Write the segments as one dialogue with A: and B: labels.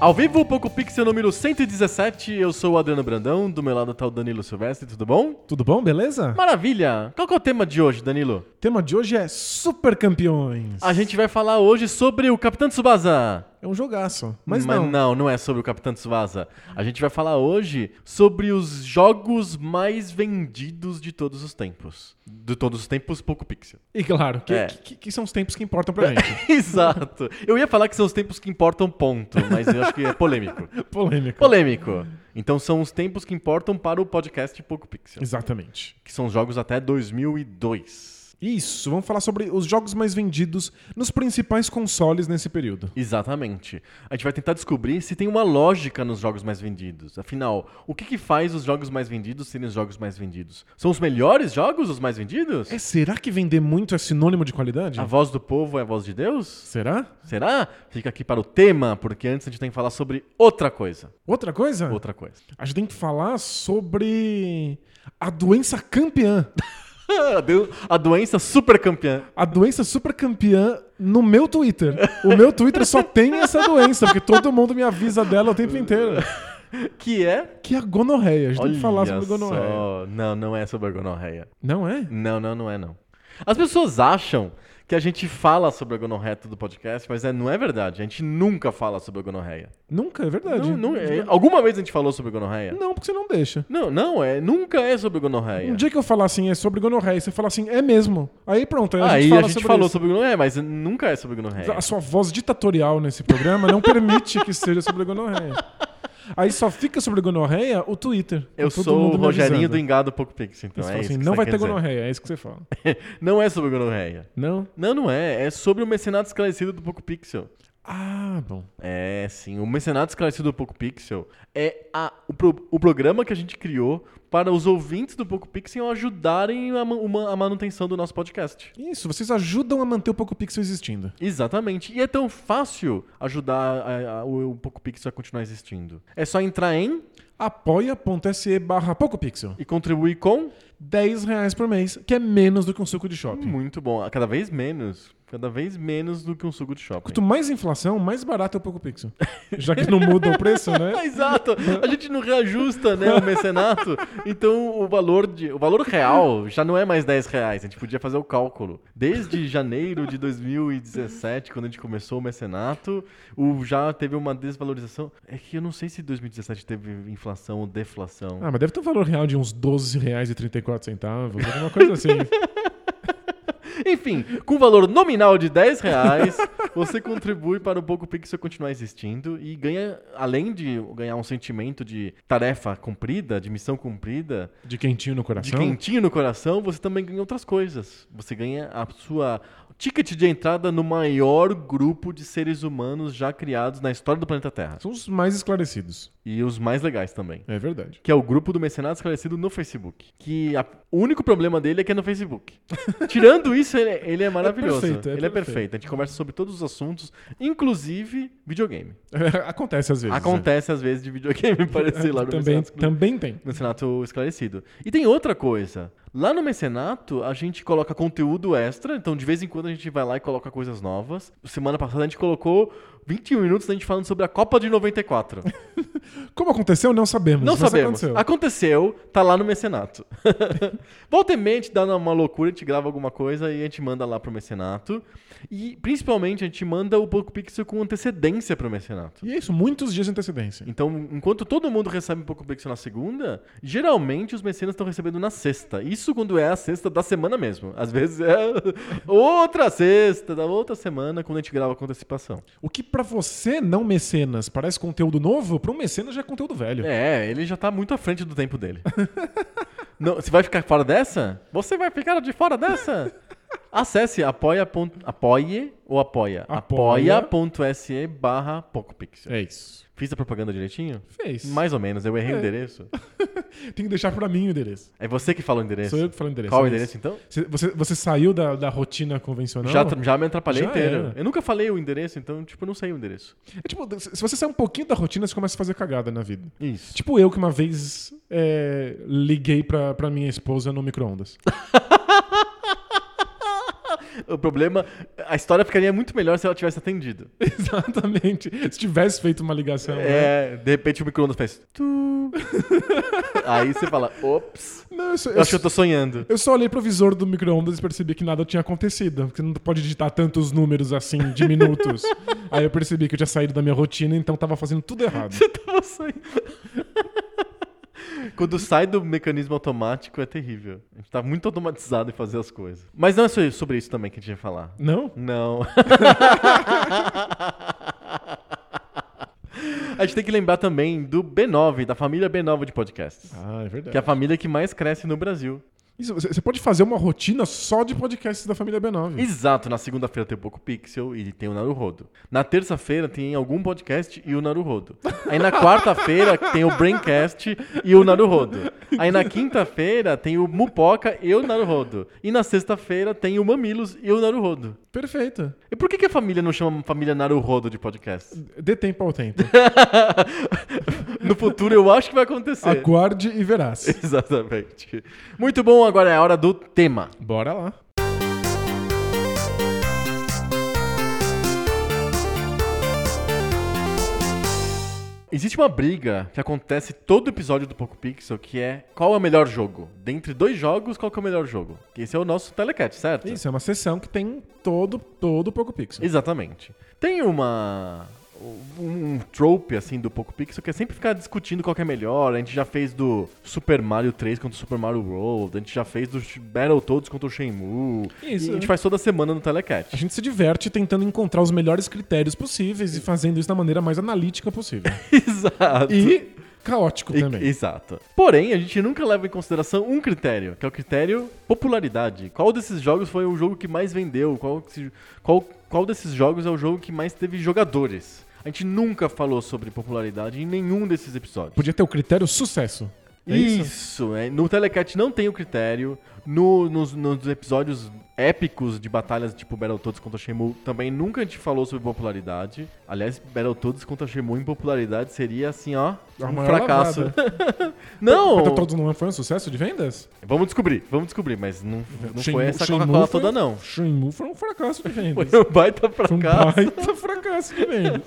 A: Ao vivo, Poco Pixel número 117, eu sou o Adriano Brandão, do meu lado tá o Danilo Silvestre, tudo bom?
B: Tudo bom, beleza?
A: Maravilha! Qual que é o tema de hoje, Danilo?
B: O tema de hoje é Super Campeões.
A: A gente vai falar hoje sobre o Capitão Tsubasa.
B: É um jogaço, mas,
A: não.
B: não.
A: não, é sobre o Capitão Tsubasa. A gente vai falar hoje sobre os jogos mais vendidos de todos os tempos. De todos os tempos, Poco Pixel.
B: E claro, que,
A: É.
B: que- que são os tempos que importam pra gente.
A: Exato. Eu ia falar que são os tempos que importam, ponto, mas eu acho que é polêmico.
B: Polêmica.
A: Polêmico. Então são os tempos que importam para o podcast Poco Pixel.
B: Exatamente.
A: que são jogos até 2002.
B: Isso, vamos falar sobre os jogos mais vendidos nos principais consoles nesse período.
A: Exatamente. A gente vai tentar descobrir se tem uma lógica nos jogos mais vendidos. Afinal, o que, que faz os jogos mais vendidos serem os jogos mais vendidos? São os melhores jogos os mais vendidos?
B: É, será que vender muito é sinônimo de qualidade?
A: A voz do povo é a voz de Deus?
B: Será?
A: Será? Fica aqui para o tema, porque antes a gente tem que falar sobre outra coisa.
B: Outra coisa?
A: Outra coisa.
B: A gente tem que falar sobre a doença campeã.
A: A do- A doença super campeã.
B: A doença super campeã no meu Twitter. O meu Twitter só tem essa doença, porque todo mundo me avisa dela o tempo inteiro.
A: Que é.
B: Que é a gonorreia. A gente tem
A: Olha
B: que falar sobre
A: só.
B: gonorreia.
A: Não, não é sobre a gonorreia.
B: Não é?
A: Não, não, não é não. As pessoas acham que a gente fala sobre a gonorreia do podcast, mas é, não é verdade. A gente nunca fala sobre a gonorreia.
B: Nunca, é verdade.
A: Não, não é- alguma vez a gente falou sobre a gonorreia?
B: Não, porque você não deixa.
A: Não, não, é, nunca é sobre a gonorreia.
B: Um dia que eu falar assim, é sobre gonorreia, e você fala assim, é mesmo. Aí pronto, aí a
A: Aí
B: gente fala
A: a gente
B: sobre
A: falou
B: isso.
A: sobre gonorreia, mas nunca é sobre gonorreia.
B: A sua voz ditatorial nesse programa não permite que seja sobre gonorreia. Aí só fica sobre gonorreia o Twitter. com
A: Eu
B: todo
A: sou o
B: mundo me
A: Rogerinho
B: avisando.
A: do Engado Poco Pix, então
B: Você
A: é
B: fala
A: isso
B: assim,
A: que
B: não
A: você
B: vai
A: quer
B: ter
A: dizer.
B: gonorreia, é isso que você fala.
A: não é sobre gonorreia.
B: Não?
A: Não, não é. É sobre o mecenato esclarecido do Poco Pixel.
B: Ah, bom.
A: É, sim. O Mecenato Esclarecido do Poco Pixel é a- o, pro- o programa que a gente criou para os ouvintes do Poco Pixel ajudarem a, ma- uma- a manutenção do nosso podcast.
B: Isso, vocês ajudam a manter o Poco Pixel existindo.
A: Exatamente. E é tão fácil ajudar a- a- o, o Poco Pixel a continuar existindo. É só entrar em
B: apoia.se barra PocoPixel.
A: e contribuir com.
B: 10 reais por mês, que é menos do que um suco de shopping.
A: Muito bom. Cada vez menos. Cada vez menos do que um suco de shopping.
B: Quanto mais inflação, mais barato é o PocoPixel. Já que não muda o preço,
A: Ah,
B: né?
A: Exato. A gente não reajusta, né, o mecenato. Então o valor de, o valor real já não é mais 10 reais. A gente podia fazer o cálculo. Desde janeiro de 2017, quando a gente começou o mecenato, o, já teve uma desvalorização. É que eu não sei se 2017 teve inflação ou deflação.
B: Ah, mas deve ter um valor real de uns 12 reais e 34 centavos, alguma coisa assim.
A: Enfim, com o valor nominal de 10 reais, você contribui para o Poco Pixel continuar existindo e ganha, além de ganhar um sentimento de tarefa cumprida, de missão cumprida,
B: De quentinho no
A: de
B: coração.
A: quentinho no coração, você também ganha outras coisas. Você ganha a sua ticket de entrada no maior grupo de seres humanos já criados na história do planeta Terra.
B: São os mais esclarecidos.
A: E os mais legais também.
B: É verdade.
A: Que é o grupo do Mercenário Esclarecido no Facebook. Que a- o único problema dele é que é no Facebook. Tirando isso, ele, é- ele é maravilhoso.
B: perfeito, é
A: ele é
B: perfeito.
A: perfeito. A gente conversa sobre todos os assuntos, inclusive videogame.
B: Acontece às vezes. é. né?
A: Acontece às vezes de videogame aparecer lá no
B: também,
A: Mercenário Esclarecido.
B: também tem.
A: Mecenato esclarecido. E tem outra coisa. Lá no Mecenato, a gente coloca conteúdo extra, então de vez em quando a gente vai lá e coloca coisas um né, novas. Semana passada a gente colocou 21 minutos da gente falando sobre a Copa de 94.
B: Como aconteceu, não sabemos.
A: Não
B: mas
A: sabemos.
B: Aconteceu.
A: Aconteceu. tá lá no mecenato. Volta em mente, dá uma loucura, a gente grava alguma coisa e a gente manda lá pro mecenato. E principalmente a gente manda o Poco Pixel com antecedência pro mecenato.
B: E é isso, muitos dias de antecedência.
A: Então, enquanto todo mundo recebe um pouco pixel na segunda, geralmente os mecenas estão recebendo na sexta. Isso quando é a sexta da semana mesmo. Às vezes é outra sexta da outra semana quando a gente grava com antecipação.
B: O que pra você, não mecenas, parece conteúdo novo, pra um mecenas já é conteúdo velho.
A: É, ele já tá muito à frente do tempo dele. Não, você vai ficar fora dessa? Você vai ficar de fora dessa? Acesse apoia. pon- apoie ou apoia?
B: Apoia.
A: apoia.se barra PocoPixel.
B: É isso.
A: Fiz a propaganda direitinho?
B: Fez.
A: Mais ou menos, eu errei o endereço.
B: Tem que deixar pra mim o endereço.
A: É você que fala o endereço.
B: Sou eu que falo o endereço.
A: Qual o
B: é isso.
A: endereço, então?
B: Você, você- você saiu da, da rotina convencional?
A: Já, tra- já me atrapalhei
B: Já
A: inteiro.
B: era.
A: Eu nunca falei o endereço, então, tipo, eu não sei o endereço.
B: É tipo, se se você sair um pouquinho da rotina, você começa a fazer cagada na vida.
A: Isso.
B: Tipo eu que uma vez é, liguei pra, pra minha esposa no micro-ondas.
A: O problema. A história ficaria muito melhor se ela tivesse atendido.
B: Exatamente. Se tivesse feito uma ligação. né?
A: É, de repente o micro-ondas faz. Tu. Aí você fala, ops.
B: Não, eu, só-
A: Eu
B: eu
A: acho que eu tô sonhando.
B: Eu só olhei pro visor do micro-ondas e percebi que nada tinha acontecido. Porque não pode digitar tantos números assim, de minutos. Aí eu percebi que eu tinha saído da minha rotina, então tava fazendo tudo errado.
A: Eu tava sonhando. Quando sai do mecanismo automático é terrível. A gente tá muito automatizado em fazer as coisas. Mas não é só sobre isso também que a gente ia falar.
B: Não?
A: Não. A gente tem que lembrar também do B9, da família B9 de podcasts.
B: Ah, é verdade.
A: Que é a família que mais cresce no Brasil.
B: Isso, você você pode fazer uma rotina só de podcasts da família B9.
A: Exato, na segunda-feira tem o Poco Pixel e tem o Naruhodo. Na terça-feira tem algum podcast e o Naruhodo. Aí na quarta-feira tem o Braincast e o Naruhodo. Aí na quinta-feira tem o Mupoca e o Naruhodo. E na sexta-feira tem o Mamilos e o Naruhodo.
B: Perfeito.
A: E por que, que a família não chama família Naruhodo de podcast?
B: Dê tempo ao tempo.
A: No futuro eu acho que vai acontecer.
B: Aguarde e verás.
A: Exatamente. Muito bom, agora é a hora do tema.
B: Bora lá.
A: Existe uma briga que acontece todo episódio do Poco Pixel, que é qual é o melhor jogo? Dentre dois jogos, qual que é o melhor jogo? Que Esse é o nosso telecat, certo?
B: Isso, é uma sessão que tem todo, todo pouco pixel.
A: Exatamente. Tem uma um um trope assim do Poco Pixel que é sempre ficar discutindo qual que é melhor. A gente já fez do Super Mario 3 contra o Super Mario World, a gente já fez do Sh- Battletoads contra o Shenmue.
B: Isso,
A: E a gente
B: né?
A: faz toda semana no telecat.
B: A gente se diverte tentando encontrar os melhores critérios possíveis e fazendo isso da maneira mais analítica possível.
A: Exato.
B: E caótico
A: E-
B: também.
A: Exato. Porém, a gente nunca leva em consideração um critério, que é o critério popularidade. Qual desses jogos foi o jogo que mais vendeu? Qual, se- qual, qual desses jogos é o jogo que mais teve jogadores? A gente nunca falou sobre popularidade em nenhum desses episódios.
B: Podia ter o critério sucesso. É
A: isso, é. no Telecat não tem o critério. No- nos, nos episódios épicos de batalhas tipo Battletoads contra Shenmue, também nunca a gente falou sobre popularidade. Aliás, Battletoads contra Shenmue em popularidade seria assim, ó,
B: A
A: um
B: maior
A: fracasso.
B: lavada.
A: não!
B: Battletoads não foi um sucesso de vendas?
A: Vamos descobrir, vamos descobrir, mas não, não
B: Shenmue-
A: foi essa
B: Shenmue
A: Coca-Cola
B: foi-
A: toda, não.
B: Shenmue foi um fracasso de
A: Foi
B: vendas.
A: um baita
B: Foi um
A: fracasso.
B: baita fracasso de vendas.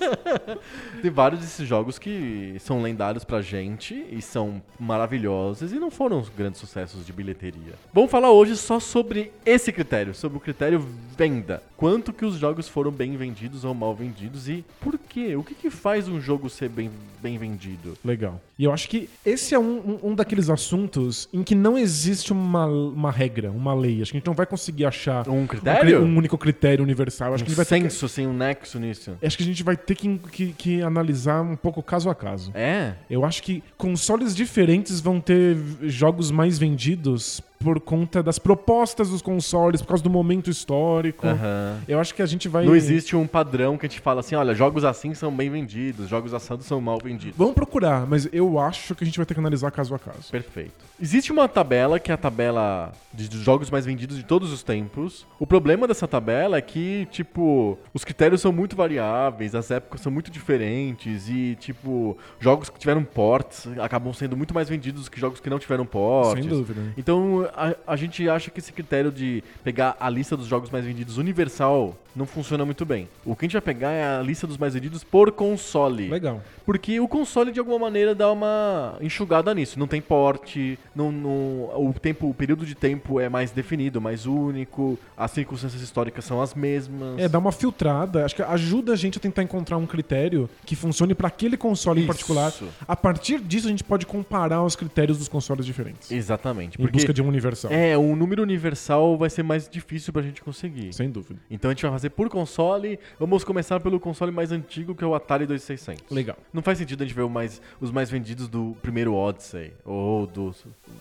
A: Tem vários desses jogos que são lendários pra gente e são maravilhosos e não foram os grandes sucessos de bilheteria. Vamos falar hoje só sobre esse critério, sobre o critério venda. Quanto que os jogos foram bem vendidos ou mal vendidos e por quê? O que, que faz um jogo ser bem, bem vendido?
B: Legal. E eu acho que esse é um, um, um daqueles assuntos em que não existe uma, uma regra, uma lei. Acho que a gente não vai conseguir achar
A: Um
B: um, cri-
A: critério?
B: um único critério universal. Acho
A: Um
B: que a gente vai ter que-
A: senso, assim, um nexo nisso.
B: Acho que a gente vai ter que, que- que analisar um pouco caso a caso.
A: É?
B: Eu acho que consoles diferentes vão ter jogos mais vendidos por conta das propostas dos consoles, por causa do momento histórico.
A: Aham.
B: Eu acho que a gente Hum. vai.
A: Não existe um padrão que a gente fala assim, olha, jogos assim são bem vendidos, jogos assados são mal vendidos.
B: Vamos procurar, mas eu acho que a gente vai ter que analisar caso a caso.
A: Perfeito. Existe uma tabela que é a tabela de dos jogos mais vendidos de todos os tempos. O problema dessa tabela é que, tipo, os critérios são muito variáveis, as épocas são muito diferentes e, tipo, jogos que tiveram ports acabam sendo muito mais vendidos que jogos que não tiveram ports.
B: Sem dúvida.
A: Então a, a gente acha que esse critério de pegar a lista dos jogos mais vendidos universal não funciona muito bem. O que a gente vai pegar é a lista dos mais vendidos por console.
B: Legal.
A: Porque o console, de alguma maneira, dá uma enxugada nisso. Não tem porte, não, não- o, tempo, o período de tempo é mais definido, mais único, as circunstâncias históricas são as mesmas.
B: É, dá uma filtrada. Acho que ajuda a gente a tentar encontrar um critério que funcione pra aquele console em
A: Isso.
B: particular. A partir disso, a gente pode comparar os critérios dos consoles diferentes.
A: Exatamente.
B: Em
A: Porque
B: busca de um universal.
A: é, um número universal vai ser mais difícil pra gente conseguir.
B: Sem dúvida.
A: Então a gente vai fazer por console. Vamos começar pelo console mais antigo, que é o Atari 2600.
B: Legal.
A: Não faz sentido a gente ver o mais- os mais vendidos do primeiro Odyssey ou do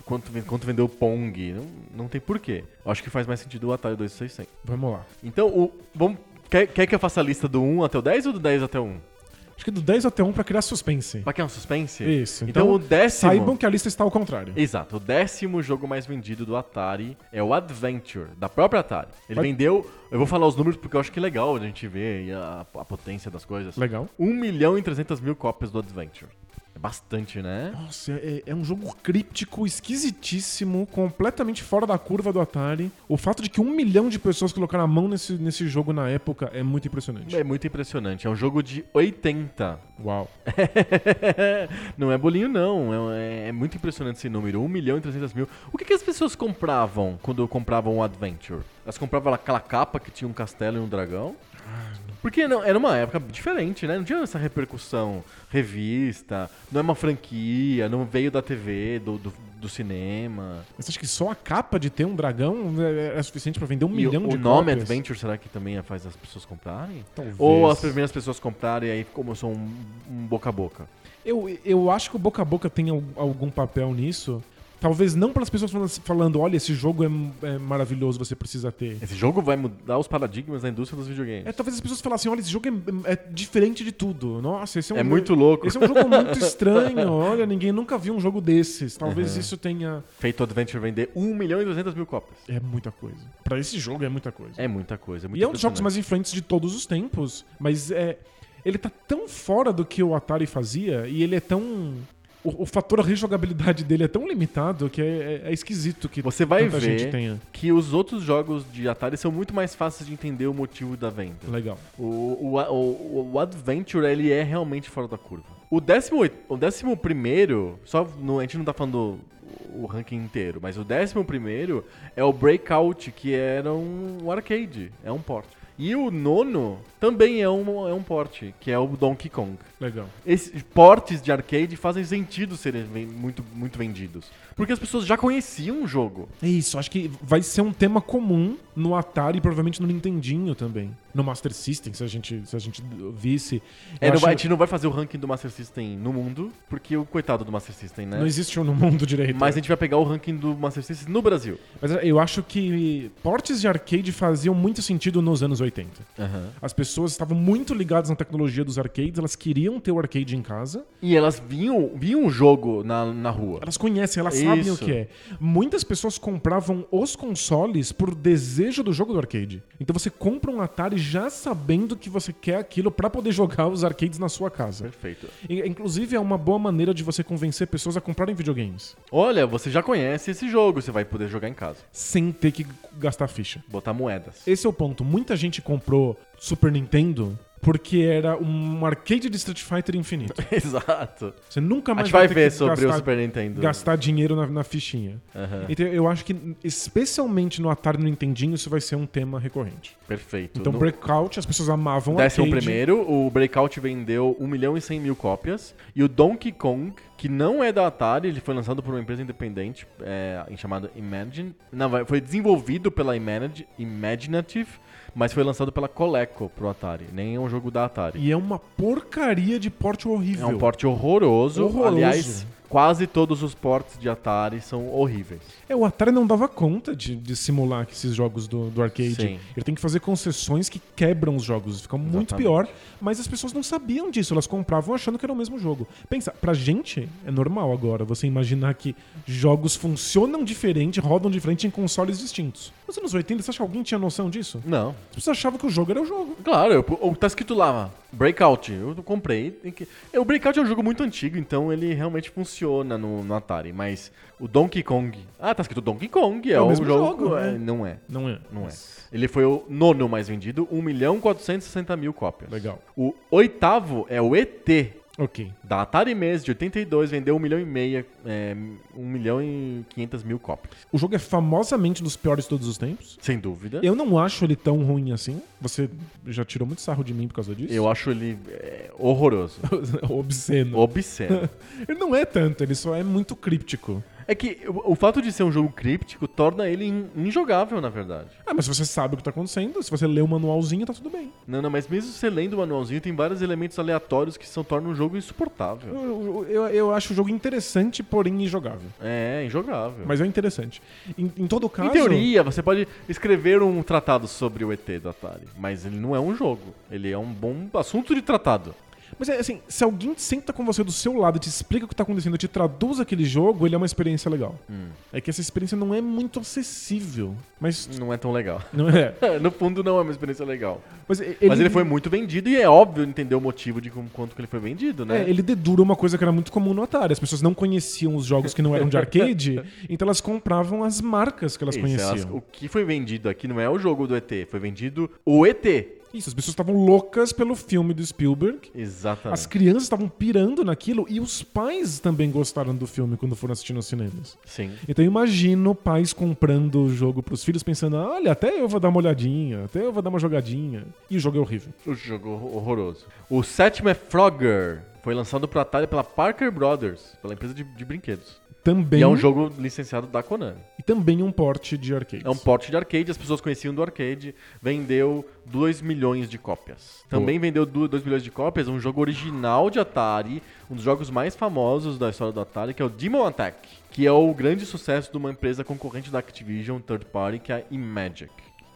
A: quanto, ven- quanto vendeu o Pong. Não, não tem porquê. Eu acho que faz mais sentido o Atari 2600.
B: Vamos lá.
A: Então, o, vamos, quer, quer que eu faça a lista do 1 até o 10 ou do 10 até o 1?
B: Acho que do 10 até 1 pra criar suspense.
A: Pra que é um suspense?
B: Isso.
A: Então, o décimo.
B: Saibam que a lista está ao contrário.
A: Exato, o décimo jogo mais vendido do Atari é o Adventure, da própria Atari. Ele
B: Mas-
A: vendeu, eu vou falar os números porque eu acho que é legal a gente ver aí a, a potência das coisas.
B: Legal.
A: 1 milhão e 300 mil cópias do Adventure. É bastante, né?
B: Nossa, é, é um jogo críptico, esquisitíssimo, completamente fora da curva do Atari. O fato de que um milhão de pessoas colocaram a mão nesse, nesse jogo na época é muito impressionante.
A: É muito impressionante. É um jogo de 80.
B: Uau.
A: não é bolinho, não. É, é muito impressionante esse número. 1 milhão e 300 mil. O que, que as pessoas compravam quando compravam um Adventure? Elas compravam aquela capa que tinha um castelo e um dragão? Porque não, era uma época diferente, né? Não tinha essa repercussão. Revista, não é uma franquia, não veio da TV, do, do, do cinema.
B: Mas Você acha que só a capa de ter um dragão é, é suficiente pra vender um
A: E o-
B: milhão
A: o
B: de
A: nome
B: cópias?
A: Adventure, será que também faz as pessoas comprarem?
B: Talvez.
A: Ou as primeiras pessoas comprarem e aí começou um, um boca a boca?
B: Eu, eu acho que o Boca a Boca tem al- algum papel nisso. Talvez não pelas pessoas falando, falando, olha, esse jogo é, m- é maravilhoso, você precisa ter.
A: Esse jogo vai mudar os paradigmas da indústria dos videogames.
B: É, talvez as pessoas falassem, olha, esse jogo é, é diferente de tudo. Nossa, esse é um
A: É
B: jo-
A: muito louco.
B: Esse é um jogo muito estranho. Olha, ninguém nunca viu um jogo desses. Talvez isso tenha.
A: Feito Adventure vender 1 milhão e 200 mil cópias.
B: É muita coisa. Pra esse jogo é muita coisa.
A: É muita coisa. muito
B: e é um dos jogos
A: impressionante.
B: mais influentes de todos os tempos. Mas é. Ele tá tão fora do que o Atari fazia e ele é tão. O, o fator rejogabilidade dele é tão limitado que é, é- é esquisito que
A: Você vai
B: tanta
A: ver
B: gente né? tenha.
A: que os outros jogos de Atari são muito mais fáceis de entender o motivo da venda.
B: Legal.
A: O, o, o, o Adventure, ele é realmente fora da curva. O décimo, oit- o décimo primeiro, só no- a gente não tá falando o ranking inteiro, mas o décimo primeiro é o Breakout, que era um arcade, é um port. E o nono também é um, é um port, que é o Donkey Kong.
B: Legal.
A: Esses portes de arcade fazem sentido serem ven- muito, muito vendidos. Porque as pessoas já conheciam o jogo.
B: É isso, acho que vai ser um tema comum no Atari e provavelmente no Nintendinho também. No Master System, se a gente, se a gente visse.
A: É,
B: Eu
A: não
B: acho-
A: vai- a gente não vai fazer o ranking do Master System no mundo, porque o coitado do Master System, né?
B: Não existe um no mundo direito.
A: Mas a gente vai pegar o ranking do Master System no Brasil.
B: Mas eu acho que portes de arcade faziam muito sentido nos anos 80. As pessoas estavam muito ligadas na tecnologia dos arcades, elas queriam ter o arcade em casa,
A: E elas vinham, vinham o jogo na, na rua.
B: elas conhecem, elas sabem o
A: Isso.
B: que é. Muitas pessoas compravam os consoles por desejo do jogo do arcade. Então você compra um Atari já sabendo que você quer aquilo pra poder jogar os arcades na sua casa.
A: Perfeito.
B: E- Inclusive, é uma boa maneira de você convencer pessoas a comprarem videogames,
A: Olha, você já conhece esse jogo, você vai poder jogar em casa.
B: sem ter que gastar ficha.
A: Botar moedas.
B: Esse é o ponto. Muita gente comprou Super Nintendo porque era um arcade de Street Fighter infinito.
A: Exato.
B: Você nunca
A: A
B: mais
A: gente vai
B: ter
A: ver
B: que
A: sobre o
B: gastar-
A: Super Nintendo.
B: Gastar dinheiro na, na fichinha.
A: Aham.
B: Então eu acho que, especialmente no Atari e no Nintendinho, isso vai ser um tema recorrente.
A: Perfeito.
B: Então,
A: No-
B: Breakout, as pessoas amavam
A: Décimo
B: arcade.
A: primeiro, o Breakout vendeu 1 milhão e 100 mil cópias. E o Donkey Kong, que não é da Atari, ele foi lançado por uma empresa independente é, em- chamada Imagine. Não, vai- foi desenvolvido pela Imanag- Imaginative, mas foi lançado pela Coleco pro Atari. Nem é um jogo da Atari.
B: E é uma porcaria de porte
A: É
B: horrível.
A: um porte horroroso.
B: Horroroso.
A: Aliás, quase todos os portes de Atari são horríveis.
B: É, o Atari não dava conta de, de simular que esses jogos do, do arcade.
A: Sim.
B: Ele tem que fazer concessões que quebram os jogos, fica muito
A: Exatamente.
B: pior. Mas as pessoas não sabiam disso, elas compravam achando que era o mesmo jogo. Pensa, pra gente é normal agora você imaginar que jogos funcionam diferente, rodam diferente em consoles distintos. Nos anos 80, você acha que alguém tinha noção disso?
A: Não.
B: As pessoas achavam que o jogo era o jogo.
A: Claro, eu, o- tá escrito lá, Breakout, eu não comprei. tem que- é, O Breakout é um jogo muito antigo, então ele realmente funciona no, no Atari, mas o Donkey Kong. Ah, tá escrito Donkey Kong, é, o mesmo jogo. é,
B: né?
A: Não é,
B: Não é.
A: não é. Ele foi o nono mais vendido, 1 milhão 460 mil cópias.
B: Legal.
A: O oitavo é o ET,
B: Ok.
A: da Atari mesmo, de 82, vendeu 1 milhão e meia, é, 1 milhão e 500 mil cópias.
B: O jogo é famosamente dos piores de todos os tempos.
A: Sem dúvida.
B: Eu não acho ele tão ruim assim. Você já tirou muito sarro de mim por causa disso.
A: Eu acho ele é, horroroso,
B: Obsceno.
A: obsceno.
B: Ele não é tanto, ele só é muito críptico.
A: É que o, o fato de ser um jogo críptico torna ele in- injogável, na verdade.
B: Ah, mas se você sabe o que tá acontecendo, se você lê o manualzinho, tá tudo bem.
A: Não, não, mas mesmo você lendo o manualzinho, tem vários elementos aleatórios que são, tornam o jogo insuportável.
B: Eu, eu- eu- eu acho o jogo interessante, porém injogável.
A: É, injogável.
B: Mas é interessante. Em, em todo caso.
A: Em teoria, você pode escrever um tratado sobre o ET do Atari, mas ele não é um jogo. Ele é um bom assunto de tratado.
B: Mas é assim, se alguém senta com você do seu lado e te explica o que tá acontecendo, te traduz aquele jogo, ele é uma experiência legal.
A: Hum.
B: É que essa experiência não é muito acessível. Mas.
A: Não é tão legal.
B: Não é.
A: no fundo, não é uma experiência legal.
B: Mas ele,
A: Mas ele foi muito vendido e é óbvio entender o motivo de como- quanto que ele foi vendido, né?
B: É, ele dedura uma coisa que era muito comum no Atari. As pessoas não conheciam os jogos que não eram de arcade, então elas compravam as marcas que elas
A: Isso,
B: conheciam.
A: elas- o que foi vendido aqui não é o jogo do ET, foi vendido o ET.
B: Isso, as pessoas estavam loucas pelo filme do Spielberg. As
A: Exatamente.
B: crianças estavam pirando naquilo e os pais também gostaram do filme quando foram assistir nos cinemas.
A: Sim.
B: Então eu imagino pais comprando o jogo pros filhos pensando: olha, até eu vou dar uma olhadinha, até eu vou dar uma jogadinha. E o jogo é horrível.
A: O jogo hor- horroroso. O sétimo é Frogger. Foi lançado para Atari pela Parker Brothers, pela empresa de, de brinquedos.
B: Também,
A: E é um jogo licenciado da Konami.
B: e também um porte de arcade.
A: É um porte de arcade, as pessoas conheciam do arcade. Vendeu 2 milhões de cópias. Também vendeu 2 milhões de cópias um jogo original de Atari, um dos jogos mais famosos da história do Atari, que é o Demon Attack, que é o grande sucesso de uma empresa concorrente da Activision, third party, que é a Imagic.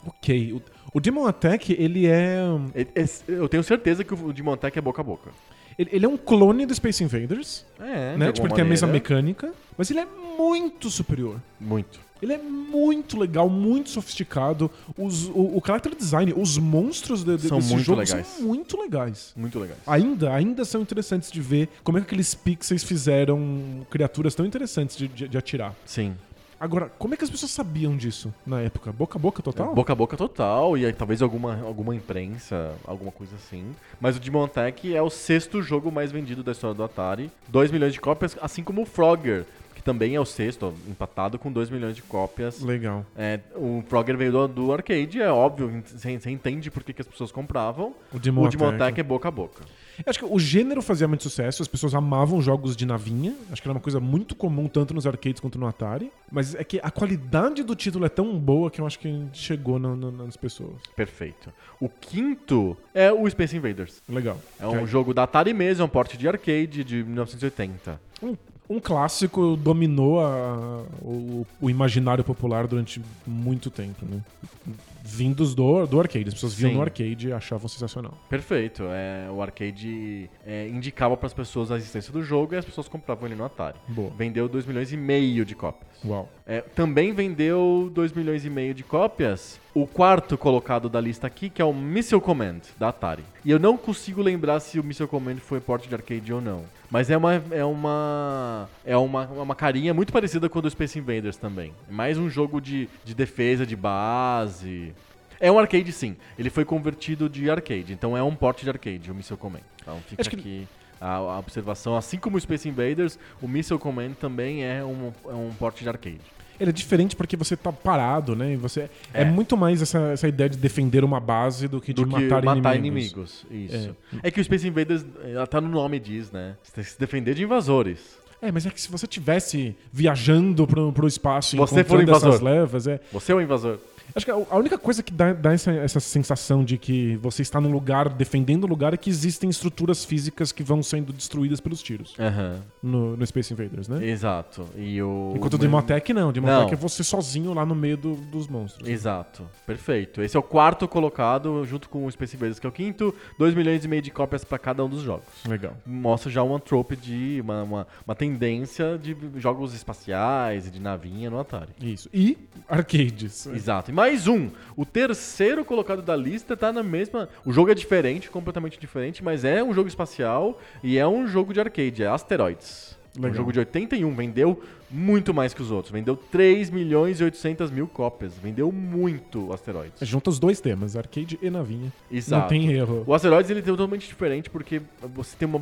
B: Ok. O, o Demon Attack, ele é.
A: E- esse- Eu tenho certeza que o Demon Attack é boca a boca.
B: Ele, ele é um clone do Space Invaders.
A: É,
B: né? Tipo, ele tem a mesma mecânica, mas ele é muito superior.
A: Muito.
B: Ele é muito legal, muito sofisticado. Os- o, o character design, os monstros de, de,
A: São
B: desse
A: muito
B: jogo
A: legais.
B: são muito legais.
A: Muito legal.
B: Ainda, ainda são interessantes de ver como é que aqueles pixels fizeram criaturas tão interessantes de, de- de atirar.
A: Sim.
B: Agora, como é que as pessoas sabiam disso na época? Boca a boca total?
A: É, Boca a boca total, e aí talvez alguma, alguma imprensa, alguma coisa assim. Mas o Demon Tech é o sexto jogo mais vendido da história do Atari. 2 milhões de cópias, assim como o Frogger, que também é o sexto, ó, empatado com 2 milhões de cópias.
B: Legal.
A: É, o Frogger veio do, do arcade, é óbvio, você você entende por que, que as pessoas compravam.
B: O Demon
A: o Demon
B: Attack.
A: Attack é boca a boca.
B: Eu Acho que o gênero fazia muito sucesso, as pessoas amavam jogos de navinha. Acho que era uma coisa muito comum tanto nos arcades quanto no Atari. Mas é que a qualidade do título é tão boa que eu acho que chegou na- na- nas pessoas.
A: Perfeito. O quinto é o Space Invaders.
B: Legal.
A: É um jogo da Atari mesmo, é um porte de arcade de 1980.
B: um, um clássico dominou a- o, o imaginário popular durante muito tempo, né? Vindos do, do arcade. As pessoas viam
A: Sim.
B: no arcade e achavam sensacional.
A: Perfeito. É, o arcade é, indicava para as pessoas a existência do jogo e as pessoas compravam ele no Atari.
B: Boa.
A: Vendeu 2 milhões e meio de cópias.
B: Uau.
A: É, também vendeu 2 milhões e meio de cópias o quarto colocado da lista aqui, que é o Missile Command, da Atari. E eu não consigo lembrar se o Missile Command foi porte de arcade ou não. Mas é uma é uma, é uma, uma carinha muito parecida com o do Space Invaders também. Mais um jogo de, de defesa de base. É um arcade sim. Ele foi convertido de arcade, então é um porte de arcade, o Missile Command. Então fica
B: Acho que-
A: aqui a, a observação. Assim como o Space Invaders, o Missile Command também é um, é um porte de arcade.
B: Ele é diferente porque você tá parado, né? E você é.
A: É.
B: muito mais essa, essa ideia de defender uma base do que de
A: do que
B: matar,
A: matar
B: inimigos.
A: inimigos. Isso. É. que o Space Invaders, ela tá no nome diz, né? Você tem que se defender de invasores.
B: É, mas é que se você tivesse viajando pro, pro espaço e
A: Você for
B: encontrando essas
A: invasor.
B: levas, é,
A: Você é um invasor.
B: Acho que a a única coisa que dá, dá essa, essa sensação de que você está num lugar, defendendo o lugar, é que existem estruturas físicas que vão sendo destruídas pelos tiros
A: Aham.
B: no, no Space Invaders, né?
A: Exato. E o
B: Enquanto o Demotech não, o
A: Não.
B: Demotech é você sozinho lá no meio do- dos monstros.
A: Exato, perfeito. Esse é o quarto colocado, junto com o Space Invaders, que é o quinto. 2 milhões e meio de cópias para cada um dos jogos.
B: Legal.
A: Mostra já uma trope de. Uma, uma, uma tendência de jogos espaciais e de navinha no Atari.
B: Isso. E arcades.
A: Exato. E Mais um. O terceiro colocado da lista tá na mesma. O jogo é diferente, completamente diferente, mas é um jogo espacial e é um jogo de arcade, é Asteroids. Um
B: Legal.
A: jogo de 81 vendeu muito mais que os outros. Vendeu 3 milhões e 800 mil cópias. Vendeu muito Asteroids.
B: Junta os dois temas, arcade e navinha.
A: Exato.
B: Não tem erro.
A: O Asteroids ele é totalmente diferente porque você tem uma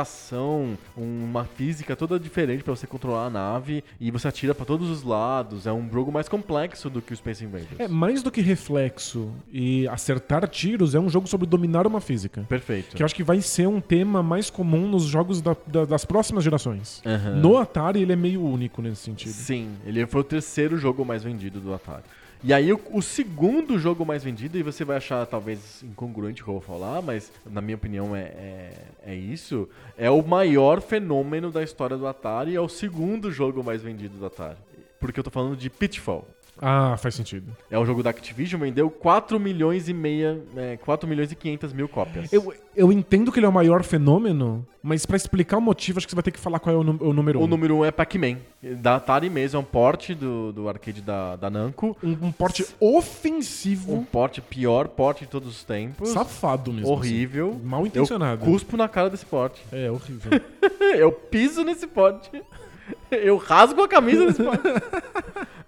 A: movimentação, uma física toda diferente pra você controlar a nave e você atira pra todos os lados. É um jogo mais complexo do que o Space Invaders.
B: É mais do que reflexo e acertar tiros, é um jogo sobre dominar uma física.
A: Perfeito.
B: Que eu acho que vai ser um tema mais comum nos jogos da- da- das próximas gerações.
A: Aham.
B: No Atari, ele é meio único nesse sentido.
A: Sim, ele foi o terceiro jogo mais vendido do Atari. E aí, o, o segundo jogo mais vendido, e você vai achar talvez incongruente o que eu vou falar, mas na minha opinião é, é, é isso, é o maior fenômeno da história do Atari, é o segundo jogo mais vendido do Atari. Porque eu tô falando de Pitfall.
B: Ah, faz sentido.
A: É o jogo da Activision, vendeu 4 milhões e meia, é, 4 milhões e 500 mil cópias.
B: Eu, eu entendo que ele é o maior fenômeno, mas pra explicar o motivo, acho que você vai ter que falar qual é o, nu- o número
A: O
B: um.
A: número 1 um é Pac-Man, da Atari mesmo, é um porte do, do arcade da, da Namco.
B: Um, um porte
A: Um
B: ofensivo,
A: porte, pior porte de todos os tempos.
B: safado mesmo.
A: horrível.
B: assim. Mal intencionado.
A: Eu cuspo na cara desse porte.
B: É, horrível.
A: Eu piso nesse pote. Eu rasgo a camisa desse pote.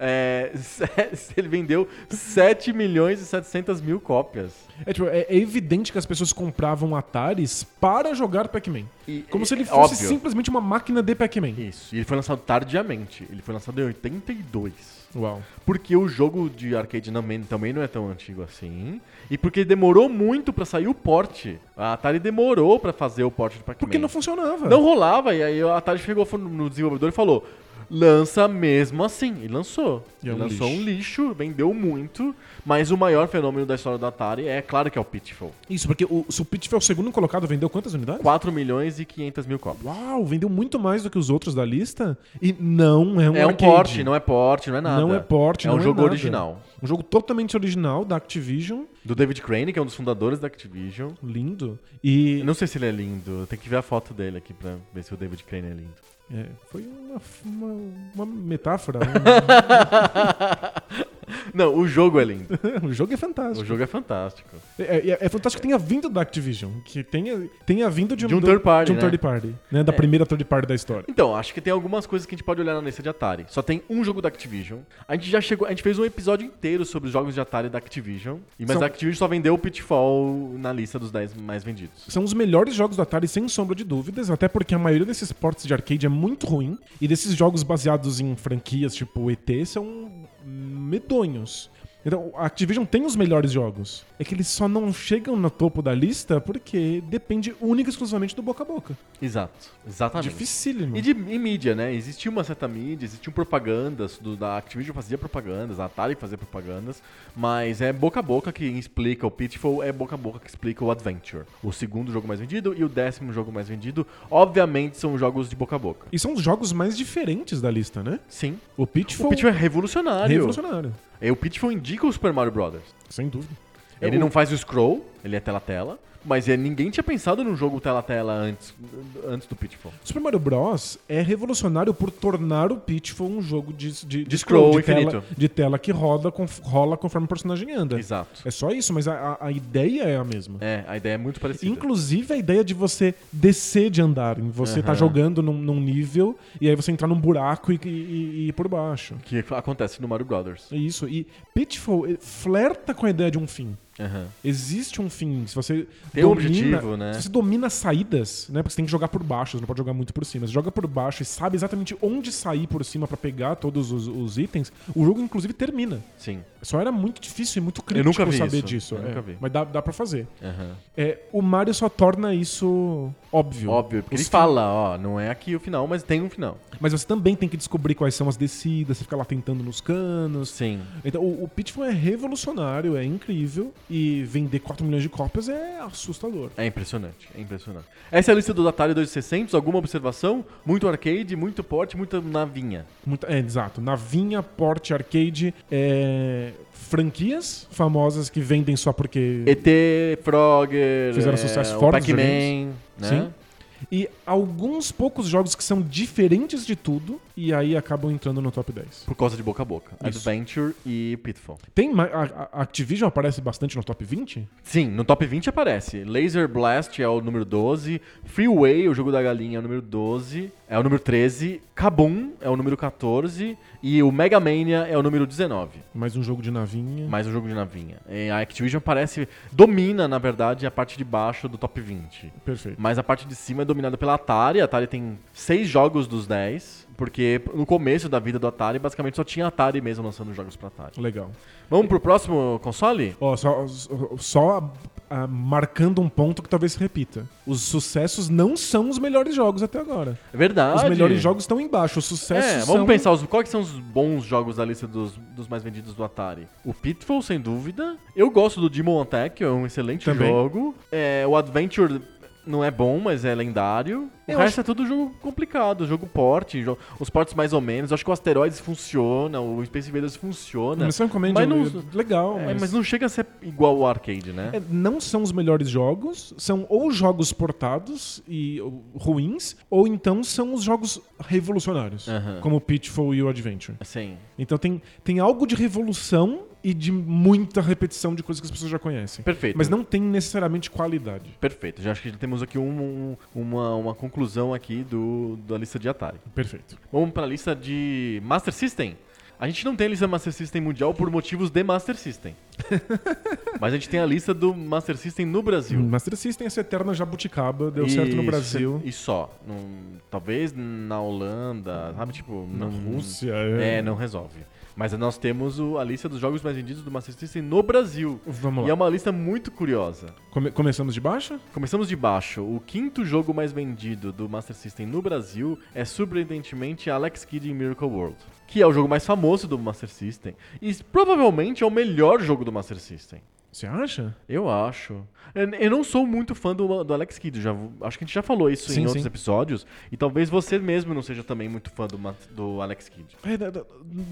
A: É, se- ele vendeu 7 milhões e 700 mil cópias.
B: é, tipo, é, é evidente que as pessoas compravam Ataris para jogar Pac-Man.
A: E-
B: Como se ele
A: é
B: fosse
A: óbvio.
B: simplesmente uma máquina de Pac-Man.
A: Isso. E ele foi lançado tardiamente. Ele foi lançado em 82.
B: Uau.
A: Porque o jogo de arcade também, também não é tão antigo assim. E porque demorou muito pra sair o porte. A Atari demorou pra fazer o porte do Pac-Man.
B: Porque não funcionava.
A: Não rolava, e aí a Atari chegou no desenvolvedor e falou: lança mesmo assim. E lançou.
B: E é
A: Ele
B: um
A: lançou
B: lixo.
A: um lixo, vendeu muito, mas o maior fenômeno da história da Atari é claro que é o Pitfall.
B: Isso, porque o, se o Pitch foi o segundo colocado, vendeu quantas unidades?
A: 4 milhões e 500 mil cópias.
B: Uau, vendeu muito mais do que os outros da lista e não é um
A: é um
B: arcade.
A: porte, não é porte, não é nada.
B: Não é porte,
A: é
B: não
A: um jogo
B: nada.
A: original.
B: Um jogo totalmente original da Activision,
A: Do David Crane, que é um dos fundadores da Activision.
B: lindo.
A: Eu
B: E
A: não sei se ele é lindo, tem que ver a foto dele aqui pra ver se o David Crane é lindo.
B: é, foi uma, uma, uma metáfora. né?
A: Não, o jogo é lindo.
B: o jogo é
A: O
B: fantástico.
A: jogo é fantástico.
B: É, é- é fantástico que tenha vindo da Activision, que tenha, tenha vindo de,
A: De um third party,
B: de um
A: né?
B: third party, né? Da
A: É.
B: primeira third party da história.
A: Então, acho que tem algumas coisas que a gente pode olhar na lista de Atari. Só tem um jogo da Activision. A gente já chegou, a gente fez um episódio inteiro sobre os jogos de Atari da Activision. E mas
B: São-
A: a Activision só vendeu o Pitfall na lista dos 10 mais vendidos.
B: São os melhores jogos do Atari, sem sombra de dúvidas, até porque a maioria desses ports de arcade é muito ruim, e desses jogos baseados em franquias tipo ET são medonhos. Então, a Activision tem os melhores jogos. É que eles só não chegam no topo da lista porque depende única e exclusivamente do boca a boca.
A: Exato. Exatamente.
B: Dificílimo.
A: Ah, E de e mídia, né? Existia uma certa mídia, existiam propagandas, do, da Activision fazia propagandas, a Atari fazia propagandas, mas é boca a boca que explica o Pitfall, é boca a boca que explica o Adventure. O segundo jogo mais vendido e o décimo jogo mais vendido, obviamente, são jogos de boca a boca.
B: E são os jogos mais diferentes da lista, né?
A: Sim.
B: O Pitfall,
A: O Pitfall é revolucionário.
B: revolucionário,
A: É, o Pitfall indica o Super Mario Brothers.
B: sem dúvida.
A: Ele
B: É o-
A: não faz o scroll, ele é tela-tela, mas é- ninguém tinha pensado num jogo tela-tela antes, antes do Pitfall.
B: Super Mario Bros. é revolucionário por tornar o Pitfall um jogo de, de,
A: De scroll
B: de tela-
A: infinito.
B: de tela que roda, conf- rola conforme o personagem anda.
A: Exato.
B: É só isso, mas a, a- a ideia é a mesma.
A: É, a ideia é muito parecida.
B: Inclusive a ideia de você descer de andar, em você tá
A: Aham.
B: jogando num, num nível e aí você entrar num buraco e, e- e- e ir por baixo.
A: que acontece no Mario Brothers.
B: É isso. E Pitfall eh, flerta com a ideia de um fim.
A: Aham.
B: Existe um fim. Se você
A: Tem um objetivo, né?
B: Se você domina as saídas, né? Porque você tem que jogar por baixo, você não pode jogar muito por cima. Você joga por baixo e sabe exatamente onde sair por cima pra pegar todos os, os itens, o jogo inclusive termina.
A: Sim.
B: Só era muito difícil e muito crítico
A: nunca vi
B: saber
A: isso.
B: disso.
A: Eu
B: é.
A: nunca vi.
B: Mas dá, dá pra fazer.
A: Aham.
B: É, o Mario só torna isso óbvio.
A: Óbvio, porque
B: Os
A: ele fala, ó, não é aqui o final, mas tem um final.
B: fi- Mas você também tem que descobrir quais são as descidas, você fica lá tentando nos canos.
A: Sim.
B: Então, o, o Pitfall é revolucionário, é incrível. E vender 4 milhões de cópias é assustador.
A: É impressionante, é impressionante. Essa é a lista do Atari 2600, alguma observação? Muito arcade, muito porte, muita navinha.
B: Muita- é, exato. Navinha, porte, arcade, é, franquias famosas que vendem só porque.
A: ET, Frogger,
B: Fizeram
A: é,
B: sucesso
A: o
B: fora dos
A: Pac-Man, né?
B: Sim. e alguns poucos jogos que são diferentes de tudo e aí acabam entrando no top 10.
A: Por causa de boca a boca.
B: Isso.
A: Adventure e Pitfall.
B: Tem mais. A, a Activision aparece bastante no top 20?
A: Sim, no top 20 aparece. Laser Blast é o número 12. Freeway, o jogo da galinha, é o número 12. É o número 13. Kaboom é o número 14. E o Mega Mania é o número 19.
B: Mais um jogo de navinha.
A: Mais um jogo de navinha. É, A Activision parece. Domina, na verdade, a parte de baixo do top 20.
B: Perfeito.
A: Mas a parte de cima é dominada pela Atari. A Atari tem seis jogos dos 10. Porque no começo da vida do Atari, basicamente só tinha Atari mesmo lançando jogos pra Atari.
B: Legal.
A: Vamos pro próximo console?
B: Ó, só, só- só, ah, marcando um ponto que talvez se repita. Os sucessos não são os melhores jogos até agora.
A: É verdade.
B: Os melhores jogos estão embaixo. Os sucessos
A: É, vamos
B: são...
A: pensar, os, quais que são os bons jogos da lista dos, dos mais vendidos do Atari? O Pitfall, sem dúvida. Eu gosto do Demon Attack, é um excelente
B: Também.
A: jogo. É, o Adventure não é bom, mas é lendário. O
B: Eu
A: resto é tudo jogo complicado, jogo porte, jo- os portes mais ou menos. Eu acho que o Asteroids funciona, o Space Invaders funciona.
B: Mas Sam Command
A: Mas
B: é um-
A: não-
B: legal,
A: É,
B: mas...
A: mas não chega a ser igual ao arcade, né?
B: É, não são os melhores jogos, são ou jogos portados e ou, ruins, ou então são os jogos revolucionários,
A: Aham.
B: como o Pitfall e o Adventure.
A: Assim,
B: Então tem, tem algo de revolução e de muita repetição de coisas que as pessoas já conhecem.
A: perfeito.
B: Mas não tem necessariamente qualidade.
A: Perfeito, já acho que temos aqui um- um- uma, uma conclusão aqui do, da lista de Atari.
B: Perfeito.
A: Vamos para a lista de Master System. A gente não tem a lista Master System mundial por motivos de Master System. Mas a gente tem a lista do Master System no Brasil.
B: Master System, essa eterna jabuticaba, deu
A: E
B: certo no
A: se-
B: Brasil.
A: E só. Num- talvez na Holanda, sabe? Tipo,
B: Na
A: não-
B: Rússia,
A: É,
B: é.
A: não resolve. Mas nós temos o- a lista dos jogos mais vendidos do Master System no Brasil.
B: Vamos
A: E
B: lá.
A: é uma lista muito curiosa.
B: Come- começamos de baixo?
A: Começamos de baixo. O quinto jogo mais vendido do Master System no Brasil é surpreendentemente Alex Kidd em Miracle World, que é o jogo mais famoso do Master System e provavelmente é o melhor jogo do Master System.
B: Você acha?
A: Eu acho. Eu eu não sou muito fã do, do Alex Kidd, já, acho que a gente já falou isso
B: Sim,
A: em outros
B: sim.
A: episódios, e talvez você mesmo não seja também muito fã do, Ma- do Alex Kidd.
B: É, da- da-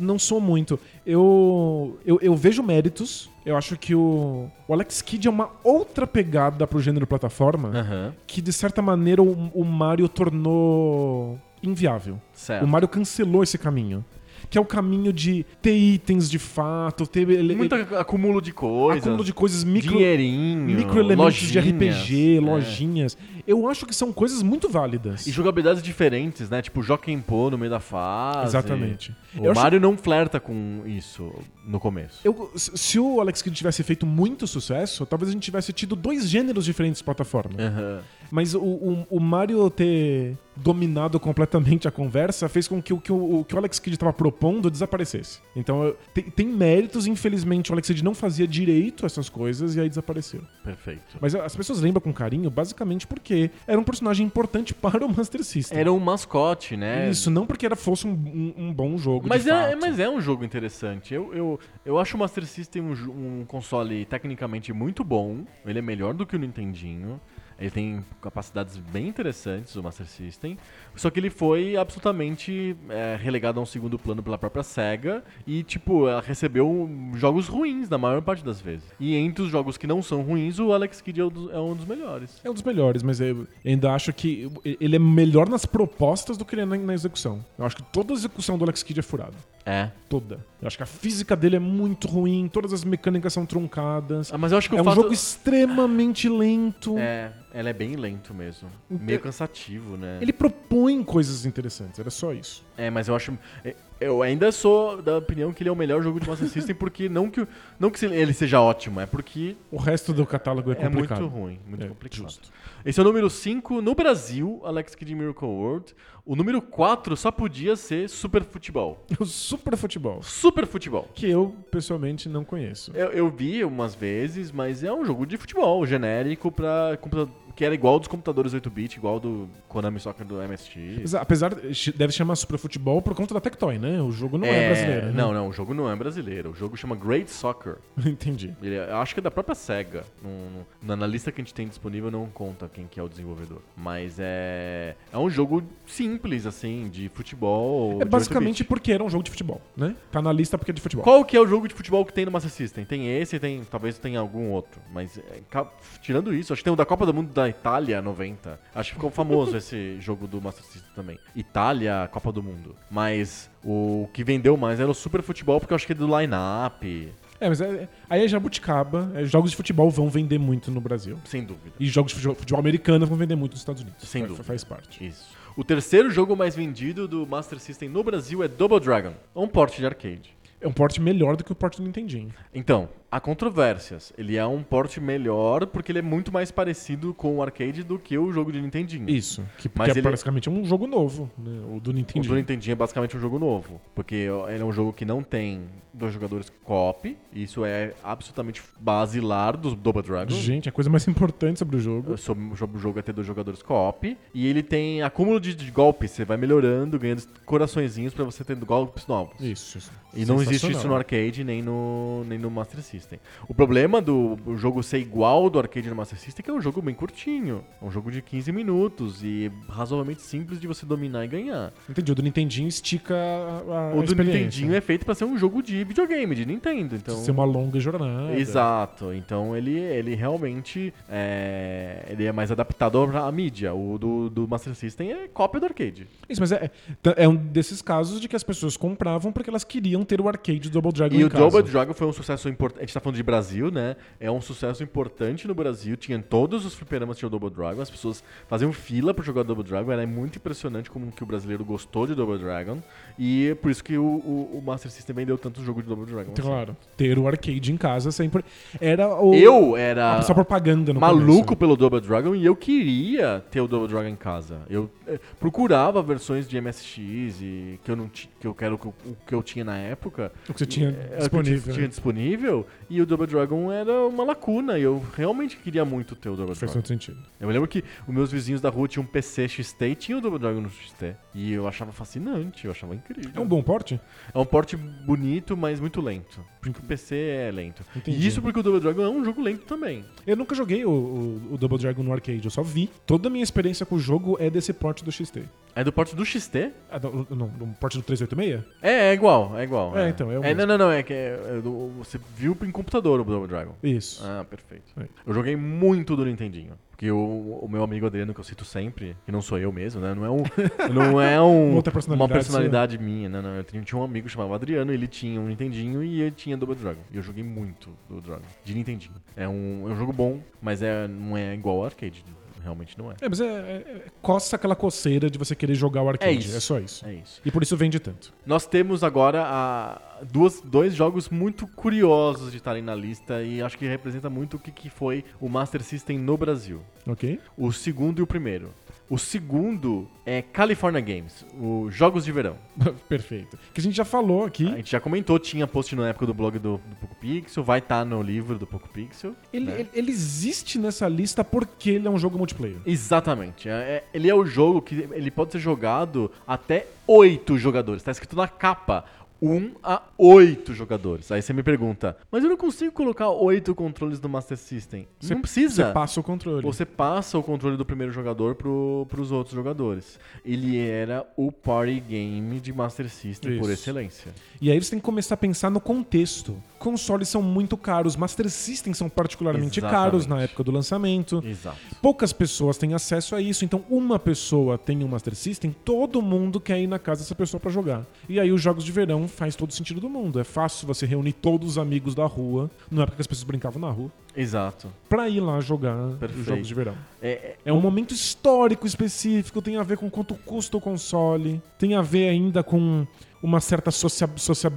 B: não sou muito. Eu, eu, eu vejo méritos. Eu acho que o, o Alex Kidd é uma outra pegada pro gênero plataforma
A: Aham.
B: que, de certa maneira, o, o Mario tornou inviável.
A: Certo.
B: O Mario cancelou esse caminho. Que é o caminho de ter itens de fato, ter ele-
A: Muito
B: ele-
A: ac- acúmulo de coisas.
B: acúmulo de coisas micro,
A: dinheirinho,
B: microelementos de
A: lojinhas.
B: RPG,
A: É.
B: lojinhas. Eu acho que são coisas muito válidas.
A: E jogabilidades diferentes, né? Tipo, joga em pô no meio da fase.
B: Exatamente.
A: O
B: Eu acho-
A: Mario não flerta com isso no começo.
B: Eu- se se o Alex Kidd tivesse feito muito sucesso, talvez a gente tivesse tido dois gêneros diferentes de plataforma.
A: Aham.
B: Mas o, o- o Mario ter dominado completamente a conversa fez com que o que o, o que o Alex Kidd estava propondo desaparecesse. Então eu- tem, tem méritos, infelizmente o Alex Kidd não fazia direito essas coisas e aí desapareceu.
A: Perfeito.
B: Mas as pessoas lembram com carinho basicamente porque era um personagem importante para o Master System.
A: Era um mascote, né?
B: Isso, não porque era, fosse um, um- um bom jogo.
A: Mas
B: de
A: é,
B: fato.
A: mas é um jogo interessante. Eu, eu, eu acho o Master System um, jo- um console tecnicamente muito bom. Ele é melhor do que o Nintendinho. Ele tem capacidades bem interessantes, o Master System. Só que ele foi absolutamente é, relegado a um segundo plano pela própria SEGA. E, tipo, ela recebeu jogos ruins na maior parte das vezes. E entre os jogos que não são ruins, o Alex Kidd é um dos, é um dos melhores.
B: É um dos melhores, mas eu ainda acho que ele é melhor nas propostas do que ele é na, na execução. Eu acho que toda a execução do Alex Kidd é furada.
A: É.
B: Toda. Eu acho que a física dele é muito ruim, todas as mecânicas são truncadas.
A: mas eu acho que
B: é
A: Ah, o
B: um
A: fato...
B: jogo extremamente lento.
A: É, ela é bem lento mesmo.
B: Então,
A: Meio cansativo, né?
B: Ele propõe coisas interessantes, era só isso.
A: É, mas eu acho. é, Eu ainda sou da opinião que ele é o melhor jogo de Master System, porque não que, o- não que se- ele seja ótimo, é porque
B: O resto do catálogo é
A: é,
B: complicado.
A: muito ruim, muito
B: É,
A: complicado.
B: justo.
A: Esse é o número 5 no Brasil, Alex Kidd in Miracle World. O número 4 só podia ser Super Futebol.
B: O Super Futebol,
A: Super Futebol.
B: que eu pessoalmente não conheço.
A: Eu, eu vi umas vezes, mas é um jogo de futebol genérico pra computa- que era igual dos computadores 8-bit, igual do Konami Soccer do MSX.
B: Mas, Apesar, deve chamar Super Futebol por conta da Tectoy, né? O jogo não é, brasileiro. né?
A: Não, não, o jogo não é brasileiro. O jogo chama Great Soccer.
B: Entendi.
A: Ele, eu acho que é da própria SEGA. Não- não- na, na lista que a gente tem disponível não conta quem que é o desenvolvedor. Mas é. É um jogo simples, assim, de futebol.
B: É
A: de
B: basicamente
A: 8-bit.
B: porque era um jogo de futebol, né? Tá na lista porque é de futebol.
A: Qual que é o jogo de futebol que tem no Master System? Tem esse, tem. Talvez tenha algum outro. Mas é, ca- tirando isso, acho que tem o da Copa do Mundo da da Itália 90. Acho que ficou famoso esse jogo do Master System também. Itália, Copa do Mundo. Mas o que vendeu mais era o Super Futebol, porque eu acho que é do line-up,
B: É, mas é- é- aí é jabuticaba. é, jogos de futebol vão vender muito no Brasil.
A: sem dúvida.
B: E jogos de futebol, futebol americano vão vender muito nos Estados Unidos.
A: Sem
B: Fa-
A: dúvida.
B: Faz parte.
A: Isso. O terceiro jogo mais vendido do Master System no Brasil é Double Dragon, um porte de arcade.
B: É um porte melhor do que o porte do Nintendinho.
A: Então, há controvérsias. Ele é um porte melhor porque ele é muito mais parecido com o arcade do que o jogo de Nintendinho.
B: Isso. Que,
A: Mas
B: que é
A: ele-
B: basicamente um jogo novo, né? O do
A: O do
B: Nintendinho.
A: Nintendinho é basicamente um jogo novo, porque ele é um jogo que não tem dois jogadores co-op, e isso é absolutamente basilar dos Double Dragon.
B: Gente, a coisa mais importante sobre o jogo.
A: Sobre o jogo- o jogo é ter dois jogadores co-op, e ele tem acúmulo de, de golpes, você vai melhorando, ganhando coraçõezinhos pra você tendo golpes novos.
B: Isso. isso.
A: E não existe isso no
B: Sensacional.
A: arcade nem no, nem no Master System. O problema do o jogo ser igual do arcade no Master System é que é um jogo bem curtinho. É um jogo de 15 minutos e é razoavelmente simples de você dominar e ganhar.
B: Entendi. O do Nintendinho estica a, a
A: O do
B: experiência.
A: Nintendinho é feito pra ser um jogo de videogame, de Nintendo. Então,
B: Ser uma longa jornada.
A: Exato. Então ele, ele realmente é, ele é mais adaptado à mídia. O do, do Master System é cópia do arcade.
B: Isso, mas é, é- é um desses casos de que as pessoas compravam porque elas queriam ter o arcade do Double Dragon
A: E
B: em
A: o
B: casa.
A: Double Dragon foi um sucesso importante. A gente tá falando de Brasil, né? É um sucesso importante no Brasil. Tinha em todos os fliperamas tinha o Double Dragon. As pessoas faziam fila pra jogar Double Dragon. Era muito impressionante como que o brasileiro gostou de Double Dragon. E é por isso que o, o- o Master System vendeu tanto jogo de Double Dragon. assim.
B: Claro. Ter o arcade em casa sempre... Era Então, é, o...
A: Eu era.
B: A só propaganda no
A: maluco
B: começo. né?
A: pelo Double Dragon e eu queria ter o Double Dragon em casa. Eu eh, procurava versões de MSX e que eu não ti- que eu quero que eu- o que eu tinha na época.
B: O que você tinha
A: Era É, o que eu
B: disponível. né?
A: tinha disponível e o Double Dragon era uma lacuna e eu realmente queria muito ter o Double
B: Faz
A: Dragon.
B: todo sentido.
A: Eu me lembro que os meus vizinhos da rua tinham um PC XT e tinha o Double Dragon no XT e eu achava fascinante, eu achava incrível.
B: É um bom porte?
A: É um porte bonito, mas muito lento. Porque o PC é lento.
B: Entendi.
A: E isso porque o Double Dragon é um jogo lento também.
B: Eu nunca joguei o, o- o Double Dragon no arcade, eu só vi. Toda a minha experiência com o jogo é desse porte do XT.
A: É do porte do XT?
B: Ah, não, não, no porte do 386?
A: É, é igual, é igual.
B: É, então, é o mesmo.
A: Não, não, não, é que é- é do- você viu em computador o Double Dragon.
B: Isso.
A: Ah, perfeito.
B: É.
A: Eu joguei muito do Nintendinho. Porque o, o meu amigo Adriano, que eu cito sempre, que não sou eu mesmo, né? Não é um. Não é um
B: Outra personalidade
A: uma personalidade minha, né? Não, eu tinha, tinha um amigo que chamava Adriano, ele tinha um Nintendinho e eu tinha Double Dragon. E eu joguei muito Double Dragon. De Nintendinho. É um, é um jogo bom, mas é, não é igual ao arcade. Realmente não é.
B: É, mas é, é- é- coça aquela coceira de você querer jogar o
A: É
B: arcade.
A: isso.
B: É só isso.
A: É isso.
B: E por isso vende tanto.
A: Nós temos agora a, duas, dois jogos muito curiosos de estarem na lista e acho que representa muito o que, que foi o Master System no Brasil.
B: Ok?
A: O segundo e o primeiro. O segundo é California Games, os Jogos de Verão.
B: Perfeito. Que a gente já falou aqui.
A: A gente já comentou, tinha post na época do blog do, do Poco Pixel, vai estar no livro do Poco Pixel.
B: Ele,
A: né?
B: ele- ele existe nessa lista porque ele é um jogo multiplayer.
A: Exatamente. É- é- ele é o jogo que ele pode ser jogado até oito jogadores. Tá escrito na capa. 1 a 8 jogadores. Aí você me pergunta, mas eu não consigo colocar oito controles no Master System. não precisa.
B: Uhum. Você passa o controle.
A: Você passa o controle do primeiro jogador pro, pros outros jogadores. Ele era o party game de Master System por
B: Isso.
A: excelência.
B: E aí você tem que começar a pensar no contexto. Consoles são muito caros, Master System são particularmente
A: Exatamente.
B: caros na época do lançamento.
A: Exato.
B: Poucas pessoas têm acesso a isso, então uma pessoa tem um Master System, todo mundo quer ir na casa dessa pessoa pra jogar. E aí os jogos de verão faz todo sentido do mundo. É fácil você reunir todos os amigos da rua, na época que as pessoas brincavam na rua,
A: Exato.
B: pra ir lá jogar
A: Perfeito.
B: os jogos de verão.
A: É,
B: É um momento histórico específico, tem a ver com quanto custa o console, tem a ver ainda com uma certa socia-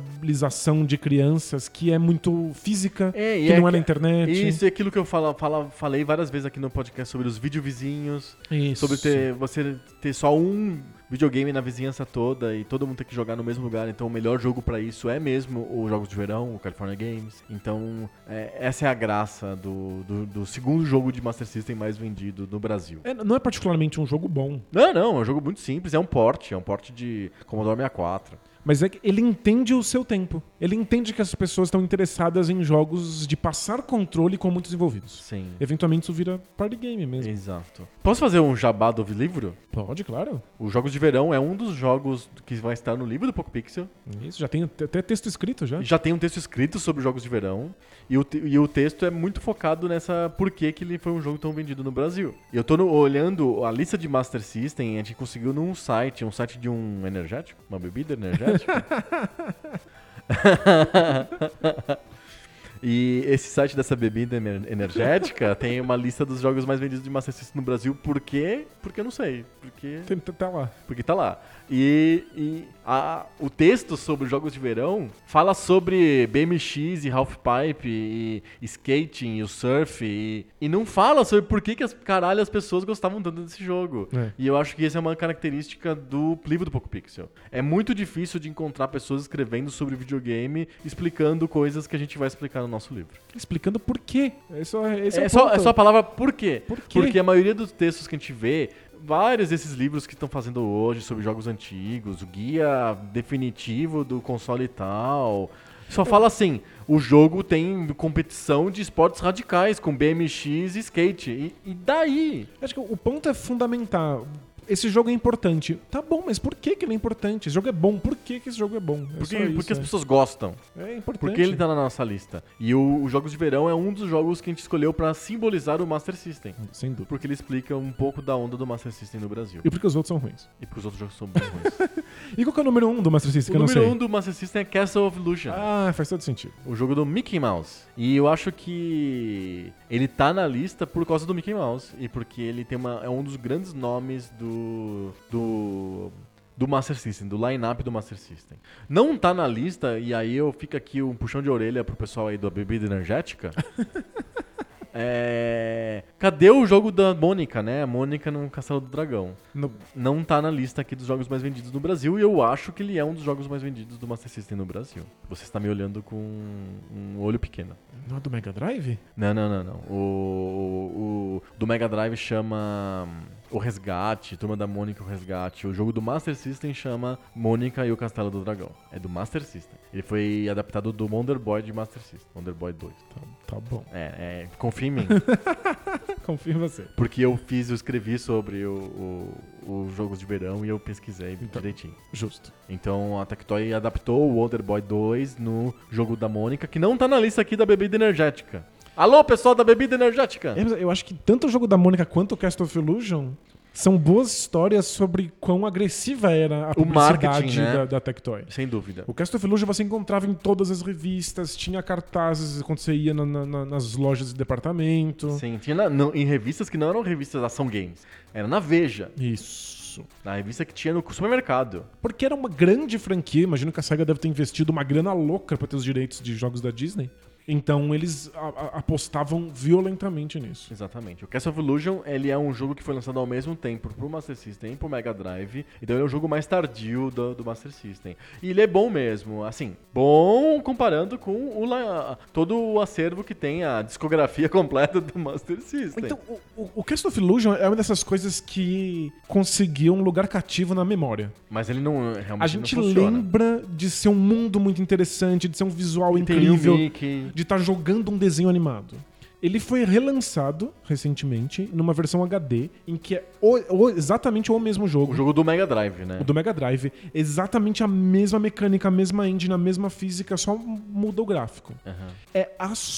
B: sociabilização de crianças que é muito física,
A: É, e
B: que
A: é
B: não é
A: que-
B: na internet.
A: isso e aquilo que eu fala, fala- falei várias vezes aqui no podcast sobre os videovizinhos.
B: Isso.
A: Sobre ter, você ter só um videogame na vizinhança toda e todo mundo ter que jogar no mesmo lugar. Então, o melhor jogo pra isso é mesmo os Jogos de Verão, o California Games. Então, é, essa é a graça do, do- do segundo jogo de Master System mais vendido no Brasil.
B: É, não é particularmente um jogo bom,
A: Não, não, é um jogo muito simples. É um porte, é um porte de Commodore 64.
B: Mas é que ele entende o seu tempo. Ele entende que as pessoas estão interessadas em jogos de passar controle com muitos envolvidos.
A: Sim.
B: Eventualmente isso vira party game mesmo.
A: Exato. Posso fazer um jabá do livro?
B: Pode, claro.
A: Os Jogos de Verão é um dos jogos que vai estar no livro do Poco Pixel.
B: Isso, já tem até até texto escrito já.
A: Já tem um texto escrito sobre os Jogos de Verão. E o, te- e o texto é muito focado nessa por que, que ele foi um jogo tão vendido no Brasil. E eu tô no- olhando a lista de Master System, a gente conseguiu num site, um site de um energético, uma bebida energética. E esse site dessa bebida ener- energética tem uma lista dos jogos mais vendidos de Master System no Brasil. Por quê? Porque eu não sei. Porque
B: Tem- tá- tá lá.
A: porque tá lá. E, e a- o texto sobre os jogos de verão fala sobre BMX e halfpipe e skating e o surf e, e não fala sobre por que, que as caralho as pessoas gostavam tanto desse jogo.
B: É.
A: E eu acho que essa é uma característica do livro do Poco Pixel. É muito difícil de encontrar pessoas escrevendo sobre videogame, explicando coisas que a gente vai explicar no nosso livro.
B: Explicando por quê. É só, esse é
A: É,
B: o
A: só,
B: ponto.
A: é só a palavra por quê?
B: Por quê?
A: Porque a maioria dos textos que a gente vê, vários desses livros que estão fazendo hoje sobre jogos antigos, o guia definitivo do console e tal,
B: É.
A: só fala assim: o jogo tem competição de esportes radicais com BMX e skate. E, e daí?
B: Acho que o ponto é fundamental. Esse jogo é importante. Tá bom, mas por que, que ele é importante? Esse jogo é bom. Por que, que esse jogo é bom? É
A: Por
B: só
A: que por
B: isso,
A: que as
B: é.
A: pessoas gostam?
B: É importante.
A: Porque ele tá na nossa lista. E o, o Jogos de Verão é um dos jogos que a gente escolheu pra simbolizar o Master System.
B: Sem dúvida.
A: Porque ele explica um pouco da onda do Master System no Brasil.
B: E porque os outros são ruins.
A: E porque os outros jogos são bem ruins.
B: E qual que é o número um do Master System?
A: O
B: que eu não
A: número 1
B: sei.
A: um do Master System é Castle of Illusion,
B: Ah, faz todo sentido.
A: o jogo do Mickey Mouse. E eu acho que ele tá na lista por causa do Mickey Mouse e porque ele tem uma, é um dos grandes nomes do do do Master System, do line-up do Master System. Não tá na lista, e aí eu fico aqui um puxão de orelha pro pessoal aí da bebida energética. É, Cadê o jogo da Mônica, né? A Mônica no Castelo do Dragão
B: No-
A: não tá na lista aqui dos jogos mais vendidos no Brasil e eu acho que ele é um dos jogos mais vendidos do Master System no Brasil. Você está me olhando com um olho pequeno.
B: Não é do Mega Drive?
A: Não, não, não, não. O, o- o do Mega Drive chama hum, O Resgate, Turma da Mônica e o Resgate. O jogo do Master System chama Mônica e o Castelo do Dragão. É do Master System. Ele foi adaptado do Wonder Boy de Master System. Wonder Boy 2.
B: Tá, tá bom.
A: É, é, confia em mim.
B: Confio em você.
A: Porque eu fiz, eu escrevi sobre o- o- os jogos de verão e eu pesquisei
B: Então.
A: direitinho.
B: Justo.
A: Então a Tectoy adaptou o Wonder Boy 2 no jogo da Mônica, que não tá na lista aqui da bebida energética. Alô, pessoal da bebida energética!
B: É, mas Eu acho que tanto o jogo da Mônica quanto o Cast of Illusion são boas histórias sobre quão agressiva era a publicidade
A: marketing, né?
B: da, da Tectoy.
A: Sem dúvida.
B: O Cast of Illusion você encontrava em todas as revistas, tinha cartazes quando você ia na- na- na- nas lojas de departamento.
A: Sim, tinha na- não, em revistas que não eram revistas Ação Games. Era na Veja,
B: Isso.
A: na revista que tinha no supermercado.
B: Porque era uma grande franquia, imagino que a SEGA deve ter investido uma grana louca pra ter os direitos de jogos da Disney. Então eles a- a- apostavam violentamente nisso.
A: Exatamente. O Castle of Illusion, ele é um jogo que foi lançado ao mesmo tempo pro Master System e pro Mega Drive. Então ele é um jogo mais tardio do, do Master System. E ele é bom mesmo, assim, bom comparando com o la- todo o acervo que tem a discografia completa do Master System.
B: Então, o, o, o Cast of Illusion é uma dessas coisas que conseguiu um lugar cativo na memória.
A: Mas ele não realmente
B: A gente
A: não funciona.
B: lembra de ser um mundo muito interessante, de ser um visual
A: E tem o
B: incrível,
A: Mickey.
B: de estar jogando um desenho animado. Ele foi relançado recentemente numa versão HD, em que é o- o- exatamente o mesmo jogo.
A: O jogo do Mega Drive, né?
B: O do Mega Drive, exatamente a mesma mecânica, a mesma engine, a mesma física, só mudou o gráfico.
A: Aham.
B: É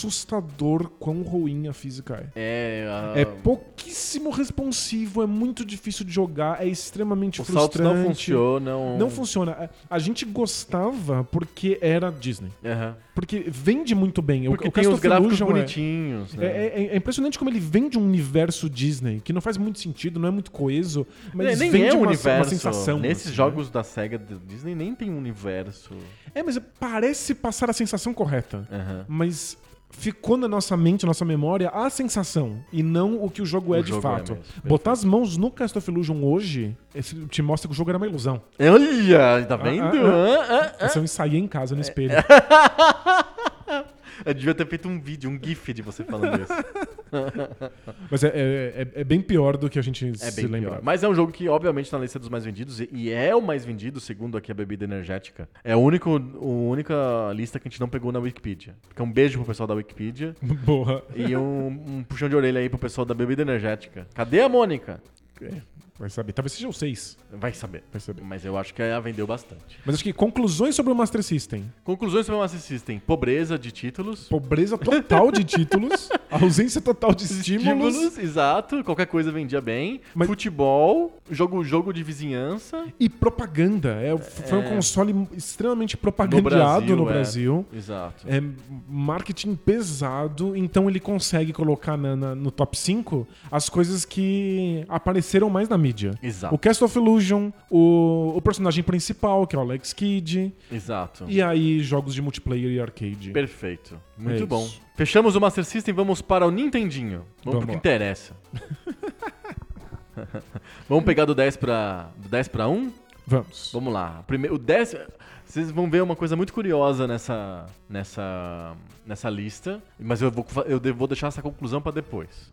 B: assustador quão ruim a física é.
A: É, a-
B: É pouquíssimo responsivo, é muito difícil de jogar, é extremamente
A: os saltos
B: frustrante.
A: não funcionam.
B: Não funciona. É, A- A gente gostava porque era Disney.
A: Aham.
B: Porque vende muito bem. O-
A: Porque
B: o
A: tem
B: Cast
A: os
B: of
A: gráficos
B: Illusion é-
A: bonitinhos, né?
B: É, é- é impressionante como ele vende um universo Disney, que não faz muito sentido, não é muito coeso, mas
A: nem
B: vende
A: é um
B: uma,
A: universo.
B: uma sensação.
A: Nesses
B: assim,
A: jogos da SEGA da Disney nem tem um universo.
B: né? É, mas parece passar a sensação correta.
A: Aham.
B: Mas ficou na nossa mente, na nossa memória, a sensação, e não o que o jogo é
A: O
B: de
A: jogo é
B: fato.
A: mesmo, perfeito.
B: Botar as mãos no Cast of Illusion hoje esse- te mostra que o jogo era uma ilusão.
A: Olha,
B: Ah,
A: tá vendo? Ah, Hã? Hã?
B: Essa eu ensaiei em
A: É.
B: casa no espelho.
A: Eu devia ter feito um vídeo, um gif de você falando isso.
B: Mas é, é, é- é bem pior do que a gente
A: É
B: se
A: bem
B: lembra.
A: pior. Mas é um jogo que, obviamente, tá na lista dos mais vendidos e- e é o mais vendido, segundo aqui a bebida energética. É o único, a única lista que a gente não pegou na Wikipedia. Então, um beijo pro pessoal da Wikipedia
B: Porra.
A: e um, um puxão de orelha aí pro pessoal da bebida energética. Cadê a Mônica?
B: É, vai saber. Talvez seja o 6.
A: Vai saber.
B: Vai saber.
A: Mas eu acho que ela vendeu bastante.
B: Mas acho que conclusões sobre o Master System.
A: Conclusões sobre o Master System. Pobreza de títulos.
B: Pobreza total de títulos, ausência total de estímulos.
A: exato. Qualquer coisa vendia bem.
B: Mas-
A: Futebol, jogo, jogo de vizinhança.
B: e propaganda. É, foi um
A: É.
B: console extremamente propagandeado Tá no Brasil.
A: É. Exato.
B: É marketing pesado, então ele consegue colocar na- na- no top 5 as coisas que apareceram mais na mídia.
A: Exato.
B: O Cast of Illusion, o, o personagem principal, que é o Alex Kidd,
A: Exato.
B: e é- aí jogos de multiplayer e arcade.
A: Perfeito. Muito
B: É
A: bom.
B: isso.
A: Fechamos o Master System, vamos para o Nintendinho. Vamos,
B: Vamos
A: pro que
B: lá.
A: interessa. vamos pegar do 10 para do 10 para 1?
B: Vamos.
A: Vamos lá. Primeiro, o 10. Vocês vão ver uma coisa muito curiosa nessa nessa nessa lista, mas eu vou fa- eu de- vou deixar essa conclusão para depois.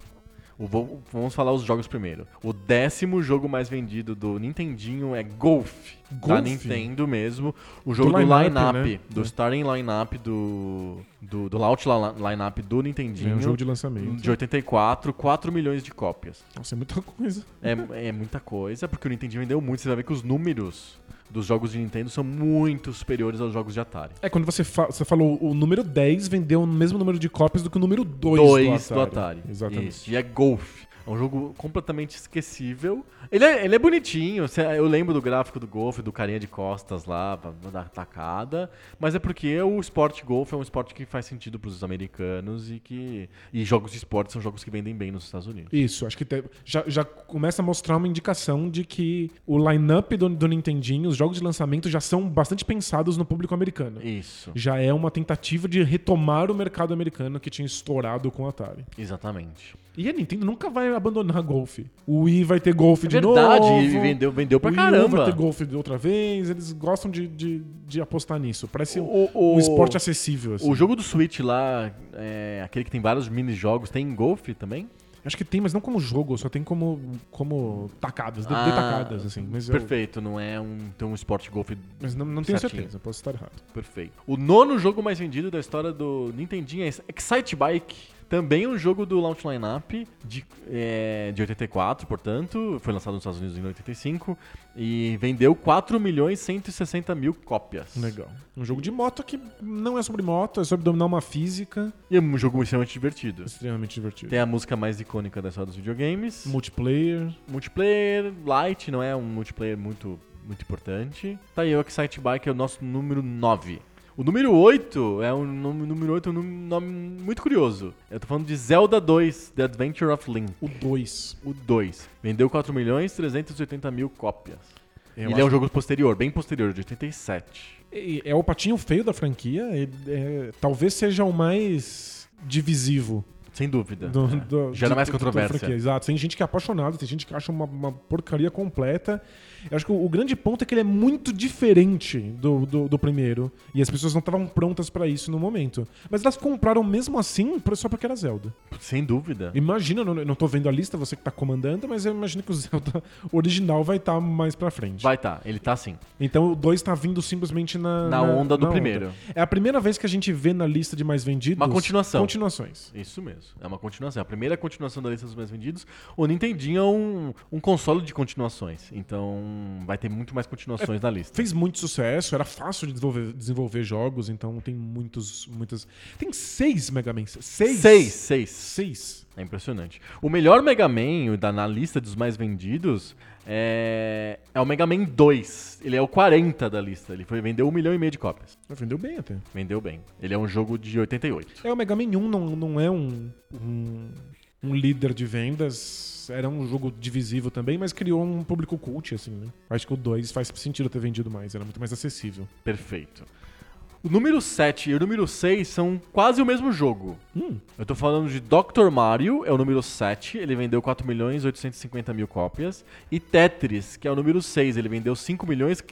A: O vo- vamos falar os jogos primeiro. O décimo jogo mais vendido do Nintendinho é Golf. Da
B: Golf?
A: Nintendo mesmo. O jogo do,
B: line-up,
A: line-up.
B: né?
A: Do starting line-up do. Do, do launch la- line-up do Nintendinho.
B: É um jogo de lançamento.
A: de 84, 4 milhões de cópias.
B: Nossa, é muita coisa.
A: É, é muita coisa, porque o Nintendinho vendeu muito. Você vai ver que os números dos jogos de Nintendo são muito superiores aos jogos de Atari.
B: É, quando você, fa- você falou o número 10 vendeu o mesmo número de cópias do que o número 2
A: 2 do Atari.
B: Exatamente.
A: Isso, e é Golf. É um jogo completamente esquecível. Ele é, ele é bonitinho. cê- Eu lembro do gráfico do Golf, do carinha de costas lá, pra- pra dar tacada. Mas é porque o esporte golfe é um esporte que faz sentido pros americanos e que. E jogos de esporte são jogos que vendem bem nos Estados Unidos.
B: Isso, acho que te- já, já começa a mostrar uma indicação de que o line-up do, do Nintendinho, os jogos de lançamento, já são bastante pensados no público americano.
A: Isso.
B: Já é uma tentativa de retomar o mercado americano que tinha estourado com o Atari.
A: Exatamente.
B: E a Nintendo nunca vai abandonar golfe. O Wii vai ter golfe de
A: É Verdade,
B: novo.
A: e vendeu, vendeu pra
B: o Wii U
A: caramba.
B: vai ter golfe de outra vez. Eles gostam de, de, de apostar nisso. Parece
A: O- o-
B: um, um esporte acessível. assim.
A: O jogo do Switch lá, é, aquele que tem vários mini-jogos, tem em golfe também?
B: Acho que tem, mas não como jogo, só tem como, como tacadas, de-
A: Ah,
B: detacadas, assim. Mas eu-
A: Perfeito, não é um, tem um esporte golfe
B: Mas não, não tenho
A: Certinho.
B: certeza, posso estar errado.
A: perfeito. O nono jogo mais vendido da história do Nintendinho é Excite Bike. Também um jogo do launch lineup de, é, de 84, portanto, foi lançado nos Estados Unidos em 85 e vendeu 4 milhões 160 mil cópias.
B: Legal. Um jogo de moto que não é sobre moto, é sobre dominar uma física.
A: E é um jogo extremamente divertido.
B: Extremamente divertido.
A: Tem a música mais icônica da história dos videogames.
B: Multiplayer.
A: multiplayer light, não é um multiplayer muito, muito importante. Tá aí, o Excite Bike é o nosso número 9. O número 8 é um nome, número 8 é um num- nome muito curioso. Eu tô falando de Zelda 2, The Adventure of Link,
B: O 2.
A: o 2. Vendeu 4 milhões 380 mil cópias.
B: Eu
A: Ele é um jogo posterior, bem posterior, de 87.
B: É, é o patinho feio da franquia. é- é- talvez seja o mais divisivo
A: Sem dúvida.
B: do,
A: É.
B: do-
A: Gera
B: de-
A: mais
B: do- do- da franquia.
A: controvérsia.
B: Exato. Tem gente que é apaixonada, tem gente que acha uma, uma porcaria completa. Eu acho que o, o grande ponto é que ele é muito diferente do, do, do primeiro. E as pessoas não estavam prontas pra isso no momento. Mas elas compraram mesmo assim pra- só porque era Zelda.
A: Sem dúvida.
B: Imagina, eu não, eu não tô vendo a lista, você que tá comandando, mas eu imagino que o Zelda original vai estar mais pra frente.
A: Vai tá, ele tá assim.
B: Então o 2 tá vindo simplesmente na,
A: Na onda do primeiro.
B: É a primeira vez que a gente vê na lista de mais vendidos.
A: Uma continuação.
B: Continuações.
A: Isso mesmo. É uma continuação. A primeira continuação da lista dos mais vendidos. O Nintendinho é um, um console de continuações. Então vai ter muito mais continuações na lista.
B: Fez muito sucesso, era fácil de desenvolver, desenvolver jogos, então tem muitos, muitas. Tem seis Mega Man. Seis?
A: Seis, seis.
B: Seis.
A: É impressionante. O melhor Mega Man o da, na lista dos mais vendidos é, é o Mega Man 2. Ele é o 40 da lista. Ele foi, vendeu um milhão e meio de cópias.
B: Vendeu bem até.
A: Vendeu bem. Ele é um jogo de 88.
B: É, o Mega Man 1 não, não é um, um, um líder de vendas. Era um jogo divisível também, mas criou um público cult, assim, né? Acho que o 2 faz sentido ter vendido mais, era muito mais acessível.
A: Perfeito. O número 7 e o número 6 são quase o mesmo jogo.
B: Hum.
A: Eu tô falando de Dr. Mario, é o número 7, ele vendeu 4 milhões mil cópias. E Tetris, que é o número 6, ele vendeu 5 milhões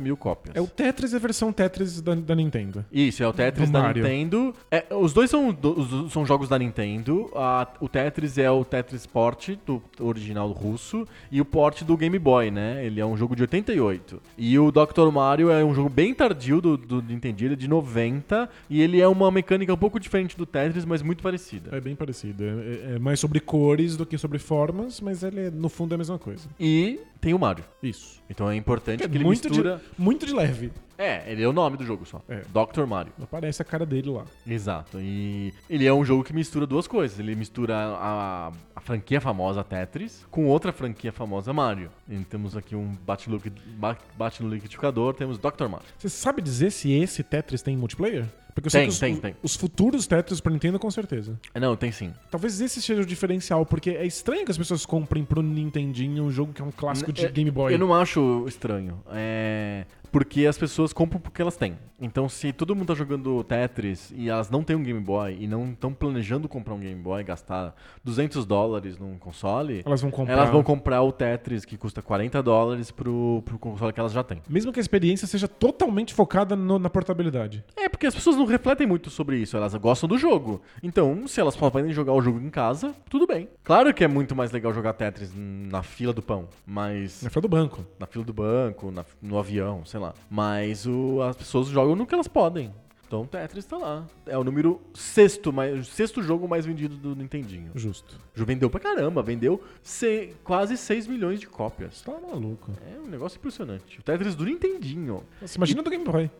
A: mil cópias.
B: É o Tetris e a versão Tetris da, da Nintendo.
A: Isso, é o Tetris
B: Do
A: da
B: Mario.
A: Nintendo. É, os dois são, do- os- são jogos da Nintendo. A- o Tetris é o Tetris Port, do original russo, e o port do Game Boy, né? Ele é um jogo de 88. E o Dr. Mario é um jogo bem tardio do, do Nintendo, ele é de 90, e ele é uma mecânica um pouco diferente do Tetris, mas muito parecida.
B: É bem parecido. É, é- é mais sobre cores do que sobre formas, mas ele é- no fundo é a mesma coisa.
A: E tem o Mario.
B: Isso.
A: Então é importante
B: É
A: que ele
B: muito,
A: mistura...
B: de, muito de leve.
A: É, ele é o nome do jogo só.
B: É.
A: Dr. Mario.
B: Aparece a cara dele lá.
A: Exato. E ele é um jogo que mistura duas coisas. Ele mistura a, a franquia famosa Tetris com outra franquia famosa Mario. E temos aqui um bate no liqui- ba- bate no liquidificador, temos Dr. Mario.
B: Você sabe dizer se esse Tetris tem multiplayer? Porque eu
A: Tem,
B: os,
A: tem,
B: os-
A: tem.
B: os futuros Tetris pra Nintendo, com certeza.
A: É, Não, tem sim.
B: Talvez esse seja o diferencial, porque é estranho que as pessoas comprem pro Nintendinho um jogo que é um clássico de
A: Eu-
B: Game Boy.
A: Eu não acho estranho. É. Porque as pessoas compram porque elas têm. Então, se todo mundo tá jogando Tetris e elas não têm um Game Boy e não estão planejando comprar um Game Boy, gastar 200 dólares num console,
B: Elas vão comprar.
A: elas vão comprar o Tetris, que custa 40 dólares, pro, pro console que elas já têm.
B: Mesmo que a experiência seja totalmente focada no- na portabilidade.
A: É, porque as pessoas não refletem muito sobre isso, elas gostam do jogo. Então, se elas só podem jogar o jogo em casa, tudo bem. Claro que é muito mais legal jogar Tetris na fila do pão, mas.
B: Na fila do banco.
A: Na fila do banco, na- no avião, sei lá. Mas o- as pessoas jogam no que elas podem. Então Tetris tá lá. É o número sexto, mais, sexto jogo mais vendido do Nintendinho.
B: Justo.
A: Já Vendeu pra caramba, vendeu se- quase 6 milhões de cópias.
B: Tá maluco.
A: É um negócio impressionante. O Tetris do Nintendinho.
B: Nossa, imagina do Game Boy.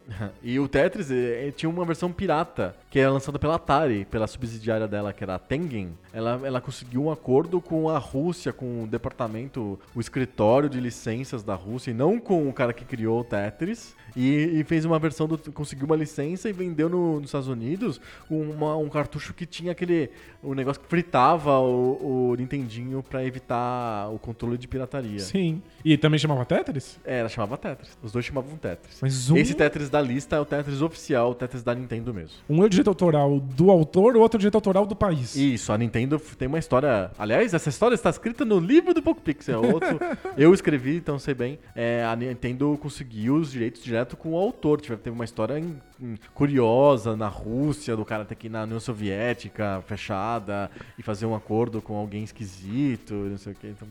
A: E o Tetris eh, eh, tinha uma versão pirata, que era lançada pela Atari, pela subsidiária dela, que era a Tengen. Ela, ela conseguiu um acordo com a Rússia, com o departamento, o escritório de licenças da Rússia, e não com o cara que criou o Tetris. E, e fez uma versão do. conseguiu uma licença e vendeu no- nos Estados Unidos uma- um cartucho que tinha aquele. o negócio que fritava o, o Nintendinho pra evitar o controle de pirataria.
B: Sim. E também chamava Tetris?
A: É, ela chamava Tetris. Os dois chamavam Tetris.
B: Mas um,
A: Esse Tetris da lista é o Tetris oficial, o Tetris da Nintendo mesmo.
B: um é o direito autoral do autor, o outro é o direito autoral do país.
A: Isso, a Nintendo f- tem uma história. Aliás, essa história está escrita no livro do Poco Pixel. Outro, eu escrevi, então sei bem. É, a Nintendo conseguiu os direitos direto com o autor. Tive- teve uma história em- em- curiosa na Rússia, do cara ter que ir na União Soviética fechada e fazer um acordo com alguém esquisito, não sei o quê. Então,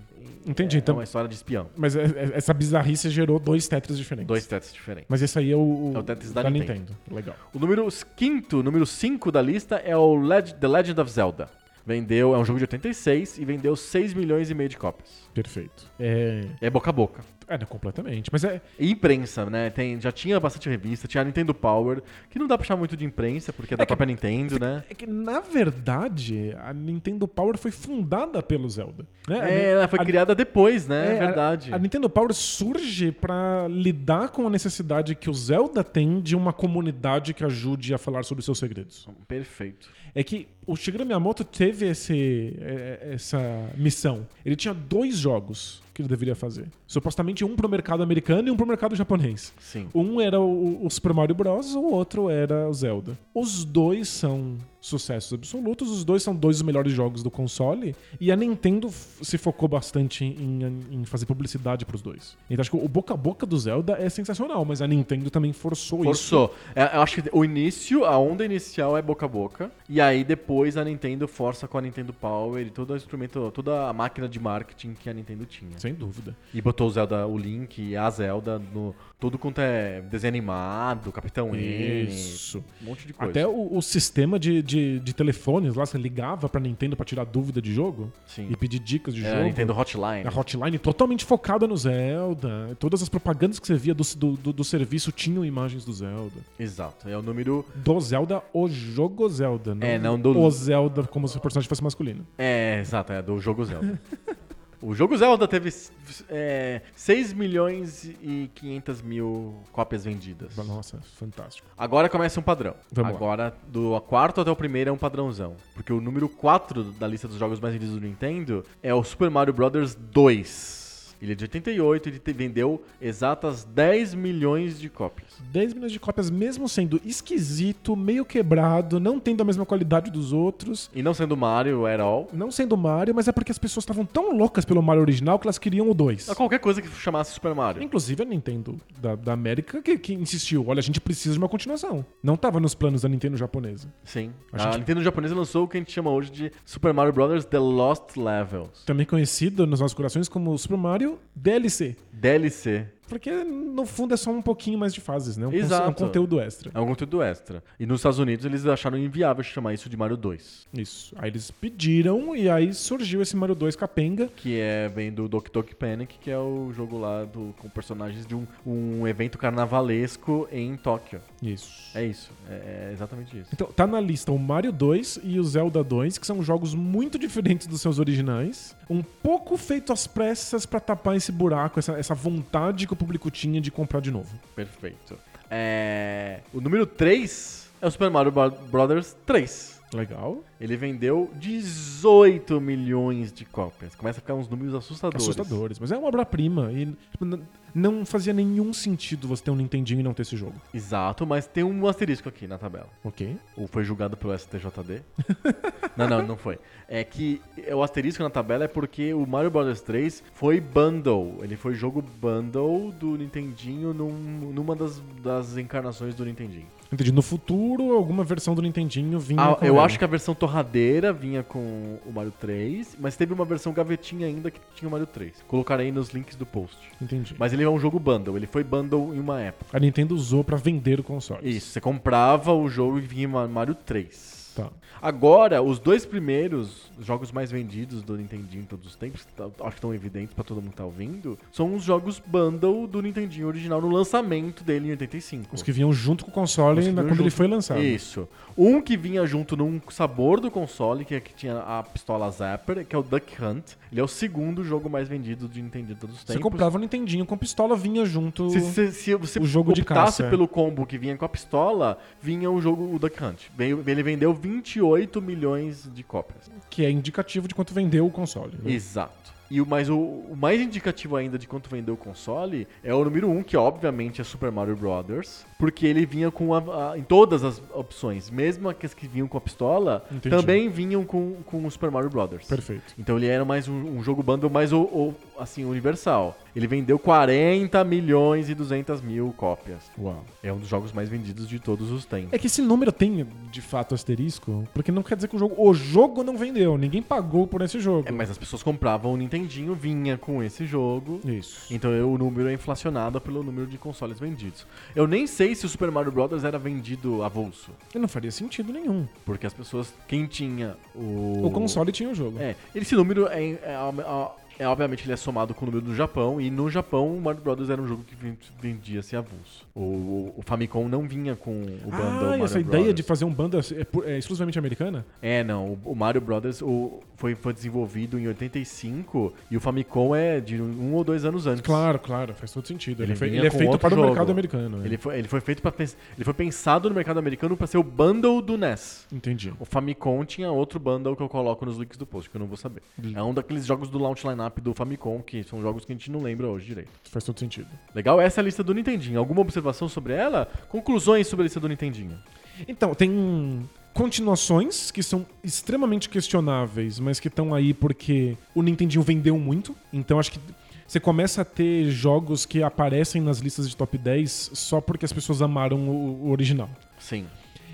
B: Entendi,
A: É
B: então-
A: uma história de espião.
B: Mas é- é- essa bizarrice gerou dois Tetris diferentes.
A: Dois Tetris diferentes.
B: Mas esse aí é o,
A: É o Tetris da Nintendo.
B: Legal.
A: O número quinto, número 5 da lista é o Leg- The Legend of Zelda. Vendeu, é um jogo de 86 e vendeu 6 milhões e meio de cópias.
B: Perfeito. É,
A: É boca a boca.
B: é não, completamente. Mas é,
A: E imprensa, né? Tem, já tinha bastante revista, tinha a Nintendo Power, que não dá pra chamar muito de imprensa, porque é da
B: É que-
A: própria Nintendo, né?
B: é que, na verdade, a Nintendo Power foi fundada pelo Zelda. né? A Ni-
A: É, ela foi
B: a-
A: criada depois, né?
B: é,
A: É
B: a-
A: verdade.
B: A, Nintendo Power surge pra lidar com a necessidade que o Zelda tem de uma comunidade que ajude a falar sobre os seus segredos.
A: Perfeito.
B: É que o Shigeru Miyamoto teve esse, é, é, essa missão. Ele tinha dois jogos que ele deveria fazer. Supostamente um pro mercado americano e um pro mercado japonês.
A: Sim.
B: Um era o, o Super Mario Bros, o outro era o Zelda. Os dois são sucessos absolutos, os dois são dois dos melhores jogos do console, e a Nintendo f- se focou bastante em, em fazer publicidade pros dois. Então acho que o boca a boca do Zelda é sensacional, mas a Nintendo também forçou, isso.
A: Forçou. É, Eu acho que o início, a onda inicial é boca a boca. E aí depois a Nintendo força com a Nintendo Power e todo o instrumento, toda a máquina de marketing que a Nintendo tinha.
B: Sem dúvida.
A: E botou o Zelda, o Link e a Zelda no. Tudo quanto é desenho animado, Capitão
B: Isso.
A: N, um monte de coisa.
B: Até o, o sistema de, de, de telefones lá, você ligava pra Nintendo pra tirar dúvida de jogo
A: Sim.
B: e pedir dicas de
A: É,
B: jogo.
A: a Nintendo Hotline.
B: A hotline totalmente focada no Zelda. Todas as propagandas que você via do, do, do- do serviço tinham imagens do Zelda.
A: Exato. É o número.
B: Do Zelda, o jogo Zelda. Não
A: É, não do-
B: O Zelda, como se o personagem fosse masculino.
A: É, exato, é do jogo Zelda. o jogo Zelda teve é, 6 milhões e 500 mil cópias vendidas.
B: Nossa, fantástico.
A: Agora começa um padrão.
B: Vamos lá.
A: Agora, do quarto até o primeiro é um padrãozão. Porque o número 4 da lista dos jogos mais vendidos do Nintendo é o Super Mario Bros. 2. Ele é de 88, ele te- vendeu exatas 10 milhões de cópias.
B: 10 milhões de cópias, mesmo sendo esquisito, meio quebrado, não tendo a mesma qualidade dos outros,
A: E não sendo Mario at all,
B: não sendo Mario, mas é porque as pessoas estavam tão loucas pelo Mario original que elas queriam o 2.
A: a é qualquer coisa que chamasse Super Mario.
B: Inclusive a Nintendo da, da América que, que insistiu: olha, a gente precisa de uma continuação. Não tava nos planos da Nintendo japonesa.
A: Sim.
B: A
A: A,
B: gente-
A: Nintendo japonesa lançou o que a gente chama hoje de Super Mario Bros. The Lost Levels.
B: Também conhecida nos nossos corações como Super Mario DLC.
A: DLC.
B: Porque no fundo é só um pouquinho mais de fases, né? Um, conce-
A: Exato.
B: um conteúdo extra.
A: É um conteúdo extra. E nos Estados Unidos eles acharam inviável chamar isso de Mario 2.
B: Isso. Aí eles pediram e aí surgiu esse Mario 2 capenga.
A: Que é, vem do Doki Doki Panic, que é o jogo lá do, com personagens de um, um evento carnavalesco em Tóquio.
B: Isso.
A: É isso. É, é exatamente isso.
B: Então, tá na lista o Mario 2 e o Zelda 2, que são jogos muito diferentes dos seus originais. Um pouco feito às pressas pra tapar esse buraco, essa, essa vontade que o público tinha de comprar de novo.
A: Perfeito. É, o número 3 é o Super Mario Bro- Brothers 3.
B: Legal.
A: Ele vendeu 18 milhões de cópias. Começa a ficar uns números assustadores.
B: Assustadores. Mas é uma obra-prima e tipo, n- não fazia nenhum sentido você ter um Nintendinho e não ter esse jogo.
A: Exato, mas tem um asterisco aqui na tabela.
B: Ok.
A: Ou foi julgado pelo STJD? não, não, não foi. É que é, o asterisco na tabela é porque o Mario Bros 3 foi bundle. Ele foi jogo bundle do Nintendinho num- numa das, das encarnações do Nintendinho.
B: Entendi. No futuro, alguma versão do Nintendinho vinha
A: Ah,
B: com
A: eu
B: ele.
A: acho que a versão torradeira vinha com o Mario 3, mas teve uma versão gavetinha ainda que tinha o Mario 3. Colocarei nos links do post.
B: Entendi.
A: Mas ele é um jogo bundle, ele foi bundle em uma época.
B: A Nintendo usou pra vender o console.
A: Isso, você comprava o jogo e vinha Ma- Mario 3.
B: Tá.
A: Agora, os dois primeiros jogos mais vendidos do Nintendinho em todos os tempos, tá- acho que estão evidentes pra todo mundo que tá ouvindo, são os jogos bundle do Nintendinho original no lançamento dele em 85.
B: Os que vinham junto com o console
A: Os que
B: na-
A: vinham
B: quando ele
A: junto.
B: foi lançado.
A: Isso. Um que vinha junto num sabor do console, que, é que tinha a pistola Zapper, que é o Duck Hunt. Ele é o segundo jogo mais vendido de Nintendo de todos os
B: Você
A: tempos.
B: comprava o Nintendinho com pistola, vinha junto.
A: se, se- se você
B: o jogo de
A: optasse
B: caça, é.
A: pelo combo que vinha com a pistola, vinha o jogo o Duck Hunt. Veio- Ele vendeu 28 milhões de cópias.
B: que é indicativo de quanto vendeu o console. né?
A: Exato. E o, mas o, o mais indicativo ainda de quanto vendeu o console é o número 1, que obviamente é Super Mario Brothers, porque ele vinha com a, a- em todas as opções, mesmo aqueles que vinham com a pistola,
B: Entendi.
A: também vinham com, com o Super Mario Brothers.
B: Perfeito.
A: Então ele era mais um, um jogo bundle mais o, o- assim universal. Ele vendeu 40 milhões e 200 mil cópias.
B: Uau.
A: É um dos jogos mais vendidos de todos os tempos.
B: É que esse número tem, de fato, asterisco, porque não quer dizer que o jogo. O jogo não vendeu, ninguém pagou por esse jogo.
A: É, mas as pessoas compravam o Nintendinho, vinha com esse jogo.
B: Isso.
A: Então eu- o número é inflacionado pelo número de consoles vendidos. Eu nem sei se o Super Mario Bros. era vendido avulso,
B: Não faria sentido nenhum.
A: porque as pessoas, quem tinha o...
B: O console tinha o jogo.
A: É, esse número é, é, é- é- obviamente ele é somado com o número do Japão, e no Japão o Mario Bros. era um jogo que ven- vendia-se avulso. O, o Famicom não vinha com o bundle
B: ah,
A: Mario
B: essa ideia
A: Brothers.
B: de fazer um bundle é pu- é exclusivamente americana?
A: É, não. O- O Mario Brothers o- foi, foi desenvolvido em 85 e o Famicom é de um ou dois anos antes.
B: Claro, claro, faz todo sentido. Ele,
A: Ele
B: foi-
A: vinha
B: ele é
A: com
B: feito
A: outro
B: para o
A: jogo.
B: mercado americano. é.
A: Ele foi, ele foi feito para ele foi pensado no mercado americano para ser o bundle do NES.
B: Entendi.
A: O Famicom tinha outro bundle que eu coloco nos links do post, que eu não vou saber. É um daqueles jogos do launch lineup do Famicom, que são jogos que a gente não lembra hoje direito.
B: Faz todo sentido.
A: Legal? Essa é a lista do Nintendinho. Alguma observação sobre ela? Conclusões sobre a lista do Nintendinho.
B: Então, tem continuações que são extremamente questionáveis, mas que estão aí porque o Nintendinho vendeu muito. Então, acho que você começa a ter jogos que aparecem nas listas de top 10 só porque as pessoas amaram o, o original.
A: Sim.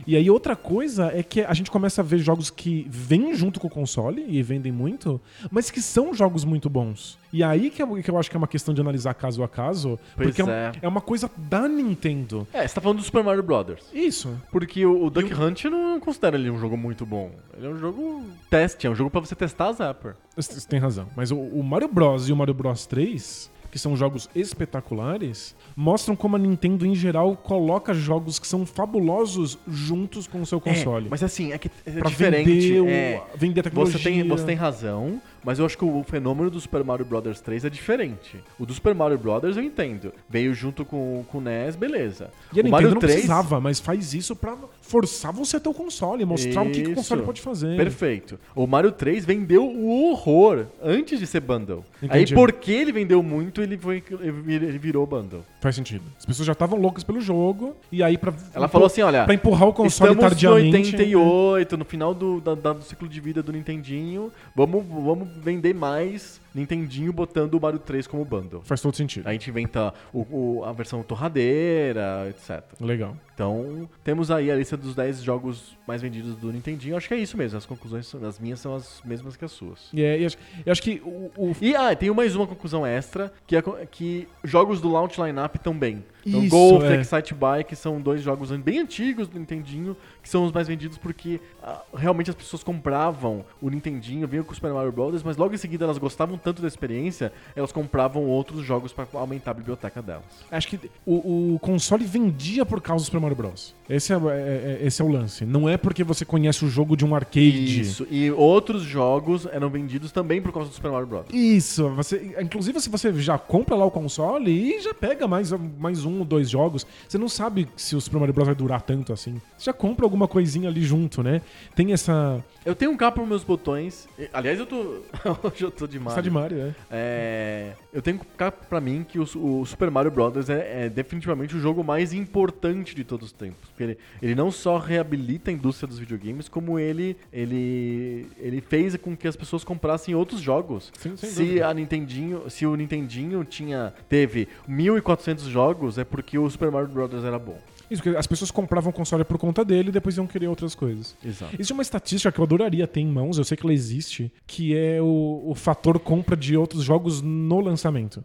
B: E aí, outra coisa é que a gente começa a ver jogos que vêm junto com o console e vendem muito, mas que são jogos muito bons. E aí que eu, que eu acho que é uma questão de analisar caso a caso,
A: Pois
B: porque um-
A: é.
B: é uma coisa da Nintendo.
A: É, você tá falando do Super Mario Brothers.
B: Isso.
A: Porque o, o Duck Hunt eu não considero ele um jogo muito bom. Ele é um jogo teste, é um jogo pra você testar a Zapper.
B: Você você tem razão. Mas o, o Mario Bros. e o Mario Bros. 3, que são jogos espetaculares, mostram como a Nintendo, em geral, coloca jogos que são fabulosos juntos com o seu console.
A: É, mas assim, é que é
B: Pra
A: diferente.
B: Vender, o-
A: é.
B: vender a tecnologia.
A: Você tem, você tem razão, Mas eu acho que o fenômeno do Super Mario Bros. 3 é diferente. O do Super Mario Bros. eu entendo. Veio junto com, com o NES, beleza.
B: E a
A: o
B: Nintendo
A: Mario
B: não precisava, mas faz isso pra forçar você a ter o console, mostrar o que, que o console
A: Isso.
B: pode fazer.
A: Perfeito. O Mario 3 vendeu o horror antes de ser bundle.
B: Entendi.
A: Aí, porque ele vendeu muito, ele, foi, ele virou bundle.
B: Faz sentido. As pessoas já estavam loucas pelo jogo, e aí pra.
A: Ela falou assim, olha,
B: Então, Pra empurrar o console
A: Estamos no
B: tardiamente. né?
A: 88, no final do, da- da- do ciclo de vida do Nintendinho. Vamos, vamos vender mais Nintendinho botando o Mario 3 como bundle.
B: Faz todo sentido.
A: A gente inventa o- o- a versão torradeira, etc.
B: Legal.
A: Então, temos aí a lista dos 10 jogos mais vendidos do Nintendinho. Acho que é isso mesmo. As conclusões, são- as minhas são as mesmas que as suas.
B: E é, eu, acho, eu acho que o. o-
A: E ah, tem mais uma conclusão extra, que é co- que jogos do launch lineup também. Então,
B: Isso,
A: Golf
B: é.
A: e Excite Bike são dois jogos bem antigos do Nintendinho, que são os mais vendidos porque ah, realmente as pessoas compravam o Nintendinho, vinham com o Super Mario Bros., mas logo em seguida elas gostavam tanto da experiência, elas compravam outros jogos pra aumentar a biblioteca delas.
B: Acho que o, o console vendia por causa do Super Mario Bros. Esse é, é- é- esse é o lance. Não é porque você conhece o jogo de um arcade.
A: Isso. E outros jogos eram vendidos também por causa do Super Mario Bros.
B: Isso, você, inclusive se você já compra lá o console e já pega mais, mais um ou dois jogos, você não sabe se o Super Mario Bros vai durar tanto assim. Você já compra alguma coisinha ali junto, né? Tem essa.
A: Eu tenho um capa para meus botões. E, Aliás, eu tô. Hoje eu tô de
B: Está
A: Mario.
B: de Mario, é.
A: É, eu tenho que ficar pra mim que o, o Super Mario Bros. É, é definitivamente o jogo mais importante de todos os tempos. Porque ele, ele não só reabilita a indústria dos videogames, como ele, ele, ele fez com que as pessoas comprassem outros jogos.
B: Sim, sem
A: se,
B: dúvida.
A: a Nintendinho, se o Nintendinho tinha, teve 1.400 jogos, é porque o Super Mario Bros. era bom.
B: Isso, porque as pessoas compravam o console por conta dele e depois iam querer outras coisas.
A: Exato.
B: Existe uma estatística que eu adoraria ter em mãos, eu sei que ela existe, que é o, o fator compra de outros jogos no lançamento.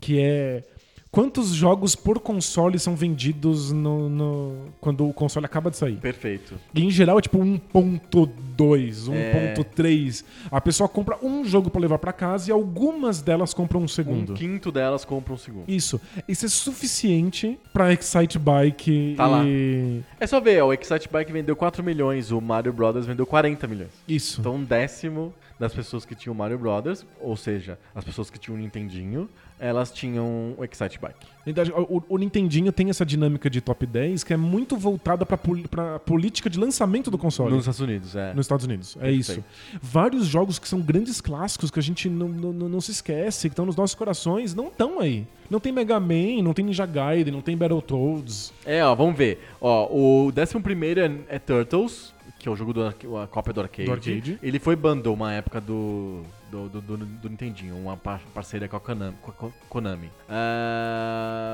B: Que é quantos jogos por console são vendidos no- no- quando o console acaba de sair.
A: Perfeito.
B: E em geral é tipo 1.2,
A: É.
B: 1.3. A pessoa compra um jogo pra levar pra casa e algumas delas compram um segundo.
A: Um quinto delas compra um segundo.
B: Isso. Isso é suficiente pra Excite Bike
A: Tá lá.
B: e.
A: É só ver, ó, o Excite Bike vendeu 4 milhões, o Mario Bros. vendeu 40 milhões.
B: Isso.
A: Então, um décimo das pessoas que tinham Mario Brothers, ou seja, as pessoas que tinham um Nintendinho, elas tinham um o Excite Bike.
B: Então, O, o Nintendinho tem essa dinâmica de top 10 que é muito voltada pra, poli- pra política de lançamento do console.
A: Nos Estados Unidos, é.
B: Nos Estados Unidos, é isso. Vários jogos que são grandes clássicos que a gente não, não, não- não se esquece, que estão nos nossos corações, não estão aí. Não tem Mega Man, não tem Ninja Gaiden, não tem Battletoads.
A: É, ó, vamos ver. Ó, o décimo primeiro é, é Turtles, que é o jogo do arca- a cópia do arcade.
B: Do arcade.
A: Ele foi bundle uma época do do, do, do- do Nintendinho, uma par- parceria com a Konami. com a Ko- Konami.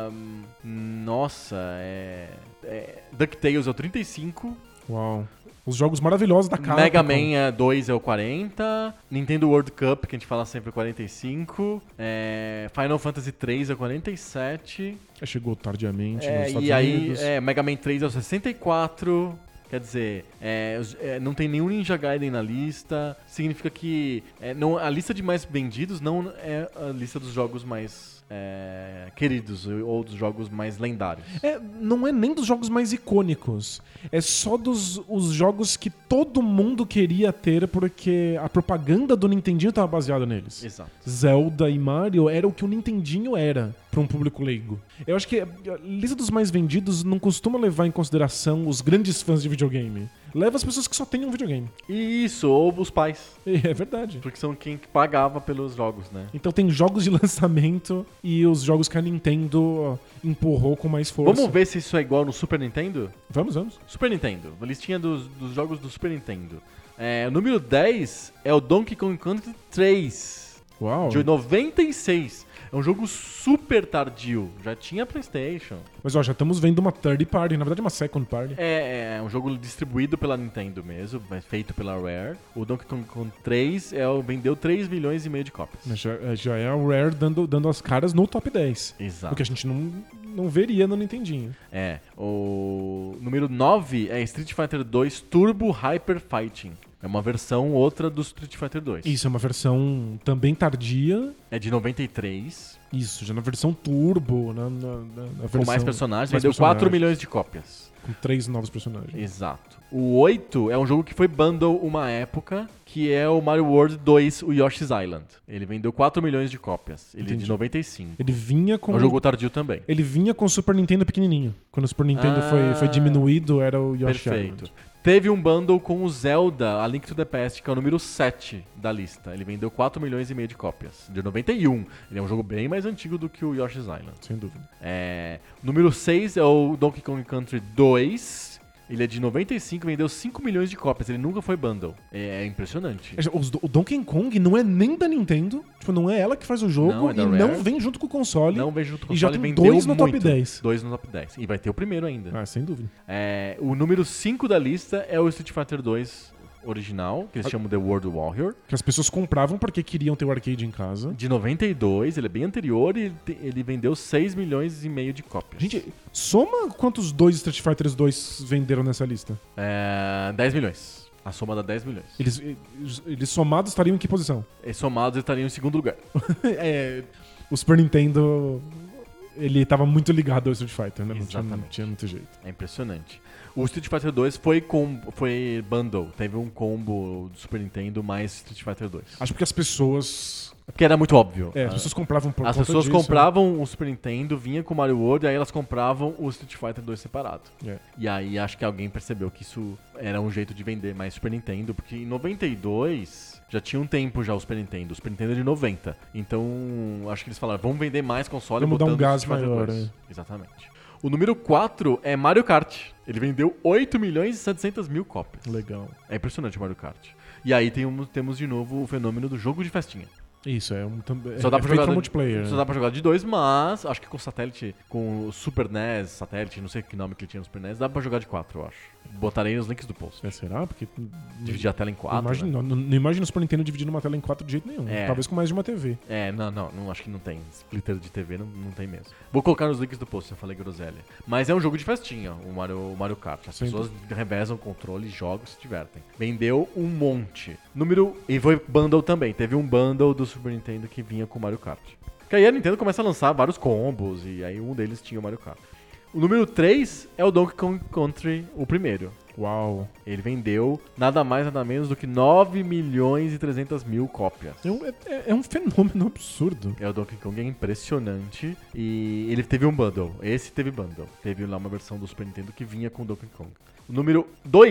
A: Ahn, nossa, é, é... DuckTales é o 35,
B: Uau. Os jogos maravilhosos da Capcom.
A: Mega Man é 2 é o 40, Nintendo World Cup, que a gente fala sempre, é o 45, é, Final Fantasy 3 é o 47,
B: É, Chegou tardiamente nos
A: é,
B: Estados
A: e aí
B: Unidos.
A: é, Mega Man 3 é o 64, quer dizer, é, os- é, não tem nenhum Ninja Gaiden na lista, significa que é, não, a lista de mais vendidos não é a lista dos jogos mais é, queridos ou dos jogos mais lendários.
B: É, não é nem dos jogos mais icônicos. É só dos os jogos que todo mundo queria ter porque a propaganda do Nintendinho estava baseada neles.
A: Exato.
B: Zelda e Mario era o que o Nintendinho era para um público leigo. Eu acho que a lista dos mais vendidos não costuma levar em consideração os grandes fãs de videogame. Leva as pessoas que só têm um videogame.
A: E isso, ou os pais,
B: E é verdade.
A: porque são quem que pagava pelos jogos, né?
B: Então tem jogos de lançamento e os jogos que a Nintendo empurrou com mais força.
A: Vamos ver se isso é igual no Super Nintendo?
B: Vamos, vamos.
A: Super Nintendo, a listinha dos, dos jogos do Super Nintendo. É, o número 10 é o Donkey Kong Country 3,
B: Uau.
A: de 96. É um jogo super tardio, já tinha PlayStation.
B: Mas ó, já estamos vendo uma third party, na verdade uma second party.
A: É, é um jogo distribuído pela Nintendo mesmo, mas feito pela Rare. O Donkey Kong Kong 3 é, o- vendeu 3 milhões e meio de cópias.
B: Mas Já, já é a Rare dando, dando as caras no top 10.
A: Exato.
B: O que a gente não, não veria no Nintendinho.
A: É, o número 9 é Street Fighter 2 Turbo Hyper Fighting. É uma versão outra do Street Fighter 2.
B: Isso é uma versão também tardia
A: É de 93,
B: Isso, já na versão turbo, na, na, na- na versão...
A: com mais personagens,
B: mais
A: vendeu 4
B: personagens.
A: milhões de cópias.
B: Com três novos personagens.
A: Exato. O 8 é um jogo que foi bundle uma época, que é o Mario World 2, o Yoshi's Island. Ele vendeu 4 milhões de cópias. Ele é
B: Entendi.
A: de 95.
B: Ele vinha
A: É
B: com...
A: um jogo tardio também.
B: Ele vinha com o Super Nintendo pequenininho. Quando o Super Nintendo
A: Ah.
B: foi, foi diminuído, era o Yoshi
A: Perfeito.
B: Island.
A: Teve um bundle com o Zelda, a Link to the Past, que é o número 7 da lista. Ele vendeu 4 milhões e meio de cópias. De 91. Ele é um jogo bem mais antigo do que o Yoshi's Island.
B: Sem dúvida.
A: É, número 6 é o Donkey Kong Country 2. Ele é de 95, vendeu 5 milhões de cópias. Ele nunca foi bundle. É impressionante.
B: Os do- O Donkey Kong não é nem da Nintendo. Tipo, não é ela que faz o jogo
A: Não, é
B: e
A: da Rare.
B: não vem junto com o console.
A: Não vejo junto com
B: E
A: o
B: já
A: console,
B: tem
A: vendeu
B: dois no top
A: muito.
B: 10.
A: Dois no top 10. E vai ter o primeiro ainda.
B: Ah, sem dúvida.
A: É, o número 5 da lista é o Street Fighter 2 original, que eles
B: Ah.
A: chamam The World Warrior.
B: Que as pessoas compravam porque queriam ter o arcade em casa.
A: De 92, ele é bem anterior e ele, te- ele vendeu 6 milhões e meio de cópias.
B: Gente, soma quantos dois Street Fighters 2 venderam nessa lista?
A: É, 10 milhões. A soma dá 10 milhões.
B: Eles, eles- eles somados estariam em que posição?
A: E somados eles estariam em segundo lugar.
B: é, o Super Nintendo. Ele tava muito ligado ao Street Fighter, né? Não tinha, não
A: Exatamente.
B: tinha muito jeito.
A: É impressionante. O Street Fighter 2 foi, com, foi bundle. Teve um combo do Super Nintendo mais Street Fighter 2.
B: Acho porque as pessoas.
A: Porque era muito óbvio.
B: Ah. É, as
A: Ah.
B: pessoas compravam por
A: As
B: conta
A: pessoas
B: disso. né?
A: compravam o Super Nintendo, vinha com o Mario World, e aí elas compravam o Street Fighter 2 separado.
B: É.
A: E aí acho que alguém percebeu que isso era um jeito de vender mais Super Nintendo, porque em 92 já tinha um tempo já o Super Nintendo. O Super Nintendo é de 90. Então acho que eles falaram, vamos vender mais console
B: Vamos dar um
A: botando
B: gás
A: Street Fighter
B: maior,
A: 2.
B: é.
A: Exatamente. O número 4 é Mario Kart. Ele vendeu 8 milhões e 700 mil cópias.
B: Legal.
A: É impressionante o Mario Kart. E aí tem um- temos de novo o fenômeno do jogo de festinha.
B: Isso, é um também.
A: Só dá
B: é
A: pra
B: feito
A: jogar
B: pra
A: de-
B: multiplayer.
A: Só
B: né?
A: dá pra jogar de dois, mas acho que com satélite, com o Super NES, satélite, não sei que nome que ele tinha no Super NES, dá pra jogar de quatro, eu acho. Botarei nos links do post.
B: É, será? Porque.
A: Dividir a tela em
B: não,
A: quatro.
B: imagino-
A: né?
B: não, não imagino o Super Nintendo dividindo uma tela em quatro de jeito nenhum.
A: É.
B: Talvez com mais de uma TV.
A: É, não, não, não, acho que não tem. Splitter de TV não, não tem mesmo. Vou colocar nos links do post se eu falei groselha. Mas é um jogo de festinha, o Mario, o Mario Kart. As
B: Sem
A: pessoas revezam o controle, jogam e se divertem. Vendeu um monte. Número. E foi bundle também. Teve um bundle do Super Nintendo que vinha com o Mario Kart. Que aí a Nintendo começa a lançar vários combos e aí um deles tinha o Mario Kart. O número 3 é o Donkey Kong Country, o primeiro.
B: Uau.
A: Ele vendeu nada mais, nada menos do que 9 milhões e 300 mil cópias.
B: É um, é- é- é um fenômeno absurdo.
A: É o Donkey Kong, é impressionante. E ele teve um bundle. Esse teve bundle. Teve lá uma versão do Super Nintendo que vinha com o Donkey Kong. O número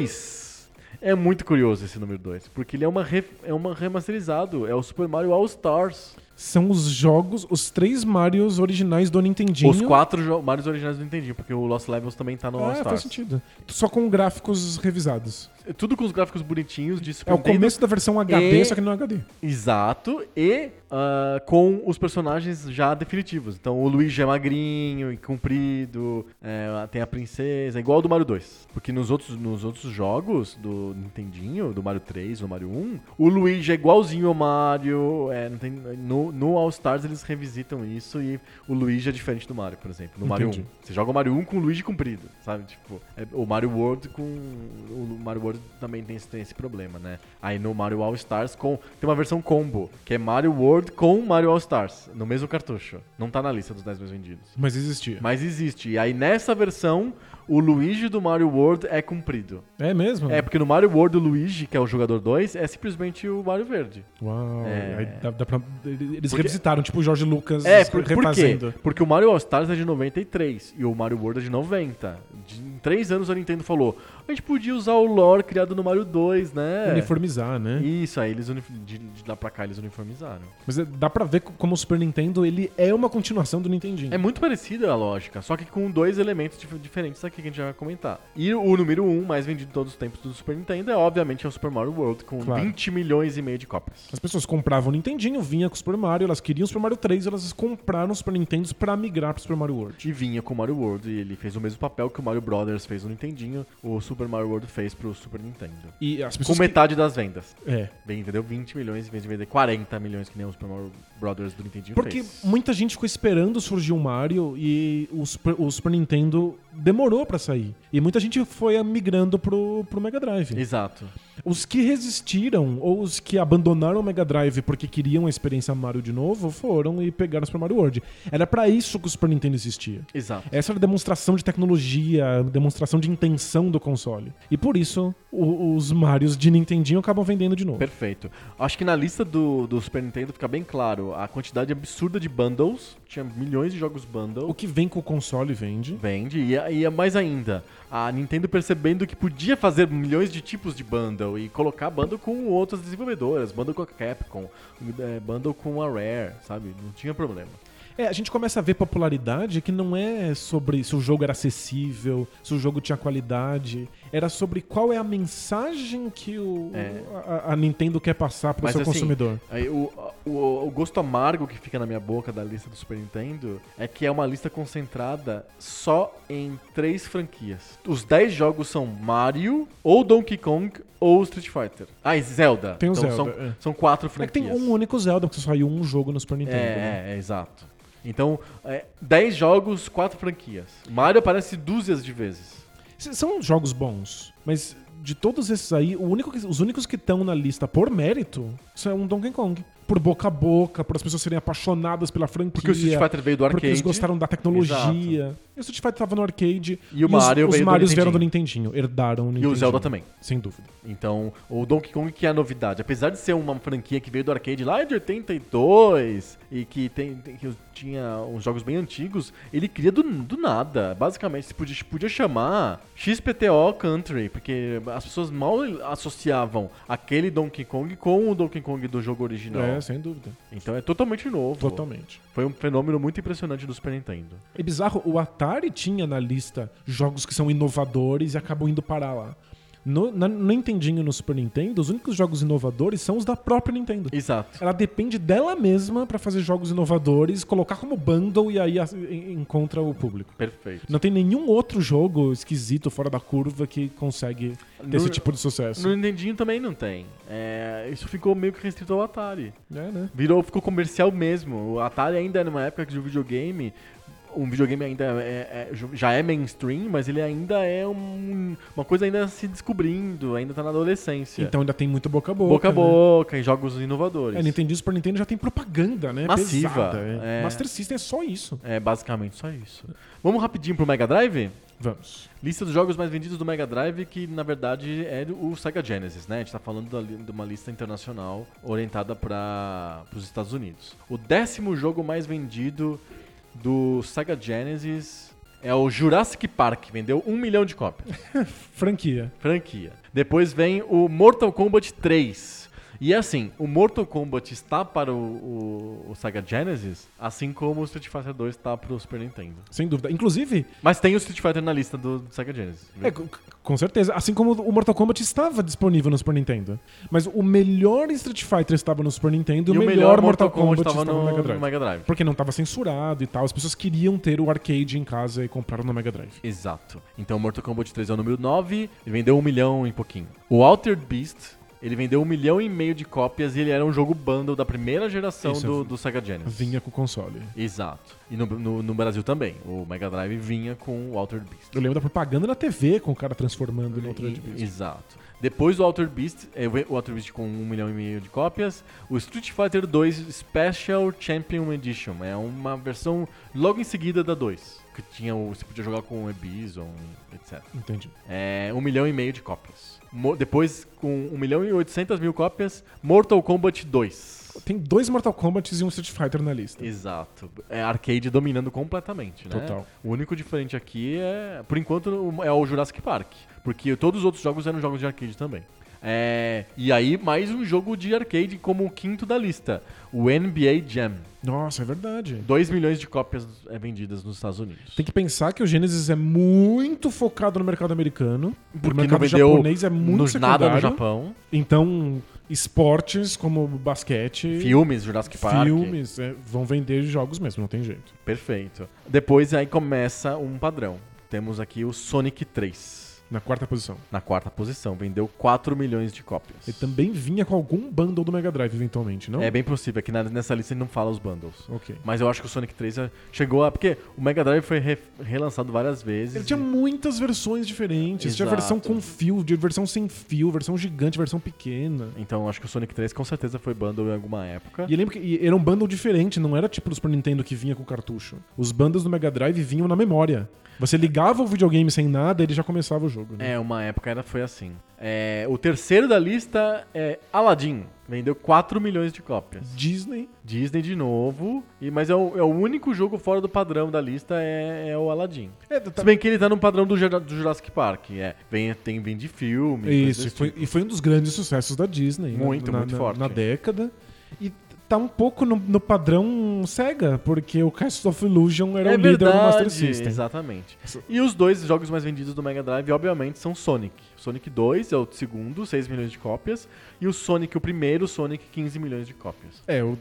A: 2 é muito curioso esse número 2, porque ele é uma, re- é uma remasterizado, é o Super Mario All Stars.
B: São os jogos, os três Marios originais do Nintendinho.
A: Os quatro jo- Marios originais do Nintendinho, porque o Lost Levels também tá no All
B: Ah, faz
A: Stars.
B: sentido. Só com gráficos revisados.
A: Tudo com os gráficos bonitinhos de Super
B: É o
A: Nintendo.
B: começo da versão HD,
A: e-
B: só que não é HD.
A: Exato, e ah, com os personagens já definitivos. Então o Luigi é magrinho e comprido, é, tem a princesa, igual ao do Mario 2. Porque nos outros, nos outros jogos do Nintendinho, do Mario 3, do Mario 1, o Luigi é igualzinho ao Mario. é, não tem- no, no All Stars eles revisitam isso e o Luigi é diferente do Mario, por exemplo, no Mario
B: Entendi.
A: 1. Você joga o Mario 1 com o Luigi comprido, sabe? Tipo, é- o Mario World com. O Mario World também tem esse, tem esse problema, né? Aí no Mario All Stars com. Tem uma versão combo, que é Mario World com Mario All Stars, no mesmo cartucho. Não tá na lista dos 10 mais vendidos.
B: Mas existia.
A: Mas existe. E aí nessa versão, o Luigi do Mario World é comprido.
B: É mesmo?
A: É, porque no Mario World o Luigi, que é o jogador 2, é simplesmente o Mario Verde.
B: Uau.
A: É.
B: Aí dá- dá pra- Eles
A: Porque-
B: revisitaram, tipo o Jorge Lucas
A: É, por, por quê?
B: refazendo.
A: Porque o Mario All Stars é de 93 e o Mario World é de 90. De, em três anos a Nintendo falou: a gente podia usar o lore criado no Mario 2, né?
B: Uniformizar, né?
A: Isso, aí eles uni- de, de lá pra cá eles uniformizaram.
B: Mas é- dá pra ver co- como o Super Nintendo ele é uma continuação do Nintendinho.
A: É muito parecida a lógica, só que com dois elementos dif- diferentes aqui que a gente já vai comentar. E o número um mais vendido de todos os tempos do Super Nintendo é, obviamente, é o Super Mario World, com
B: Claro.
A: 20 milhões e meio de cópias.
B: As pessoas compravam o Nintendinho, vinha com o Super Mario, elas queriam o Super Mario 3, elas compraram o Super Nintendo pra migrar pro Super Mario World.
A: E vinha com o Mario World, e ele fez o mesmo papel que o Mario Brothers fez no Nintendinho, o Super Mario World fez pro Super Nintendo.
B: E as
A: Com
B: pessoas. que-
A: metade das vendas.
B: É.
A: Bem, entendeu? 20 milhões em vez de vender 40 milhões que nem o Super Mario Brothers do Nintendinho
B: Porque
A: fez.
B: muita gente ficou esperando surgir o Mario e o Super, o Super Nintendo demorou pra sair. E muita gente foi migrando pro, pro Mega Drive.
A: Exato.
B: O Os que resistiram ou os que abandonaram o Mega Drive porque queriam a experiência Mario de novo foram e pegaram o Super Mario World. Era pra isso que o Super Nintendo existia.
A: Exato.
B: Essa era a demonstração de tecnologia, demonstração de intenção do console. E por isso, o- os Marios de Nintendinho acabam vendendo de novo.
A: Perfeito. Acho que na lista do, do Super Nintendo fica bem claro a quantidade absurda de bundles. Tinha milhões de jogos bundle.
B: O que vem com o console vende.
A: Vende, e, a- e a- mais ainda, a Nintendo percebendo que podia fazer milhões de tipos de bundle e colocar bundle com outras desenvolvedoras, bundle com a Capcom, eh, bundle com a Rare, sabe? Não tinha problema.
B: É, a gente começa a ver popularidade que não é sobre se o jogo era acessível, se o jogo tinha qualidade. Era sobre qual é a mensagem que o, a, a Nintendo quer passar pro
A: É. Mas,
B: seu
A: assim,
B: consumidor.
A: Aí, o, o, o gosto amargo que fica na minha boca da lista do Super Nintendo é que é uma lista concentrada só em três franquias. Os 10 jogos são Mario, ou Donkey Kong, ou Street Fighter. Ah, e Zelda.
B: Tem o
A: então
B: Zelda,
A: São,
B: é.
A: são quatro
B: É que
A: franquias.
B: tem um único Zelda, porque só saiu um jogo no Super Nintendo. né?
A: É, é, é, exato. Então, 10 jogos, quatro franquias. Mario aparece dúzias de vezes.
B: S- São jogos bons, mas de todos esses aí, o único que- os únicos que estão na lista por mérito são Donkey Kong. Por boca a boca, por as pessoas serem apaixonadas pela franquia.
A: é- Porque o Street Fighter veio do
B: Porque
A: arcade.
B: eles gostaram da tecnologia. E o Street Fighter tava no arcade.
A: E o Mario
B: os, os
A: veio do
B: Marios vieram do
A: Nintendinho.
B: Nintendinho. Herdaram o
A: E
B: Nintendinho.
A: o Zelda também.
B: Sem dúvida.
A: Então, o Donkey Kong que é a novidade. Apesar de ser uma franquia que veio do arcade lá de 82 e que, tem, tem- que tinha uns jogos bem antigos, ele cria do, do nada. Basicamente, se podia, podia chamar XPTO Country, porque as pessoas mal associavam aquele Donkey Kong com o Donkey Kong do jogo original.
B: É, sem dúvida.
A: Então é totalmente novo.
B: Totalmente.
A: Foi um fenômeno muito impressionante do Super Nintendo.
B: É bizarro, o Atari tinha na lista jogos que são inovadores e acabam indo parar lá. No, na, no Nintendinho e no Super Nintendo, os únicos jogos inovadores são os da própria Nintendo.
A: Exato.
B: Ela depende dela mesma pra fazer jogos inovadores, colocar como bundle e aí a- en- encontra o público.
A: Perfeito.
B: Não tem nenhum outro jogo esquisito fora da curva que consegue ter
A: No-
B: esse tipo de sucesso.
A: No Nintendinho também não tem. É, isso ficou meio que restrito ao Atari.
B: É, né?
A: Virou, ficou comercial mesmo. O Atari ainda era uma época que o videogame. Um videogame ainda é- é- já é mainstream, mas ele ainda é um- uma coisa ainda se descobrindo, ainda tá na adolescência.
B: Então ainda tem muito boca a boca.
A: boca a
B: né?
A: boca, em jogos inovadores.
B: É, Nintendo e Super Nintendo já tem propaganda, né?
A: Massiva,
B: Pesada, é.
A: é.
B: Master System é só isso.
A: É basicamente só isso. Vamos rapidinho pro Mega Drive?
B: Vamos.
A: Lista dos jogos mais vendidos do Mega Drive, que na verdade é o Sega Genesis, né? A gente tá falando da li- de uma lista internacional orientada para os Estados Unidos. O décimo jogo mais vendido do Sega Genesis é o Jurassic Park, vendeu um milhão de cópias.
B: Franquia.
A: Franquia. Depois vem o Mortal Kombat 3. E assim, o Mortal Kombat está para o, o- o Sega Genesis, assim como o Street Fighter 2 está para o Super Nintendo.
B: Sem dúvida. Inclusive,
A: Mas tem o Street Fighter na lista do, do Sega Genesis. viu?
B: é, c- c- com certeza, assim como o Mortal Kombat estava disponível no Super Nintendo. Mas o melhor Street Fighter estava no Super Nintendo e o melhor, Mortal, Kombat,
A: tava
B: estava no, Mega Drive.
A: no Mega Drive.
B: Porque não estava censurado e tal. As pessoas queriam ter o arcade em casa e compraram no Mega Drive.
A: Exato. Então Mortal Kombat 3 é o número 9, ele vendeu um milhão e pouquinho. O Altered Beast, ele vendeu um milhão e meio de cópias e ele era um jogo bundle da primeira geração
B: Isso,
A: do, do Sega Genesis.
B: Vinha com o console.
A: Exato. E no, no- no Brasil também. O Mega Drive vinha com o Altered Beast.
B: Eu lembro da propaganda na TV com o cara transformando em outro
A: E-
B: Beast.
A: Exato. Depois do Altered Beast, é, o Altered Beast com um milhão e meio de cópias, o Street Fighter 2 Special Champion Edition. É uma versão logo em seguida da 2. Que tinha o, você podia jogar com o Bison, etc.
B: Entendi.
A: É, um milhão e meio de cópias. Mo- depois, com um milhão e 800 mil cópias, Mortal Kombat 2.
B: Tem dois Mortal Kombats e um Street Fighter na lista.
A: Exato. É arcade dominando completamente, né?
B: Total.
A: O único diferente aqui é, por enquanto, o- é o Jurassic Park. Porque todos os outros jogos eram jogos de arcade também. É, e aí, mais um jogo de arcade como o quinto da lista: o NBA Jam.
B: Nossa, é verdade.
A: 2 milhões de cópias é, vendidas nos Estados Unidos.
B: Tem que pensar que o Genesis é muito focado no mercado americano. o
A: Porque não
B: mercado
A: vendeu
B: japonês é muito
A: no-
B: secundário.
A: nada no Japão.
B: Então, esportes como basquete,
A: Filmes, Jurassic Park.
B: filmes, é, vão vender jogos mesmo, não tem jeito.
A: Perfeito. Depois aí começa um padrão. Temos aqui o Sonic 3.
B: na quarta posição.
A: Na quarta posição, vendeu 4 milhões de cópias.
B: Ele também vinha com algum bundle do Mega Drive, eventualmente, não?
A: É bem possível, aqui nessa lista ele não fala os bundles.
B: Ok.
A: Mas eu acho que o Sonic 3 já chegou a. Porque o Mega Drive foi re- relançado várias vezes.
B: Ele tinha
A: e-
B: muitas versões diferentes. Tinha
A: Exato.
B: versão com fio, de versão sem fio, versão gigante, versão pequena.
A: Então acho que o Sonic 3 com certeza foi bundle em alguma época.
B: E eu lembro que e era um bundle diferente, não era tipo do Super Nintendo que vinha com cartucho. Os bundles do Mega Drive vinham na memória. Você ligava o videogame sem nada, ele já começava o jogo. Né?
A: É, uma época era, foi assim. É, o terceiro da lista é Aladdin. Vendeu 4 milhões de cópias.
B: Disney.
A: Disney de novo. E, mas é o, é o único jogo fora do padrão da lista é, é o Aladdin.
B: É, tá-
A: Se bem que ele tá no padrão do, Jura- do Jurassic Park. É, vem, tem, vem de filme. coisa
B: Isso, e
A: desse
B: foi, e foi um dos grandes sucessos da Disney. né?
A: Muito,
B: na,
A: muito
B: na-
A: forte.
B: Na década. E tá um pouco no, no padrão SEGA, porque o Castle of Illusion
A: É
B: era o líder do Master System.
A: Exatamente. E os dois jogos mais vendidos do Mega Drive, obviamente, são Sonic. Sonic 2 é o segundo, 6 milhões de cópias. E o Sonic, o primeiro, Sonic, 15 milhões de cópias.
B: É, o,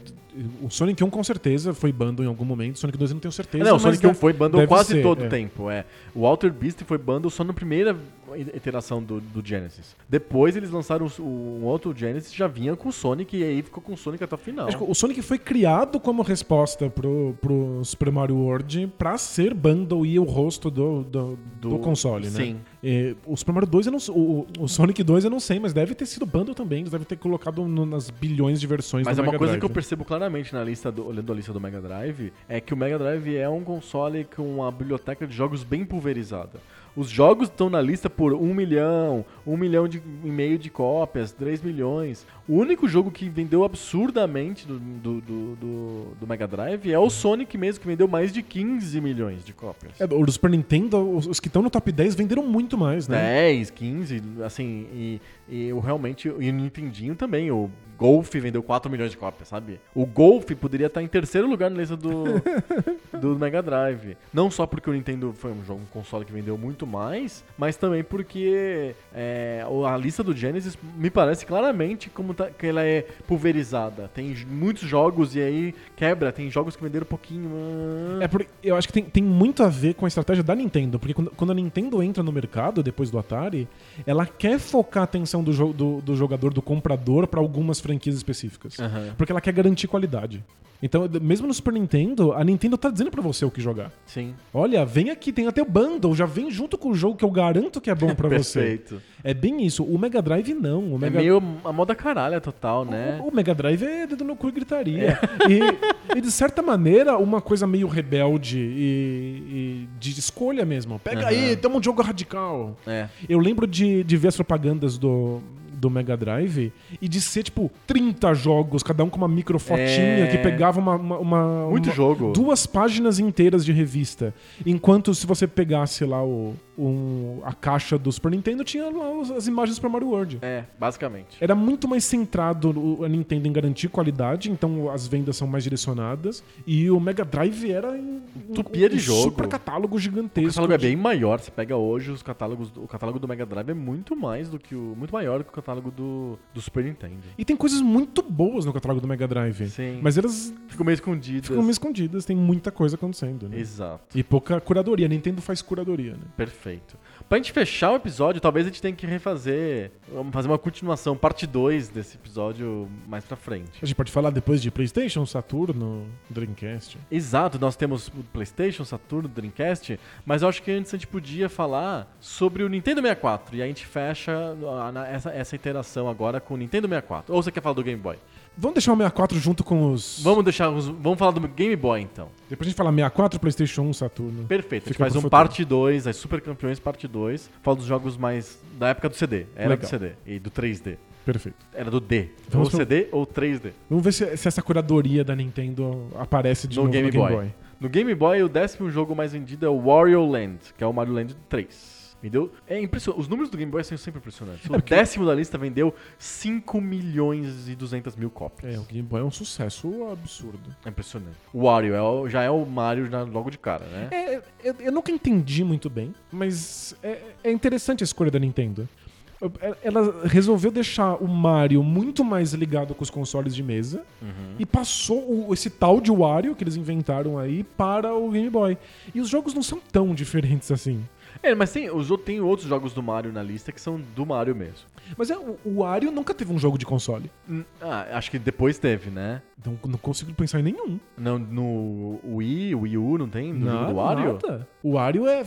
B: o Sonic 1 com certeza foi bundle em algum momento, o Sonic 2 eu não tenho certeza.
A: não, o
B: mas
A: Sonic
B: deve-
A: 1 foi bundle
B: deve
A: quase
B: ser,
A: todo
B: é.
A: o tempo. É. O Alter Beast foi bundle só na primeira iteração do, do Genesis. Depois eles lançaram o, o outro Genesis, já vinha com o Sonic, e aí ficou com o Sonic até o final.
B: Acho que o Sonic foi criado como resposta pro, pro Super Mario World pra ser bundle e o rosto do, do, do
A: Do-
B: console, né?
A: sim.
B: É, o Super Mario 2, eu não, o, o Sonic 2 eu não sei, mas deve ter sido bundle também. Eles devem ter colocado no- nas bilhões de versões
A: Mas
B: do
A: é uma
B: Mega
A: coisa que eu
B: Drive.
A: percebo claramente na lista do, olhando a lista do Mega Drive, é que o Mega Drive é um console com uma biblioteca de jogos bem pulverizada. Os jogos estão na lista por 1 milhão, 1 milhão de, e meio de cópias, 3 milhões. O único jogo que vendeu absurdamente do, do, do, do- do Mega Drive é o Sonic mesmo, que vendeu mais de 15 milhões de cópias.
B: É, o do Super Nintendo, os, os que estão no top 10 venderam muito mais,
A: É,
B: né?
A: 10, 15, assim, e, e eu realmente, e o Nintendinho também, o Golf vendeu 4 milhões de cópias, sabe? O Golf poderia estar em terceiro lugar na lista do, do Mega Drive. Não só porque o Nintendo foi um jogo, um console que vendeu muito mais, mas também porque é, o- a lista do Genesis me parece claramente como tá- que ela é pulverizada. Tem j- muitos jogos e aí quebra, tem jogos que venderam pouquinho. ah.
B: É porque eu acho que tem, tem muito a ver com a estratégia da Nintendo, porque quando, quando a Nintendo entra no mercado depois do Atari, ela quer focar a atenção do, jo- do, do jogador, do comprador, pra algumas franquias específicas.
A: Aham.
B: Porque ela quer garantir qualidade. Então, d- mesmo no Super Nintendo, a Nintendo tá dizendo pra você o que jogar.
A: Sim.
B: Olha, vem aqui, tem até o bundle, já vem junto com o jogo que eu garanto que é bom pra você.
A: Perfeito.
B: É bem isso. O Mega Drive não. O Mega...
A: É meio a moda caralha total, né? É.
B: O, o Mega Drive é dedo no cu e gritaria. E, e, de certa maneira, uma coisa meio rebelde e, e de escolha mesmo. Pega aí, tamo um jogo radical.
A: É.
B: Eu lembro de, de ver as propagandas do, do Mega Drive e de ser, tipo, 30 jogos, cada um com uma microfotinha
A: É.
B: que pegava uma. uma- uma-
A: Muito
B: uma-
A: jogo.
B: Duas páginas inteiras de revista. Enquanto se você pegasse lá o, um- a caixa do Super Nintendo, tinha lá os- as imagens para Mario World.
A: É, basicamente.
B: Era muito mais centrado o- a Nintendo em garantir qualidade, então as vendas são mais direcionadas. E o Mega Drive era em,
A: Utopia de jogo.
B: super catálogo
A: O
B: gigantesco.
A: catálogo é bem maior, você pega hoje os catálogos, o catálogo do Mega Drive é muito mais do que o muito maior que o catálogo do, do Super Nintendo.
B: E tem coisas muito boas no catálogo do Mega Drive.
A: Sim.
B: Mas elas
A: Ficou meio escondido.
B: ficam meio escondidas, tem muita coisa acontecendo. Né?
A: Exato.
B: E pouca curadoria. A Nintendo faz curadoria, né?
A: Perfeito. Pra gente fechar o episódio, talvez a gente tenha que refazer, vamos fazer uma continuação, parte 2 desse episódio mais pra frente.
B: A gente pode falar depois de PlayStation, Saturno, Dreamcast.
A: Exato, nós temos o PlayStation, Saturno, Dreamcast, mas eu acho que antes a gente podia falar sobre o Nintendo 64. E aí a gente fecha a- na- essa, essa interação agora com o Nintendo 64. Ou você quer falar do Game Boy?
B: Vamos deixar o 64 junto com os.
A: Vamos deixar os, Vamos falar do Game Boy então.
B: Depois a gente fala 64, PlayStation 1, Saturno.
A: Perfeito. a
B: Fica
A: gente
B: pro
A: faz um
B: futuro.
A: parte 2, as Super Campeões parte 2. Fala dos jogos mais. Da época do CD. Era
B: Legal.
A: do CD. E do 3D.
B: Perfeito.
A: Era do D.
B: Vamos
A: ou
B: pro-
A: CD ou 3D.
B: Vamos ver se, se essa curadoria da Nintendo aparece de
A: No
B: novo
A: Game,
B: no Game
A: Boy.
B: Boy.
A: No Game Boy, o décimo jogo mais vendido é o Wario Land, que é o Mario Land 3. Vendeu. É impressionante. Os números do Game Boy são sempre impressionantes.
B: É
A: O décimo da lista vendeu 5 milhões e 200 mil cópias.
B: É, o Game Boy é um sucesso absurdo.
A: É impressionante. O Wario é o- já é o Mario já logo de cara, né?
B: É, eu, eu nunca entendi muito bem, mas é, é interessante a escolha da Nintendo. É, Ela resolveu deixar o Mario muito mais ligado com os consoles de mesa
A: Uhum.
B: e passou o- esse tal de Wario que eles inventaram aí para o Game Boy. E os jogos não são tão diferentes assim.
A: É, mas tem, os, outros- tem outros jogos do Mario na lista que são do Mario mesmo.
B: Mas é, o, o Wario nunca teve um jogo de console.
A: Hum, Ah, acho que depois teve, né?
B: Então não consigo pensar em nenhum.
A: Não, no Wii, Wii U, não tem? No jogo
B: Nada,
A: do Wario?
B: nada. O Wario é.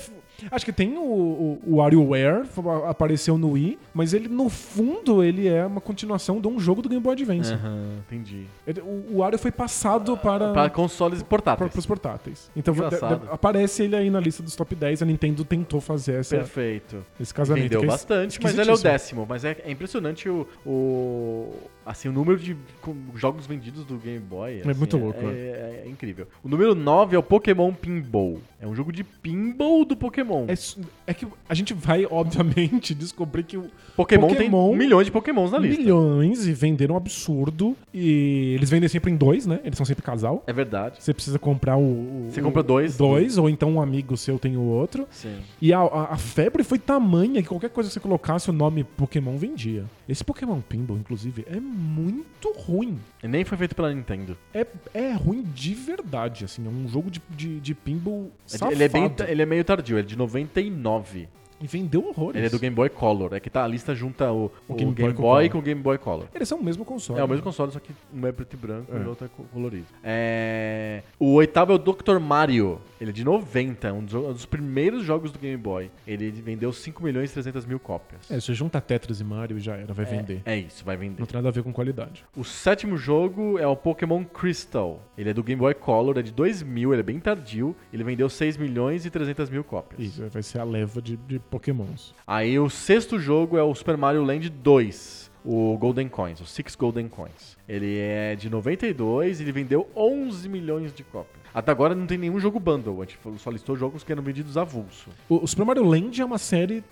B: Acho que tem o, o, o WarioWare, f- apareceu no Wii, mas ele, no fundo, ele é uma continuação de um jogo do Game Boy Advance.
A: Aham, entendi.
B: Ele- o, o Wario foi passado para.
A: Pra consoles
B: para
A: portáteis.
B: os portáteis. Então de- de-
A: Engraçado.
B: aparece ele aí na lista dos top 10. A Nintendo tentou fazer essa,
A: Perfeito.
B: esse casamento.
A: Vendeu
B: é. que é es-
A: bastante, mas ele é o
B: esquisitíssimo.
A: décimo. Mas é, é impressionante o, o- Assim, o número de com- jogos vendidos do Game Boy. assim,
B: muito louco,
A: É,
B: né?
A: é- é incrível. O número 9 é o Pokémon Pinball. É um jogo de pinball do Pokémon.
B: É su- É, que a gente vai, obviamente, descobrir que o-
A: Pokémon,
B: Pokémon-
A: tem milhões de Pokémons na lista.
B: milhões e venderam um absurdo. E eles vendem sempre em dois, né? Eles são sempre casal.
A: É verdade.
B: Você precisa comprar o. o-
A: Você compra dois.
B: Dois, ou então um amigo seu tem o outro.
A: Sim.
B: E a, a- a febre foi tamanha que qualquer coisa que você colocasse o nome Pokémon vendia. Esse Pokémon Pinball, inclusive, é muito ruim.
A: E nem foi feito pela Nintendo.
B: É, é ruim de verdade, assim. É um jogo de, de, de pinball safado.
A: Ele é, bem, ele é meio tardio, ele é de 99.
B: E vendeu horrores.
A: Ele é do Game Boy Color. É que tá, a lista junta o, o Game, Boy,
B: Color.
A: com o Game Boy Color.
B: Eles são o mesmo console.
A: É o mesmo console, só que um é preto e branco e
B: É.
A: o outro é co- colorido. É, O oitavo é o Dr. Mario. Ele é de 90, um dos, um dos primeiros jogos do Game Boy. Ele vendeu 5 milhões e 300 mil cópias.
B: É, você junta Tetris e Mario e já era, vai vender.
A: É isso, vai vender.
B: Não tem nada a ver com qualidade.
A: O sétimo jogo é o Pokémon Crystal. Ele é do Game Boy Color, é de 2000, ele é bem tardio. Ele vendeu 6 milhões e 300 mil cópias.
B: Isso, vai ser a leva de, de Pokémons.
A: Aí o sexto jogo é o Super Mario Land 2, o Golden Coins, o Six Golden Coins. Ele é de 92 ele vendeu 11 milhões de cópias. Até agora não tem nenhum jogo bundle, a gente só listou jogos que eram vendidos avulso.
B: O, o Super Mario Land é uma série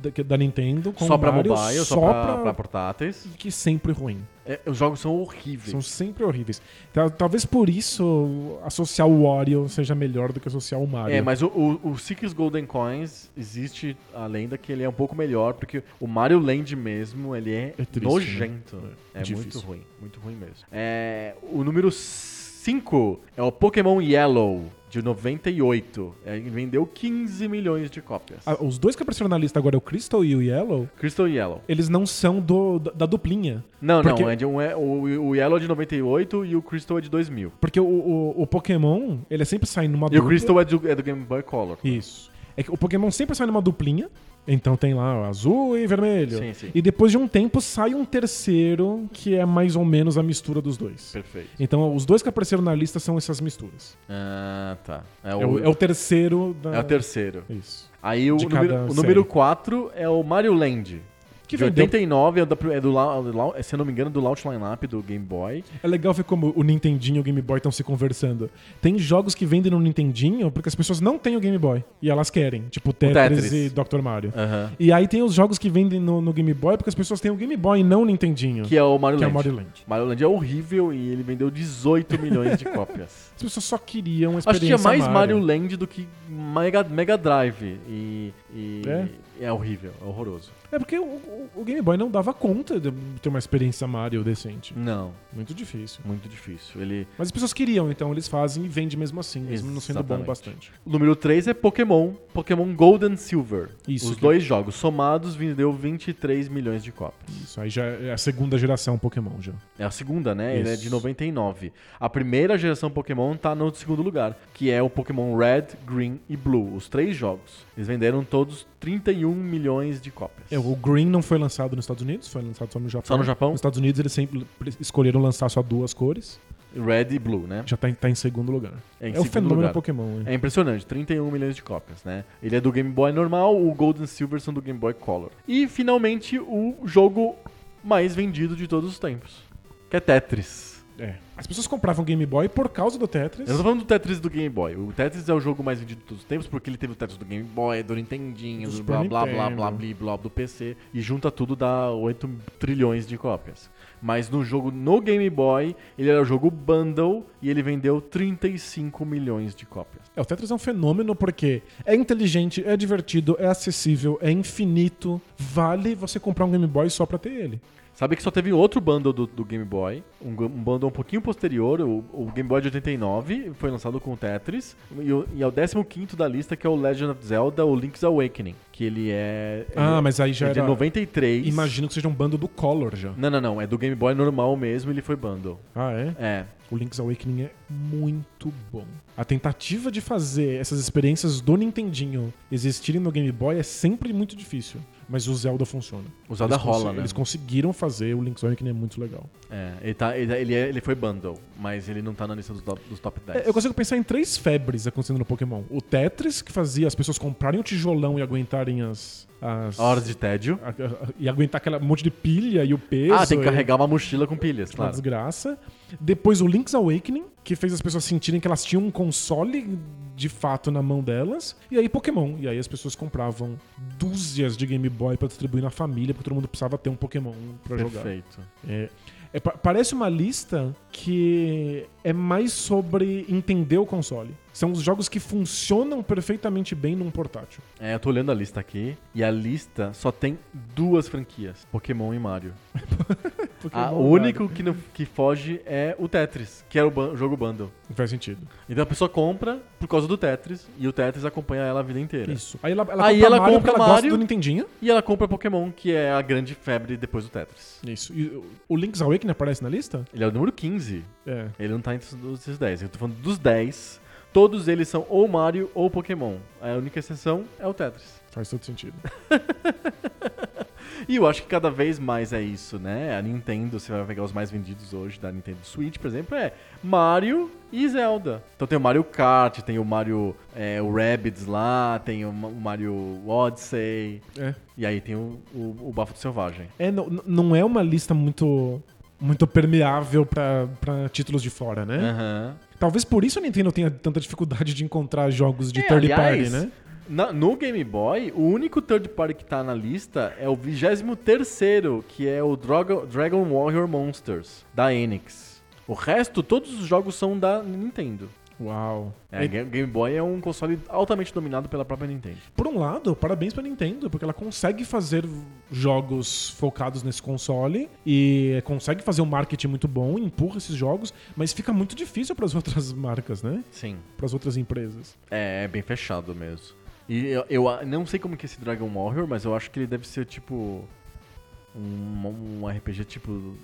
B: da, que- da Nintendo com
A: só pra
B: Mario,
A: mobile, só, pra, pra portáteis.
B: que sempre ruim.
A: É, os jogos são horríveis.
B: São sempre horríveis. Tal- Talvez por isso associar o Wario seja melhor do que associar o Mario.
A: É, mas o, o, o Six Golden Coins existe a lenda que ele é um pouco melhor, porque o Mario Land mesmo, ele é,
B: É triste,
A: nojento.
B: né? É
A: É, muito
B: difícil.
A: ruim, muito ruim mesmo. É, o número 5 é o Pokémon Yellow, de 98. É, ele vendeu 15 milhões de cópias.
B: Ah, os dois que apareceram na lista agora, o Crystal e o Yellow,
A: Crystal Yellow.
B: eles não são do, da, da duplinha.
A: Não,
B: Porque-
A: não, é de um, é, o, o Yellow é de 98 e o Crystal é de 2000.
B: Porque o, o, o Pokémon, ele sempre sai numa
A: E
B: dupla.
A: o Crystal é do, é do Game Boy Color.
B: Isso. É que o Pokémon sempre sai numa duplinha. Então tem lá o azul e vermelho.
A: Sim, sim.
B: E depois de um tempo sai um terceiro que é mais ou menos a mistura dos dois.
A: Perfeito.
B: Então os dois que apareceram na lista são essas misturas.
A: Ah, tá.
B: É o, é o terceiro da.
A: é o terceiro.
B: Isso.
A: Aí o
B: De cada
A: número, o
B: série.
A: número 4 é o Mario Land.
B: Que
A: de
B: vendeu.
A: 89, é do, é do lau- lau- se eu não me engano, é do launch lineup do Game Boy.
B: É legal ver como o Nintendinho e o Game Boy estão se conversando. Tem jogos que vendem no Nintendinho porque as pessoas não têm o Game Boy. E elas querem. Tipo Tetris,
A: Tetris.
B: e Dr. Mario.
A: Aham.
B: E aí tem os jogos que vendem no, no Game Boy porque as pessoas têm o Game Boy e não o Nintendinho.
A: Que é o Mario
B: que é o
A: Land.
B: Mario Land.
A: Mario Land é horrível e ele vendeu 18 milhões de cópias.
B: As pessoas só queriam a
A: Acho que
B: experiência
A: tinha mais Mario
B: Mario.
A: Land do que Mega, Mega Drive. E, e- é? horrível, é horroroso.
B: É porque o, o- o Game Boy não dava conta de ter uma experiência Mario decente.
A: Não,
B: Muito difícil.
A: muito difícil. Ele,
B: Mas as pessoas queriam, então eles fazem e vendem mesmo assim, mesmo não sendo bom
A: Exatamente.
B: bastante.
A: o número 3 é Pokémon, Pokémon Gold and Silver.
B: Isso,
A: Os
B: que-
A: dois jogos somados vendeu 23 milhões de cópias.
B: Isso aí já é a segunda geração Pokémon já.
A: É a segunda, né? Ele é de
B: Isso.
A: 99. A primeira geração Pokémon tá no segundo lugar, que é o Pokémon Red, Green e Blue, os três jogos. Eles venderam todos 31 milhões de cópias.
B: É, o Green não foi lançado nos Estados Unidos, foi lançado só no Japão.
A: Só no Japão?
B: Nos Estados Unidos eles sempre pre- escolheram lançar só duas cores.
A: Red e Blue, né?
B: Já tá em, tá em segundo lugar.
A: É em
B: o
A: segundo
B: fenômeno
A: lugar.
B: Pokémon. hein?
A: É impressionante, 31 milhões de cópias, né? Ele é do Game Boy normal, o Golden Silver são do Game Boy Color. E finalmente o jogo mais vendido de todos os tempos, que é Tetris.
B: É. As pessoas compravam Game Boy por causa do Tetris.
A: Eu não tô falando do Tetris do Game Boy. O Tetris é o jogo mais vendido de todos os tempos porque ele teve o Tetris do Game Boy, do Nintendinho,
B: Do
A: do
B: Super
A: blá blá blá
B: Nintendo.
A: blá blá blá do PC e junta tudo dá 8 trilhões de cópias. Mas no jogo no Game Boy, ele era o jogo bundle e ele vendeu 35 milhões de cópias.
B: É, o Tetris é um fenômeno porque é inteligente, é divertido, é acessível, é infinito. Vale você comprar um Game Boy só pra ter ele.
A: Sabe que só teve outro bundle do, do Game Boy, um, gu- um bundle um pouquinho posterior, o, o Game Boy de 89, foi lançado com o Tetris, e, o, e é o 15 da lista, que é o Legend of Zelda, o Link's Awakening, que ele é...
B: Ah,
A: ele-
B: mas aí já
A: é de
B: era...
A: 93.
B: Imagino que seja um bando do Color já.
A: Não, não, não, é do Game Boy normal mesmo, ele foi bundle.
B: Ah, é?
A: É,
B: O Link's Awakening é muito bom. A tentativa de fazer essas experiências do Nintendinho existirem no Game Boy é sempre muito difícil. Mas o Zelda funciona.
A: o Zelda
B: eles
A: rola,
B: consi-
A: né?
B: Eles conseguiram fazer o Link's Awakening, é muito legal.
A: É, ele, tá, ele, ele, é- ele foi bundle, mas ele não tá na lista dos top, dos top 10.
B: É, eu consigo pensar em três febres acontecendo no Pokémon. O Tetris, que fazia as pessoas comprarem o tijolão e aguentarem as... as...
A: Horas de tédio.
B: a- a- e aguentar aquele monte de pilha e o peso.
A: ah, tem que
B: e-
A: carregar uma mochila com pilhas,
B: Tipo, uma
A: claro.
B: desgraça. Depois o Link's Awakening, que fez as pessoas sentirem que elas tinham um console de fato na mão delas. E aí Pokémon. E aí as pessoas compravam dúzias de Game Boy pra distribuir na família, porque todo mundo precisava ter um Pokémon pra jogar.
A: Perfeito.
B: É, é pa- parece uma lista que é mais sobre entender o console. São os jogos que funcionam perfeitamente bem num portátil.
A: É, eu tô olhando a lista aqui e a lista só tem duas franquias: Pokémon e Mario. Ah,
B: Pokémon,
A: o único que, não, que foge é o Tetris, que era o ban- jogo bundle.
B: cara, Faz sentido.
A: Então a pessoa compra por causa do Tetris e o Tetris acompanha ela a vida inteira.
B: Isso. Aí ela, ela
A: É. Aí
B: compra
A: ela
B: Mario
A: compra
B: porque ela gosta
A: Mario.
B: do Nintendinho.
A: E ela compra Pokémon, que é a grande febre depois do Tetris.
B: Isso. E o- o Link's Awakening aparece na lista?
A: Ele é o número 15.
B: É.
A: Ele não tá entre os esses 10. Eu tô falando dos 10. Todos eles são ou Mario ou Pokémon. A única exceção é o Tetris.
B: Faz todo sentido.
A: E eu acho que cada vez mais é isso, né? A Nintendo, você vai pegar os mais vendidos hoje da Nintendo Switch, por exemplo, é Mario e Zelda. Então tem o Mario Kart, tem o Mario é, o Rabbids lá, tem o Ma- o Mario Odyssey.
B: É.
A: E aí tem o, o, o Bafo Selvagem.
B: não, não é uma lista muito muito permeável pra pra títulos de fora, né?
A: Aham.
B: Talvez por isso a Nintendo tenha tanta dificuldade de encontrar jogos de
A: É,
B: third
A: aliás,
B: party, né?
A: na- no Game Boy, o único third party que tá na lista é o 23º, que é o Drogo- Dragon Warrior Monsters, da Enix. O resto, todos os jogos são da Nintendo.
B: Uau.
A: É,
B: E,
A: Ga- Game Boy é um console altamente dominado pela própria Nintendo.
B: por um lado, parabéns pra Nintendo, porque ela consegue fazer jogos focados nesse console e consegue fazer um marketing muito bom, empurra esses jogos, mas fica muito difícil pras outras marcas, né?
A: Sim.
B: Pras outras empresas.
A: É, é bem fechado mesmo. E eu, eu a- não sei como que é esse Dragon Warrior, mas eu acho que ele deve ser tipo um, um RPG tipo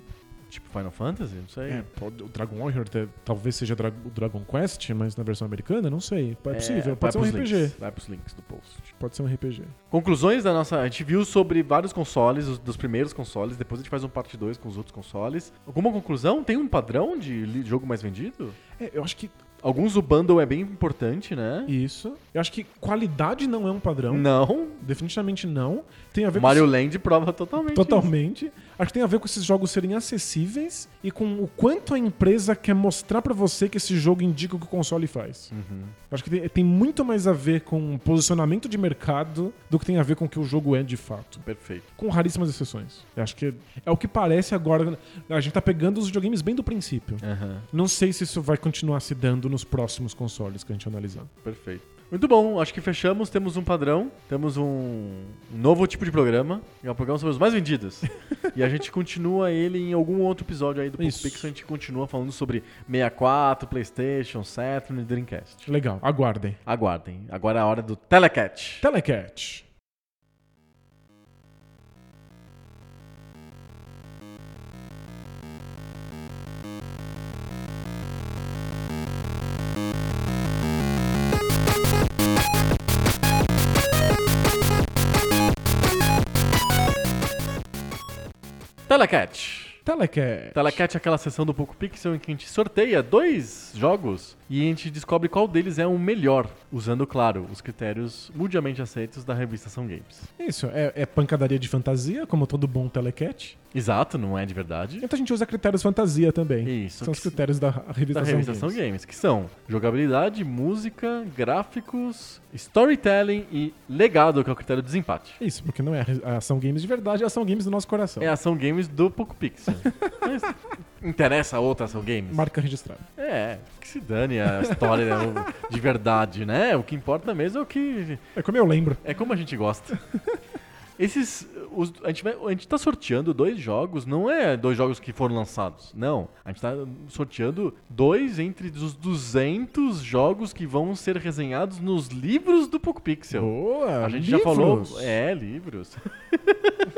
A: tipo Final Fantasy, não sei.
B: É, pode- o Dragon Warrior te- talvez seja dra- o Dragon Quest, mas na versão americana, não sei. É possível,
A: vai
B: pode ser um
A: pros
B: RPG.
A: Links, vai pros links do post.
B: Pode ser um RPG.
A: Conclusões da nossa. A gente viu sobre vários consoles, os, dos primeiros consoles, depois a gente faz um parte 2 com os outros consoles. Alguma conclusão? Tem um padrão de li- jogo mais vendido?
B: É, eu acho que
A: Alguns o bundle é bem importante, né?
B: isso. Eu acho que qualidade não é um padrão.
A: Não.
B: Definitivamente não. Tem a ver
A: Mario
B: com.
A: Land prova totalmente.
B: Totalmente. Acho que tem a ver com esses jogos serem acessíveis e com o quanto a empresa quer mostrar pra você que esse jogo indica o que o console faz.
A: Uhum.
B: Acho que tem, tem muito mais a ver com posicionamento de mercado do que tem a ver com o que o jogo é de fato.
A: isso. Perfeito.
B: com raríssimas exceções. Eu acho que é o que parece agora. A gente tá pegando os videogames bem do princípio. Não sei se isso vai continuar se dando nos próximos consoles que a gente analisar.
A: Perfeito. Muito bom, acho que fechamos. Temos um padrão, temos um um novo tipo de programa. É um programa sobre os mais vendidos. e a gente continua ele em algum outro episódio aí do
B: Isso.
A: Pix. A gente continua falando sobre 64, PlayStation, Saturn e Dreamcast.
B: Legal, aguardem.
A: Aguardem, agora é a hora do Telecat.
B: Telecat.
A: Telecat.
B: Telecat.
A: Telecat é aquela sessão do Poco Pixel em que a gente sorteia dois jogos e a gente descobre qual deles é o melhor, usando, claro, os critérios mundialmente aceitos da revista São Games.
B: Isso, é, é pancadaria de fantasia, como todo bom Telecat.
A: Exato, não é de verdade?
B: Então a gente usa critérios fantasia também.
A: Isso,
B: São os
A: que-
B: critérios da revista,
A: Da revista São
B: Games.
A: Games, que são jogabilidade, música, gráficos, storytelling e legado, que é o critério de desempate.
B: Isso, porque não é a Ação Games de verdade, é a Ação Games do nosso coração.
A: É a Ação Games do Poco Pixel. Mas interessa a outra Ação Games?
B: Marca registrada.
A: É, que se dane a história o- de verdade, né? O que importa mesmo é o que
B: É como eu lembro.
A: É como a gente gosta. Esses os- a, gente vai- a gente tá sorteando dois jogos, não é dois jogos que foram lançados, não. A gente tá sorteando dois entre os 200 jogos que vão ser resenhados nos livros do Poco Pixel.
B: Boa!
A: A gente já falou.
B: livros.
A: É, livros.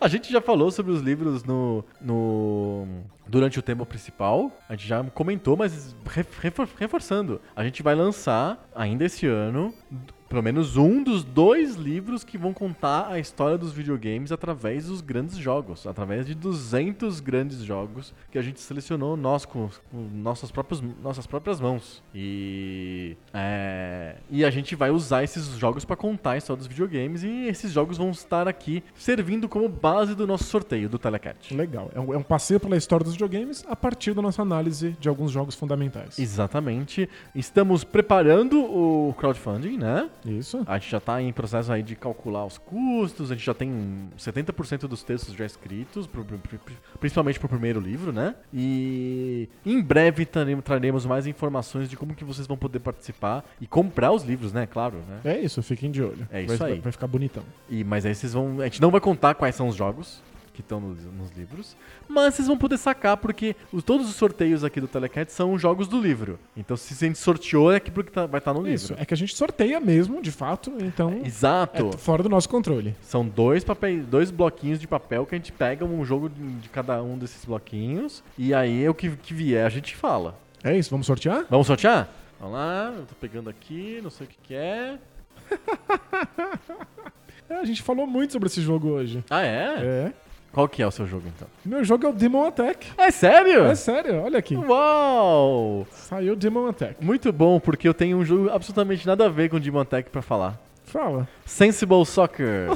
A: A gente já falou sobre os livros no, no durante o tema principal. A gente já comentou, mas ref- refor- reforçando, a gente vai lançar ainda esse ano d- pelo menos um dos dois livros que vão contar a história dos videogames através dos grandes jogos, através de 200 grandes jogos que a gente selecionou nós com, com nossas próprias nossas próprias mãos. E é, e a gente vai usar esses jogos para contar a história dos videogames e esses jogos vão estar aqui servindo como base do nosso sorteio do Telecat.
B: Legal. É um, é um passeio pela história dos videogames a partir da nossa análise de alguns jogos fundamentais.
A: Exatamente. Estamos preparando o crowdfunding, né?
B: Isso.
A: A gente já tá em processo aí de calcular os custos, a gente já tem 70% dos textos já escritos, pro- pro- pro- principalmente pro primeiro livro, né? E em breve traremo- traremos mais informações de como que vocês vão poder participar e comprar os livros, né? Claro, né?
B: É isso, fiquem de olho.
A: É
B: Vai-
A: isso aí.
B: Vai ficar bonitão.
A: E, mas aí vocês vão. A gente não vai contar quais são os jogos que estão nos, nos livros, mas vocês vão poder sacar, porque os- todos os sorteios aqui do Telecat são jogos do livro. Então, se a gente sorteou, é que porque tá- vai estar no
B: Isso.
A: livro.
B: É que a gente sorteia mesmo, de fato, então é
A: Exato.
B: t- fora do nosso controle.
A: São dois papéis, dois bloquinhos de papel que a gente pega um jogo de de cada um desses bloquinhos e aí é o que, que vier a gente fala.
B: É isso, vamos sortear?
A: Vamos sortear? Vamos lá, eu tô pegando aqui, não sei o que, que é.
B: É, a gente falou muito sobre esse jogo hoje.
A: Ah, é?
B: É.
A: Qual que é o seu jogo então?
B: Meu jogo é o Demon Attack.
A: É sério?
B: É sério, olha aqui.
A: Uau!
B: Saiu Demon Attack.
A: Muito bom, porque eu tenho um jogo absolutamente nada a ver com Demon Tech pra falar.
B: Fala.
A: Sensible Soccer.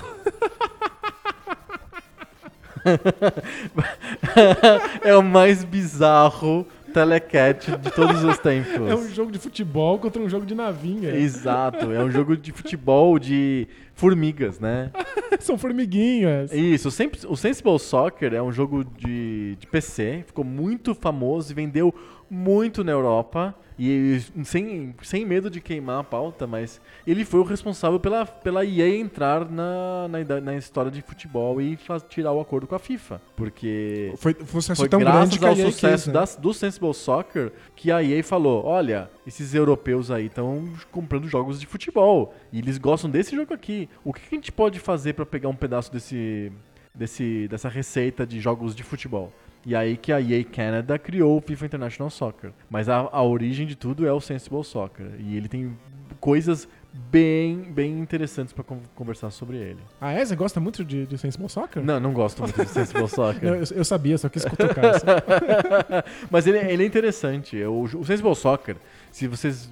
A: é o mais bizarro telecat de todos os tempos.
B: É um jogo de futebol contra um jogo de navinha.
A: Exato, é um jogo de futebol de formigas, né?
B: São formiguinhas.
A: Isso, o Sens- o Sensible Soccer é um jogo de, de PC, ficou muito famoso e vendeu muito na Europa. E sem, sem medo de queimar a pauta, mas ele foi o responsável pela, pela EA entrar na, na, ida- na história de futebol e fa- tirar o acordo com a FIFA. Porque
B: Foi, foi um sucesso
A: foi
B: tão
A: graças
B: grande que a
A: ao
B: EA quis,
A: sucesso
B: né?
A: das- do Sensible Soccer que a EA falou: olha, esses europeus aí estão comprando jogos de futebol e eles gostam desse jogo aqui. O que, que a gente pode fazer pra pegar um pedaço desse, desse, dessa receita de jogos de futebol? E aí que a EA Canada criou o FIFA International Soccer. Mas a, a origem de tudo é o Sensible Soccer. E ele tem coisas bem, bem interessantes pra con- conversar sobre ele.
B: Ah, é? Você gosta muito de, de Sensible Soccer?
A: Não, não gosto muito do Sensible Soccer.
B: Eu, eu sabia, só quis cutucar. assim.
A: Mas ele, ele é interessante. O, o Sensible Soccer, se vocês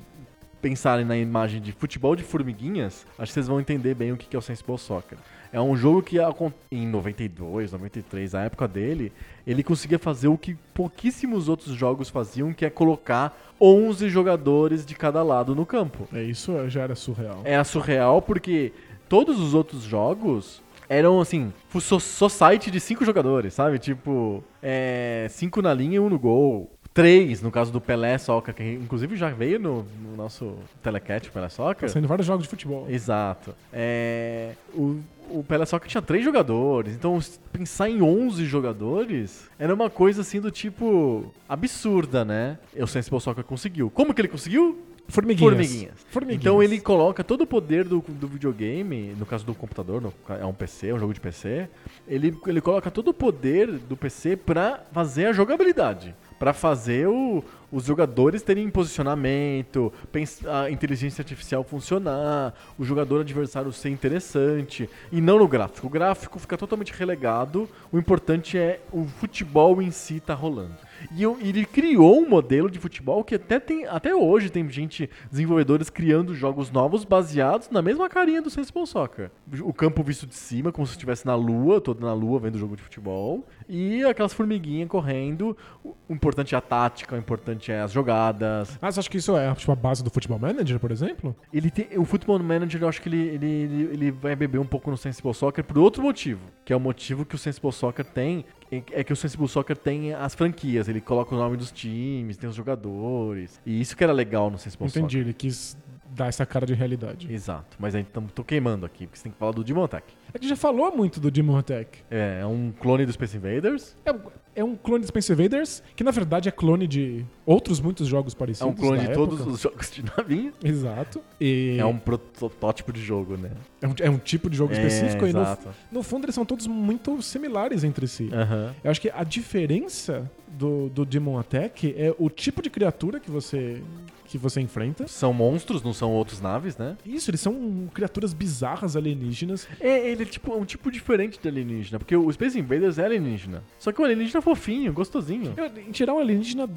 A: pensarem na imagem de futebol de formiguinhas, acho que vocês vão entender bem o que que é o Sensible Soccer. É um jogo que acon- em 92, 93, a época dele, ele conseguia fazer o que pouquíssimos outros jogos faziam, que é colocar 11 jogadores de cada lado no campo.
B: É, isso já era surreal.
A: É surreal porque todos os outros jogos eram assim, fu- so- society de cinco jogadores, sabe? Tipo, é, cinco na linha e um no gol. Três, no caso do Pelé Soca, que inclusive já veio no, no nosso telecat Pelé Soca.
B: Tá Saindo vários jogos de futebol.
A: Exato. É, o, o Pelé Soccer tinha três jogadores, então s- pensar em 11 jogadores era uma coisa assim do tipo absurda, né? O Sensible Soccer conseguiu. Como que ele conseguiu?
B: Formiguinhas.
A: Formiguinhas.
B: Formiguinhas.
A: Então ele coloca todo o poder do, do videogame, no caso do computador, no ca- é um PC, é um jogo de PC, ele, ele coloca todo o poder do PC pra fazer a jogabilidade. Pra fazer o- os jogadores terem posicionamento, pens- a inteligência artificial funcionar, o jogador adversário ser interessante, e não no gráfico. O gráfico fica totalmente relegado, o importante é o futebol em si tá rolando. E eu- ele criou um modelo de futebol que até, tem, até hoje tem gente, desenvolvedores, criando jogos novos baseados na mesma carinha do Sensible Soccer. O campo visto de cima, como se estivesse na lua, todo na lua vendo o jogo de futebol. E aquelas formiguinhas correndo. O importante é a tática, o importante é as jogadas.
B: Ah, você acha que isso é tipo, a base do Futebol Manager, por exemplo?
A: Ele tem, o Football Manager, eu acho que ele, ele, ele, ele vai beber um pouco no Sensible Soccer por outro motivo, que é o motivo que o Sensible Soccer tem, é- é que o Sensible Soccer tem as franquias, ele coloca o nome dos times, tem os jogadores, e isso que era legal no Sensible
B: Entendi,
A: Soccer.
B: ele quis dar essa cara de realidade.
A: Exato. Mas aí então, tô queimando aqui, porque você tem que falar do Demon Attack.
B: A gente já falou muito do Demon Attack.
A: É, é um clone do Space Invaders.
B: É, é um clone de Space Invaders, que na verdade é clone de outros muitos jogos
A: É
B: parecidos.
A: um clone
B: da
A: de todos
B: época.
A: os jogos de navinha.
B: Exato. E
A: É um protótipo de jogo, né?
B: é um, é um tipo de jogo
A: É,
B: específico. E no,
A: exato.
B: no fundo eles são todos muito similares entre si.
A: Aham.
B: Eu acho que a diferença do, do Demon Attack é o tipo de criatura que você, que você enfrenta.
A: São monstros, não são outros naves, né?
B: Isso, eles são criaturas bizarras alienígenas.
A: É, ele é tipo é um tipo diferente de alienígena, porque o Space Invaders é alienígena. Só que o alienígena é fofinho, gostosinho.
B: Eu, em geral, alienígena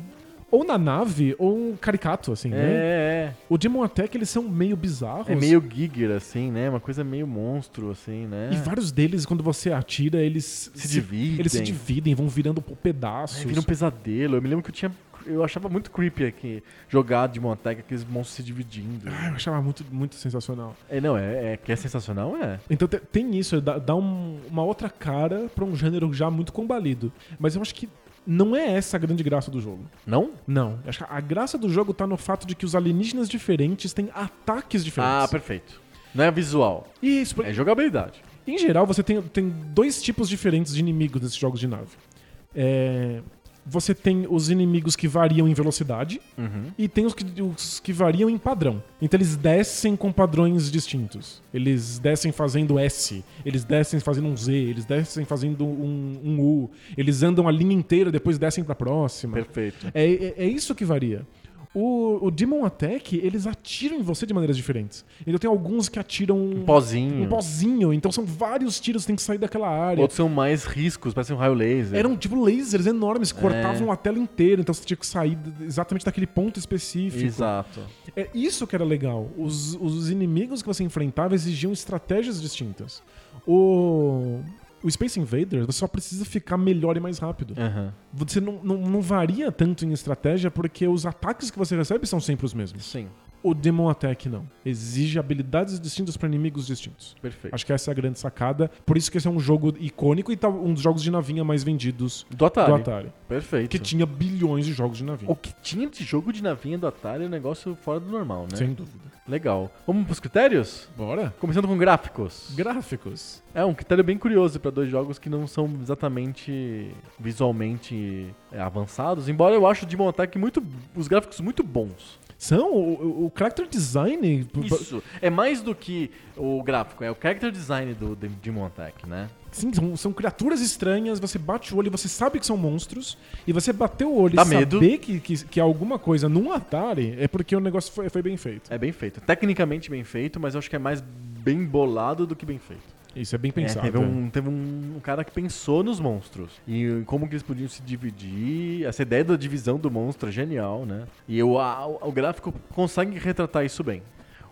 B: ou na nave ou um caricato, assim, né?
A: É, é.
B: O Demon Attack, eles são meio bizarros.
A: É meio Giger, assim, né? Uma coisa meio monstro, assim, né?
B: E vários deles, quando você atira, eles
A: Se dividem.
B: Eles se dividem, vão virando por
A: É,
B: pedaços.
A: vira um pesadelo. Eu me lembro que eu tinha. Eu achava muito creepy aqui jogar de Montague aqueles monstros se dividindo.
B: Ah, eu achava muito, muito sensacional.
A: É, não, é, é que é sensacional, é.
B: Então te- tem isso, dá, dá um- uma outra cara pra um gênero já muito combalido. Mas eu acho que não é essa a grande graça do jogo.
A: Não?
B: Não. Eu acho que a graça do jogo tá no fato de que os alienígenas diferentes têm ataques
A: Ah,
B: diferentes.
A: perfeito. Não é visual,
B: Isso, por-
A: é jogabilidade.
B: em geral, você tem, tem dois tipos diferentes de inimigos nesses jogos de nave. É, você tem os inimigos que variam em velocidade e tem os que, os que variam em padrão. Então eles descem com padrões distintos. Eles descem fazendo S, eles descem fazendo um Z, eles descem fazendo um, um U, eles andam a linha inteira, depois descem pra próxima.
A: Perfeito.
B: É, é- é isso que varia. O, o Demon Attack, eles atiram em você de maneiras diferentes. Então tem alguns que atiram
A: Um pozinho.
B: um pozinho. Então são vários tiros que tem que sair daquela área.
A: Outros são mais riscos, parecem um raio laser.
B: Eram tipo lasers enormes,
A: É.
B: que cortavam a tela inteira, então você tinha que sair d- exatamente daquele ponto específico.
A: Exato.
B: É isso que era legal. Os, os inimigos que você enfrentava exigiam estratégias distintas. O, o Space Invaders, você só precisa ficar melhor e mais rápido.
A: Aham.
B: Você não, não, não varia tanto em estratégia porque os ataques que você recebe são sempre os mesmos.
A: Sim,
B: O Demon Attack não. Exige habilidades distintas para inimigos distintos.
A: perfeito.
B: Acho que essa é a grande sacada. Por isso que esse é um jogo icônico e tá um dos jogos de navinha mais vendidos
A: Do Atari.
B: do Atari.
A: Perfeito.
B: Que tinha bilhões de jogos de navinha.
A: O que tinha de jogo de navinha do Atari é um negócio fora do normal, né?
B: Sem dúvida.
A: Legal. Vamos pros critérios?
B: Bora?
A: Começando com gráficos.
B: Gráficos.
A: É um critério bem curioso pra dois jogos que não são exatamente visualmente é, avançados, embora eu acho o Demon Attack muito os gráficos muito bons.
B: São o, o- o character design. p- p-
A: Isso é mais do que o gráfico, é o character design do de- Demon Attack, né?
B: Sim, são, são criaturas estranhas. Você bate o olho, você sabe que são monstros. E você bater o olho
A: Dá
B: e saber
A: medo.
B: que, que, que é alguma coisa num Atari é porque o negócio foi, foi bem feito.
A: É bem feito, tecnicamente bem feito, mas eu acho que é mais bem bolado do que bem feito.
B: Isso é bem
A: É,
B: pensado.
A: teve
B: é.
A: um, teve um um cara que pensou nos monstros e como que eles podiam se dividir. Essa ideia da divisão do monstro é genial, né? E eu, a- o gráfico consegue retratar isso bem.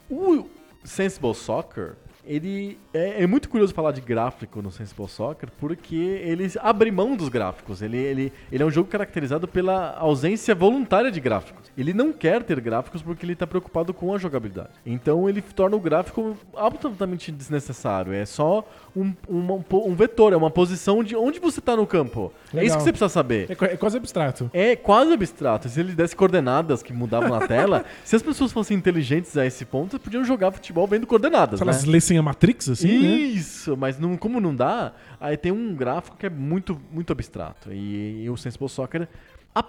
A: O Sensible Soccer, ele é, é muito curioso falar de gráfico no Sensible Soccer porque ele abre mão dos gráficos. Ele, ele, ele é um jogo caracterizado pela ausência voluntária de gráficos. Ele não quer ter gráficos porque ele está preocupado com a jogabilidade. Então ele torna o gráfico absolutamente desnecessário. É só um, uma- um, po- um vetor, é uma posição de onde você está no campo. É isso
B: Legal.
A: que você precisa saber.
B: É qua- é quase abstrato.
A: É quase abstrato. Se ele desse coordenadas que mudavam na tela, se as pessoas fossem inteligentes a esse ponto, elas podiam jogar futebol vendo coordenadas.
B: Se
A: né?
B: elas lessem a Matrix, assim, né?
A: Isso, mas não- como não dá, aí tem um gráfico que é muito, muito abstrato. E, e o Sensible Soccer,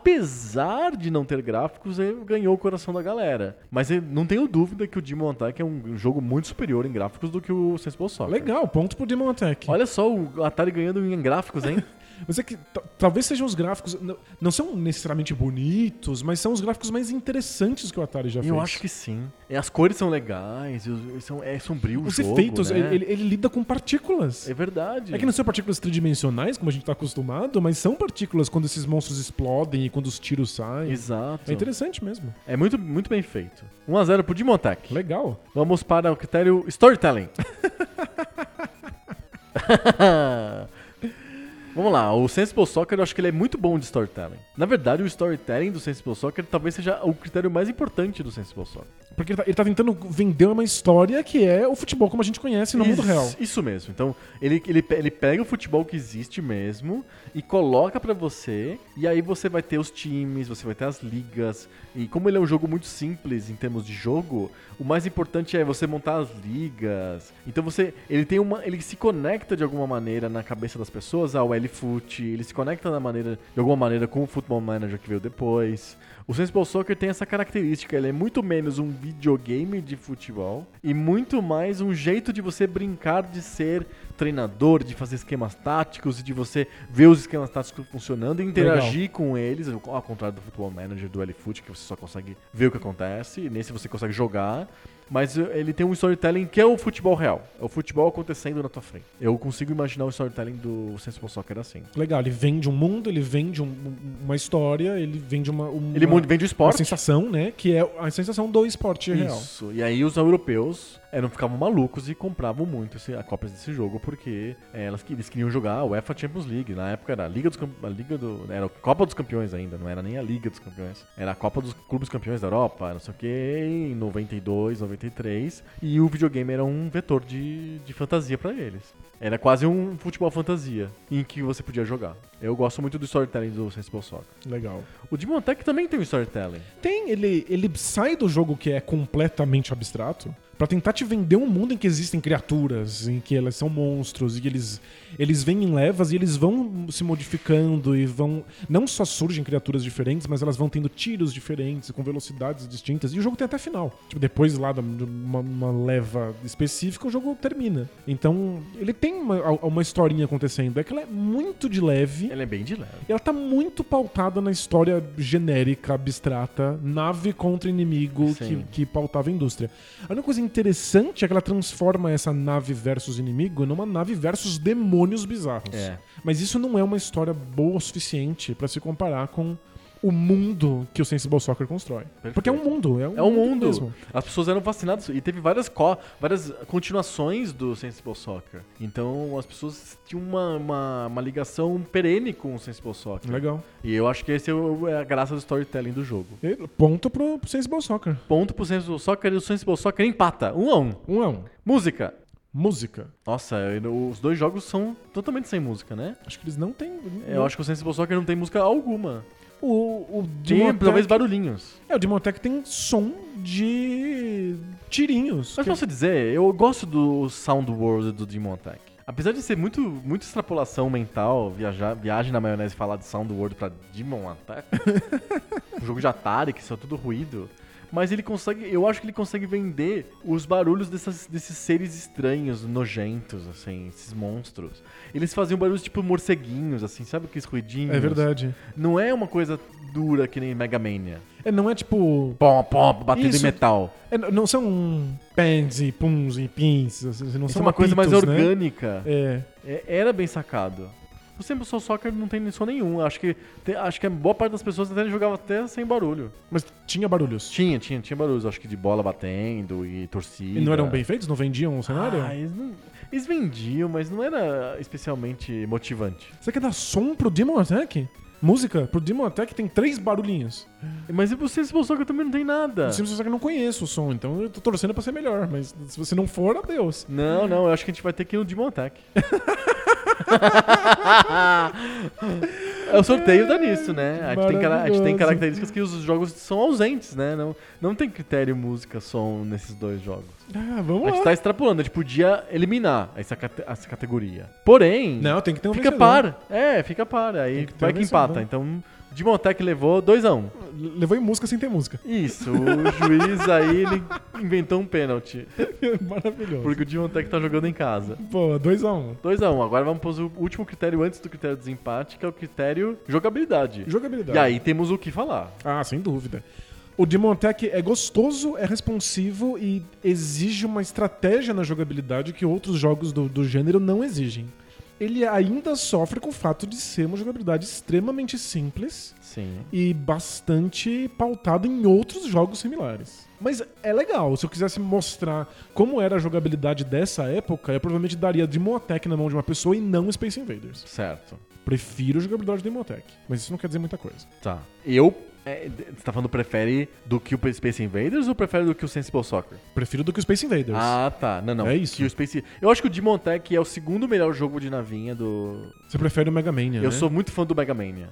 A: apesar de não ter gráficos, ele ganhou o coração da galera. Mas eu não tenho dúvida que o Demon Attack é um jogo muito superior em gráficos do que o Sensible Soccer.
B: Legal, ponto pro Demon Attack.
A: Olha só o Atari ganhando em gráficos, hein?
B: Mas é que ta- talvez sejam os gráficos. n- Não, são necessariamente bonitos, mas são os gráficos mais interessantes que o Atari já fez.
A: Eu acho que sim. E as cores são legais, e os- e são, é sombrio
B: Os
A: o jogo,
B: efeitos,
A: né?
B: ele, ele- ele lida com partículas.
A: É verdade.
B: É que não são partículas tridimensionais, como a gente tá acostumado, mas são partículas quando esses monstros explodem e quando os tiros saem.
A: Exato.
B: É interessante mesmo.
A: É muito, muito bem feito. 1x0 pro Demon Attack.
B: Legal.
A: Vamos para o critério storytelling. Vamos lá, o Sensible Soccer eu acho que ele é muito bom de storytelling. Na verdade, o storytelling do Sensible Soccer talvez seja o critério mais importante do Sensible Soccer.
B: Porque ele tá, ele tá tentando vender uma história que é o futebol como a gente conhece no mundo
A: Isso-
B: real.
A: Isso mesmo. Então, ele, ele, pe- ele pega o futebol que existe mesmo e coloca pra você, e aí você vai ter os times, você vai ter as ligas. E como ele é um jogo muito simples em termos de jogo, o mais importante é você montar as ligas. Então você, ele tem uma, ele se conecta de alguma maneira na cabeça das pessoas ah, ao LFoot, ele se conecta da maneira, de alguma maneira com o Football Manager que veio depois. O Sensible Soccer tem essa característica, ele é muito menos um videogame de futebol e muito mais um jeito de você brincar de ser treinador, de fazer esquemas táticos e de você ver os esquemas táticos funcionando e interagir com eles, ao contrário do Football Manager, do LFoot, que você só consegue ver o que acontece, e nesse você consegue jogar. Mas eh, ele tem um storytelling que é o futebol real. É o futebol acontecendo na tua frente. Eu consigo imaginar o storytelling do Sensible Soccer assim.
B: Legal, ele vende um mundo, ele vende um- um- uma história, ele vende uma, uma,
A: Ele mu- vende o
B: uma
A: esporte.
B: sensação, né? Que é a sensação do esporte real.
A: Isso. E aí os europeus eh, não ficavam malucos e compravam muito esse, a cópias desse jogo porque eh, elas, que- eles queriam jogar a UEFA Champions League. Na época era a Liga dos Cam- a Liga do era a Copa dos Campeões ainda, não era nem a Liga dos Campeões. Era a Copa dos Clubes Campeões da Europa, não sei o que, em 92, 93. E o videogame era um vetor de, de fantasia pra eles. Era quase um futebol fantasia em que você podia jogar. Eu gosto muito do storytelling do Sensible Soccer.
B: Legal.
A: O Demon Tech também tem um storytelling.
B: Tem, ele, ele sai do jogo que é completamente abstrato pra tentar te vender um mundo em que existem criaturas, em que elas são monstros, e que eles, eles vêm em levas e eles vão se modificando e vão. Não só surgem criaturas diferentes, mas elas vão tendo tiros diferentes, com velocidades distintas. E o jogo tem até final. Tipo, depois lá da- de uma, uma leva específica, o jogo termina. Então, ele tem uma, uma historinha acontecendo. É que ela é muito de leve.
A: Ele é bem de leve.
B: E ela tá muito pautada na história genérica, abstrata, nave contra inimigo que,
A: Sim.
B: que pautava a indústria. A única coisa interessante é que ela transforma essa nave versus inimigo numa nave versus demônios bizarros.
A: É.
B: Mas isso não é uma história boa o suficiente pra se comparar com o mundo que o Sensible Soccer constrói. Porque é um mundo, é um,
A: É um mundo.
B: mesmo.
A: As pessoas eram fascinadas e teve várias, co- várias continuações do Sensible Soccer. Então as pessoas tinham uma, uma, uma ligação perene com o Sensible Soccer.
B: Legal.
A: E eu acho que esse é o- é a graça do storytelling do jogo.
B: E ponto pro pro Sensible Soccer.
A: Ponto pro Sensible Soccer e o Sensible Soccer empata. Um a um.
B: Um a um.
A: Música.
B: Música.
A: Nossa, eu- os dois jogos são totalmente sem música, né?
B: Acho que eles não têm.
A: Eu acho que o Sensible Soccer não tem música alguma.
B: o, o
A: Tem
B: Demon
A: talvez
B: Attack-
A: barulhinhos.
B: É, o Demon Tech tem som de tirinhos.
A: Mas
B: que-
A: posso dizer, eu gosto do Sound World do Demon Attack. Apesar de ser muito, muito extrapolação mental, viajar, viagem na maionese e falar de Sound World pra Demon Attack, um jogo de Atari que só tudo ruído, mas ele consegue, eu acho que ele consegue vender os barulhos dessas- desses seres estranhos, nojentos, assim, esses monstros. Eles faziam barulhos tipo morceguinhos, assim, sabe aqueles ruidinhos?
B: É verdade.
A: Não é uma coisa dura que nem Mega Mania.
B: É, não é tipo.
A: Pom, pom, batendo
B: Isso.
A: em metal.
B: é, n- não são pens e puns e pins. assim, Não
A: Isso
B: são
A: é uma coisa mais
B: apitos, né?
A: orgânica.
B: É.
A: É, era bem sacado. O Simple Soul Soccer não tem som nenhum. Acho que, te- acho que a boa parte das pessoas até jogava até sem barulho.
B: Mas tinha barulhos.
A: Tinha, tinha, tinha barulhos. Acho que de bola batendo e torcida.
B: E não eram bem feitos? Não vendiam o cenário?
A: Ah, eles, não- eles vendiam, mas não era especialmente motivante.
B: Você quer dar som pro Demon Attack? Música pro Demon Attack tem três barulhinhos.
A: Mas o Simple Soccer também não tem nada.
B: O Simpsons Attack eu não conheço o som, então eu tô torcendo pra ser melhor. Mas se você não for, adeus.
A: Não, não, eu acho que a gente vai ter que ir no Demon Attack. é o sorteio da nisso, né? A gente, tem, cara- a gente tem
B: Maravilhoso.
A: características que os jogos são ausentes, né? Não, não tem critério música, som nesses dois jogos.
B: Ah,
A: A
B: vamos
A: gente
B: lá.
A: tá extrapolando, a gente podia eliminar essa, cate- essa categoria. Porém,
B: Não, tem que ter um
A: fica
B: vencedor.
A: par. É, fica par. Aí
B: Tem que ter
A: vai
B: um
A: que
B: vencedor.
A: empata. Então, Demon Attack levou 2x1. Um.
B: Levou em música sem ter música.
A: Isso, o juiz aí ele inventou um pênalti.
B: Maravilhoso.
A: Porque o Demon Attack tá jogando em casa.
B: Pô, 2x1.
A: 2x1. Agora vamos pôr o último critério antes do critério desempate, que é o critério jogabilidade.
B: Jogabilidade.
A: E aí temos o que falar.
B: Ah, sem dúvida. O Demon Tech é gostoso, é responsivo e exige uma estratégia na jogabilidade que outros jogos do, do gênero não exigem. Ele ainda sofre com o fato de ser uma jogabilidade extremamente simples
A: Sim.
B: e bastante pautada em outros jogos similares. Mas é legal, se eu quisesse mostrar como era a jogabilidade dessa época, eu provavelmente daria Demon Tech na mão de uma pessoa e não Space Invaders.
A: Certo.
B: Prefiro a jogabilidade do Demotech. Mas isso não quer dizer muita coisa.
A: Tá. Eu. é, d- Você tá falando prefere do que o Space Invaders ou prefere do que o Sensible Soccer?
B: Prefiro do que o Space Invaders.
A: Ah, tá. Não, não.
B: É isso.
A: Que o Space... Eu acho que o Demon Tech é o segundo melhor jogo de navinha do.
B: Você prefere o Mega Mania,
A: Eu
B: né?
A: sou muito fã do Mega Mania.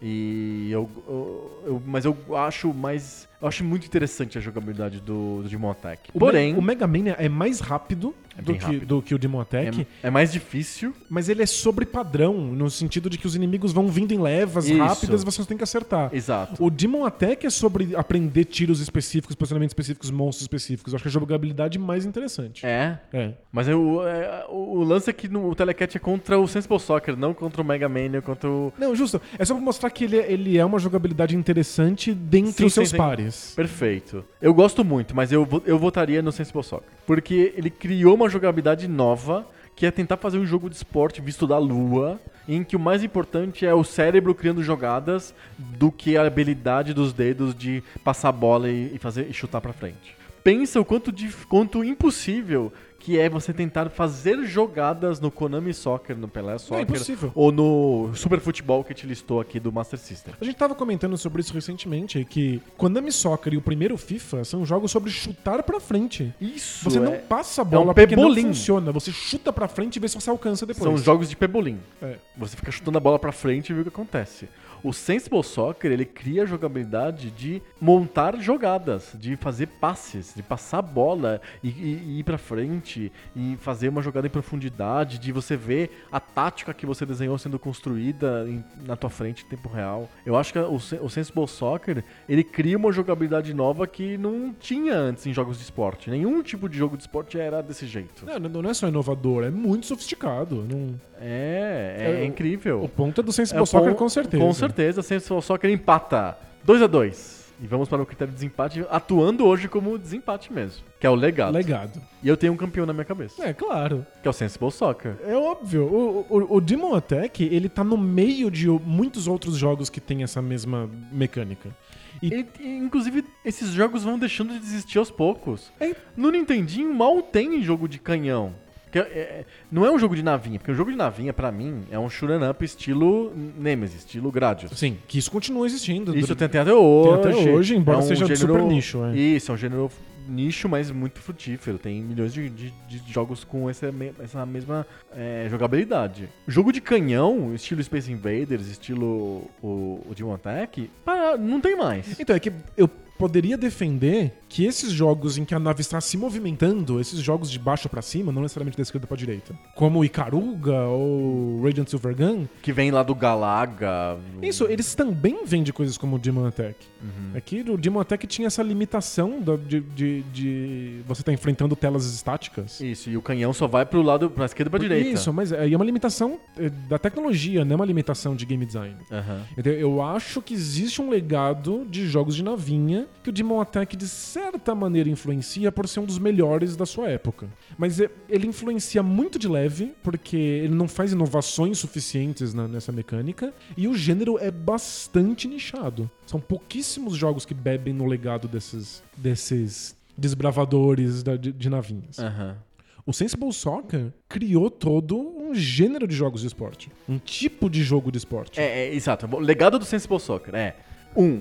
A: E eu, eu- eu- Mas eu acho mais. Eu acho muito interessante a jogabilidade do, do Demon Tech.
B: O
A: Porém,
B: Me- o Mega Mania é mais rápido,
A: É
B: do,
A: bem
B: que,
A: rápido.
B: do que o Demon Attack,
A: é, é mais difícil.
B: mas ele é sobre padrão, no sentido de que os inimigos vão vindo em levas
A: Isso.
B: rápidas e você só tem que acertar.
A: Exato.
B: O Demon Attack é sobre aprender tiros específicos, posicionamentos específicos, monstros específicos. Eu acho que é a jogabilidade mais interessante.
A: É.
B: É.
A: Mas eu, é, o, o lance é que no, o Telecat é contra o Sensible Soccer, não contra o Mega Mania, contra o.
B: Não, justo. É só pra mostrar que ele é, ele é uma jogabilidade interessante dentre
A: Sim,
B: os
A: sim,
B: seus
A: sim.
B: pares.
A: Perfeito. Eu gosto muito, mas eu, vo- eu votaria no Sensible Soccer. Porque ele criou uma jogabilidade nova, que é tentar fazer um jogo de esporte visto da lua, em que o mais importante é o cérebro criando jogadas do que a habilidade dos dedos de passar a bola e, e fazer, e chutar pra frente. Pensa o quanto, dif- quanto impossível que é você tentar fazer jogadas no Konami Soccer, no Pelé Soccer,
B: É impossível.
A: ou no Super Futebol que te listou aqui do Master System.
B: A gente tava comentando sobre isso recentemente, que Konami Soccer e o primeiro FIFA são jogos sobre chutar pra frente.
A: Isso
B: Você
A: é...
B: não passa a bola
A: um
B: porque não
A: pebolim.
B: funciona. Você chuta pra frente e vê se você alcança depois.
A: São jogos de pebolim.
B: É.
A: Você fica chutando a bola pra frente e vê o que acontece. O Sensible Soccer, ele cria a jogabilidade de montar jogadas, de fazer passes, de passar a bola e, e- e ir pra frente, e fazer uma jogada em profundidade, de você ver a tática que você desenhou sendo construída em- na tua frente em tempo real. Eu acho que o, Sen- o Sensible Soccer, ele cria uma jogabilidade nova que não tinha antes em jogos de esporte. Nenhum tipo de jogo de esporte era desse jeito.
B: Não, não não é só inovador, é muito sofisticado. Não-
A: É, é,
B: É, o-
A: incrível.
B: O ponto é do Sensible
A: É o
B: Soccer
A: pon-
B: com certeza.
A: Com certeza, Sensible Soccer empata 2 a 2 E vamos para o critério de desempate, atuando hoje como desempate mesmo, que é o legado.
B: Legado.
A: E eu tenho um campeão na minha cabeça,
B: É, claro.
A: que é o Sensible Soccer.
B: É óbvio. O, o, o Demon Attack, ele tá no meio de muitos outros jogos que tem essa mesma mecânica. E-
A: E, e, inclusive, esses jogos vão deixando de existir aos poucos.
B: É.
A: No Nintendinho mal tem jogo de canhão. Que é- é- não é um jogo de navinha, porque o jogo de navinha, pra mim, é um shoot'em up estilo Nemesis, estilo Gradius.
B: Sim, que isso continua existindo.
A: Isso tem até hoje. É um
B: Tem até hoje, embora seja de super nicho, é.
A: Isso, é um gênero nicho, mas muito frutífero. Tem milhões de, de- de jogos com essa, me- essa mesma é, jogabilidade. Jogo de canhão, estilo Space Invaders, estilo o, o Demon Attack, pá, não tem mais.
B: Então, é que eu poderia defender que esses jogos em que a nave está se movimentando, esses jogos de baixo pra cima, não necessariamente da esquerda pra direita, como o Icaruga ou Radiant Silvergun,
A: Que vem lá do Galaga.
B: isso, eles também vêm de coisas como o Demon Attack.
A: Uhum.
B: É que o Demon Attack tinha essa limitação da- de, de- de você estar enfrentando telas estáticas.
A: Isso, e o canhão só vai pro lado, pra esquerda e pra direita.
B: Isso, mas aí é uma limitação eh, da tecnologia, não é uma limitação de game design.
A: Aham.
B: Então, eu acho que existe um legado de jogos de navinha que o Demon Attack de certa maneira influencia por ser um dos melhores da sua época. Mas é- ele influencia muito de leve, porque ele não faz inovações suficientes na- nessa mecânica, e o gênero é bastante nichado. São pouquíssimos jogos que bebem no legado desses, desses desbravadores da- de, de navinhas.
A: Aham.
B: O Sensible Soccer criou todo um gênero de jogos de esporte. Um tipo de jogo de esporte.
A: É, é, exato. O legado do Sensible Soccer é: um,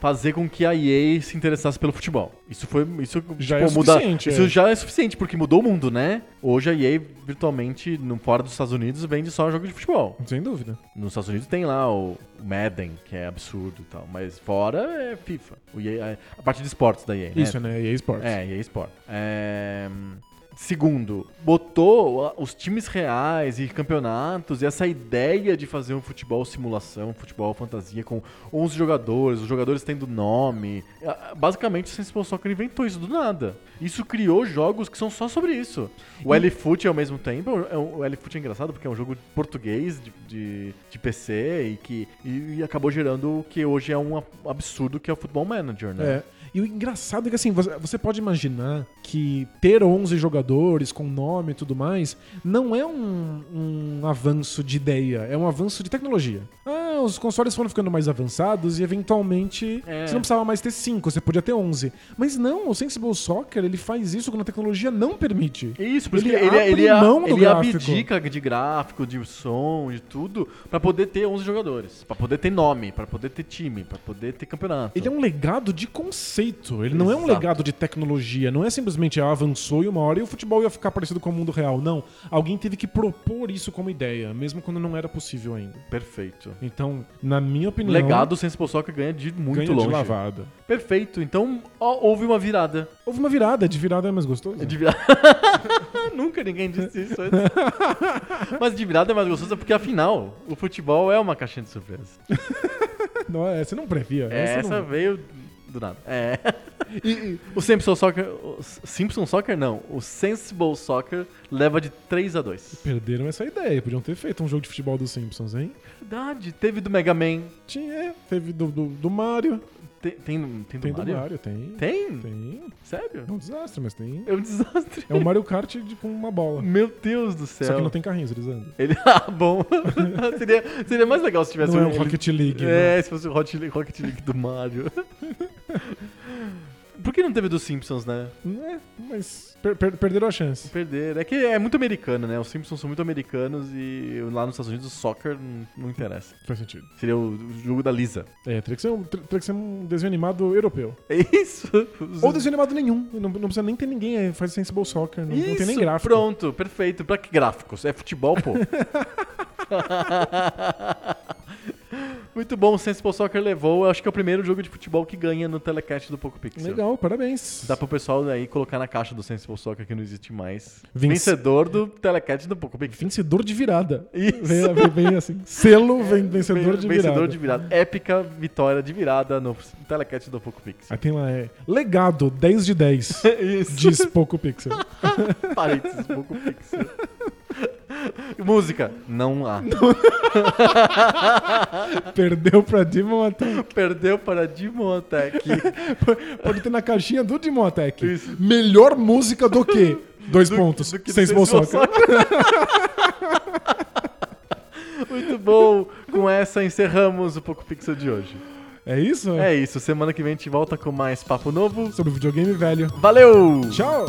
A: fazer com que a EA se interessasse pelo futebol. Isso foi. Isso tipo,
B: Já é suficiente,
A: Isso
B: é.
A: já é suficiente, porque mudou o mundo, né? Hoje a EA, virtualmente, no, fora dos Estados Unidos, vende só jogo de futebol.
B: Sem dúvida.
A: Nos Estados Unidos tem lá o Madden, que é absurdo e tal. Mas fora é FIFA. O EA, a parte de esportes da EA, né?
B: Isso, né? EA Sports.
A: É, EA Sport. É, hum, Segundo, botou a- os times reais e campeonatos e essa ideia de fazer um futebol simulação, um futebol fantasia com 11 jogadores, os jogadores tendo nome. Ah, Basicamente, o Sensible Soccer inventou isso do nada. Isso criou jogos que são só sobre isso. O LFoot, ao mesmo tempo, é um- o LFoot é engraçado porque é um jogo português de, de, de PC e que e, e acabou gerando o que hoje é um ab- absurdo que é o Football Manager, né?
B: É. E o engraçado é que, assim, você você pode imaginar que ter 11 jogadores com nome e tudo mais não é um, um avanço de ideia, é um avanço de tecnologia. Ah, os consoles foram ficando mais avançados e, eventualmente,
A: É.
B: você não precisava mais ter 5, você podia ter 11. Mas não, o Sensible Soccer, ele faz isso quando a tecnologia não permite.
A: É Isso, por isso
B: Ele
A: que ele,
B: abre
A: ele, é a-
B: mão do
A: ele
B: gráfico.
A: abdica de gráfico, de som, de tudo, pra poder ter 11 jogadores, pra poder ter nome, pra poder ter time, pra poder ter campeonato.
B: Ele é um legado de conceito, ele não é um
A: Exato.
B: legado de tecnologia, não é simplesmente ah, avançou e uma hora e o futebol ia ficar parecido com o mundo real. Não, alguém teve que propor isso como ideia, mesmo quando não era possível ainda.
A: Perfeito.
B: Então, na minha
A: O
B: opinião,
A: legado Sensible Soccer ganha de muito
B: ganha
A: longe.
B: de lavada.
A: Perfeito. Então, ó, houve uma virada.
B: Houve uma virada, de virada é mais gostoso.
A: De virada. Nunca ninguém disse isso antes. Mas de virada é mais gostoso porque, afinal, o futebol é uma caixinha de surpresa.
B: Não, é, você não previa.
A: Essa,
B: essa não...
A: veio do nada. É. o Simpson Soccer. o S- Simpson Soccer não. O Sensible Soccer leva de 3 a 2
B: Perderam essa ideia, podiam ter feito um jogo de futebol dos Simpsons, hein?
A: Verdade. Teve do Mega Man.
B: Tinha, é, teve do, do, do Mario,
A: Te- Tem, tem do
B: tem
A: Mario?
B: do Mario, tem.
A: Tem?
B: Tem.
A: Sério?
B: É um desastre, mas tem.
A: É um desastre.
B: É o Mario Kart de- com uma bola.
A: Meu Deus do céu.
B: Só que não tem carrinhos, eles andam.
A: Ele. Ah, bom. seria, seria mais legal se tivesse
B: Não é um
A: ele-
B: Rocket League. né?
A: É, se fosse o Hot League- Rocket League do Mario. Por que não teve dos Simpsons, né?
B: É, mas per- per- perderam a chance.
A: Perder. É que é muito americano, né? Os Simpsons são muito americanos e lá nos Estados Unidos o soccer não, não interessa.
B: Faz sentido.
A: Seria o, o jogo da Lisa.
B: É, teria que, ser um, ter- teria que ser um desenho animado europeu.
A: É isso. Os-
B: Ou desenho animado nenhum. Não, não precisa nem ter ninguém. é, Faz Sensible Soccer. Não,
A: isso,
B: não tem nem gráfico.
A: Pronto, perfeito. Pra que gráficos? É futebol, pô. muito bom, o Sensible Soccer levou. Eu acho que é o primeiro jogo de futebol que ganha no telecast do Poco Pixel.
B: Legal, parabéns.
A: Dá pro pessoal aí colocar na caixa do Sensible Soccer que não existe mais.
B: Vince-
A: Vencedor do Telecat do Poco Pixel.
B: Vencedor de virada.
A: Isso.
B: Vem, vem- vem assim. Selo ven- vencedor de virada.
A: Vencedor de virada. Épica vitória de virada no Telecat do Poco Pixel.
B: Aí tem lá, é. Legado 10 de 10.
A: Isso.
B: diz Poco Pixel.
A: Parênteses, Poco Pixel. Música, não há.
B: Perdeu pra Demon Attack.
A: Perdeu para Demon Attack.
B: Pode ter na caixinha do Demon Attack.
A: Isso.
B: Melhor música do que? Dois
A: Do-
B: pontos.
A: do que do
B: Sensible
A: Sensible
B: Soccer.
A: Muito bom. Com essa encerramos o Poco Pixel de hoje.
B: É isso?
A: É isso, semana que vem a gente volta com mais papo novo.
B: Sobre videogame velho.
A: Valeu!
B: Tchau!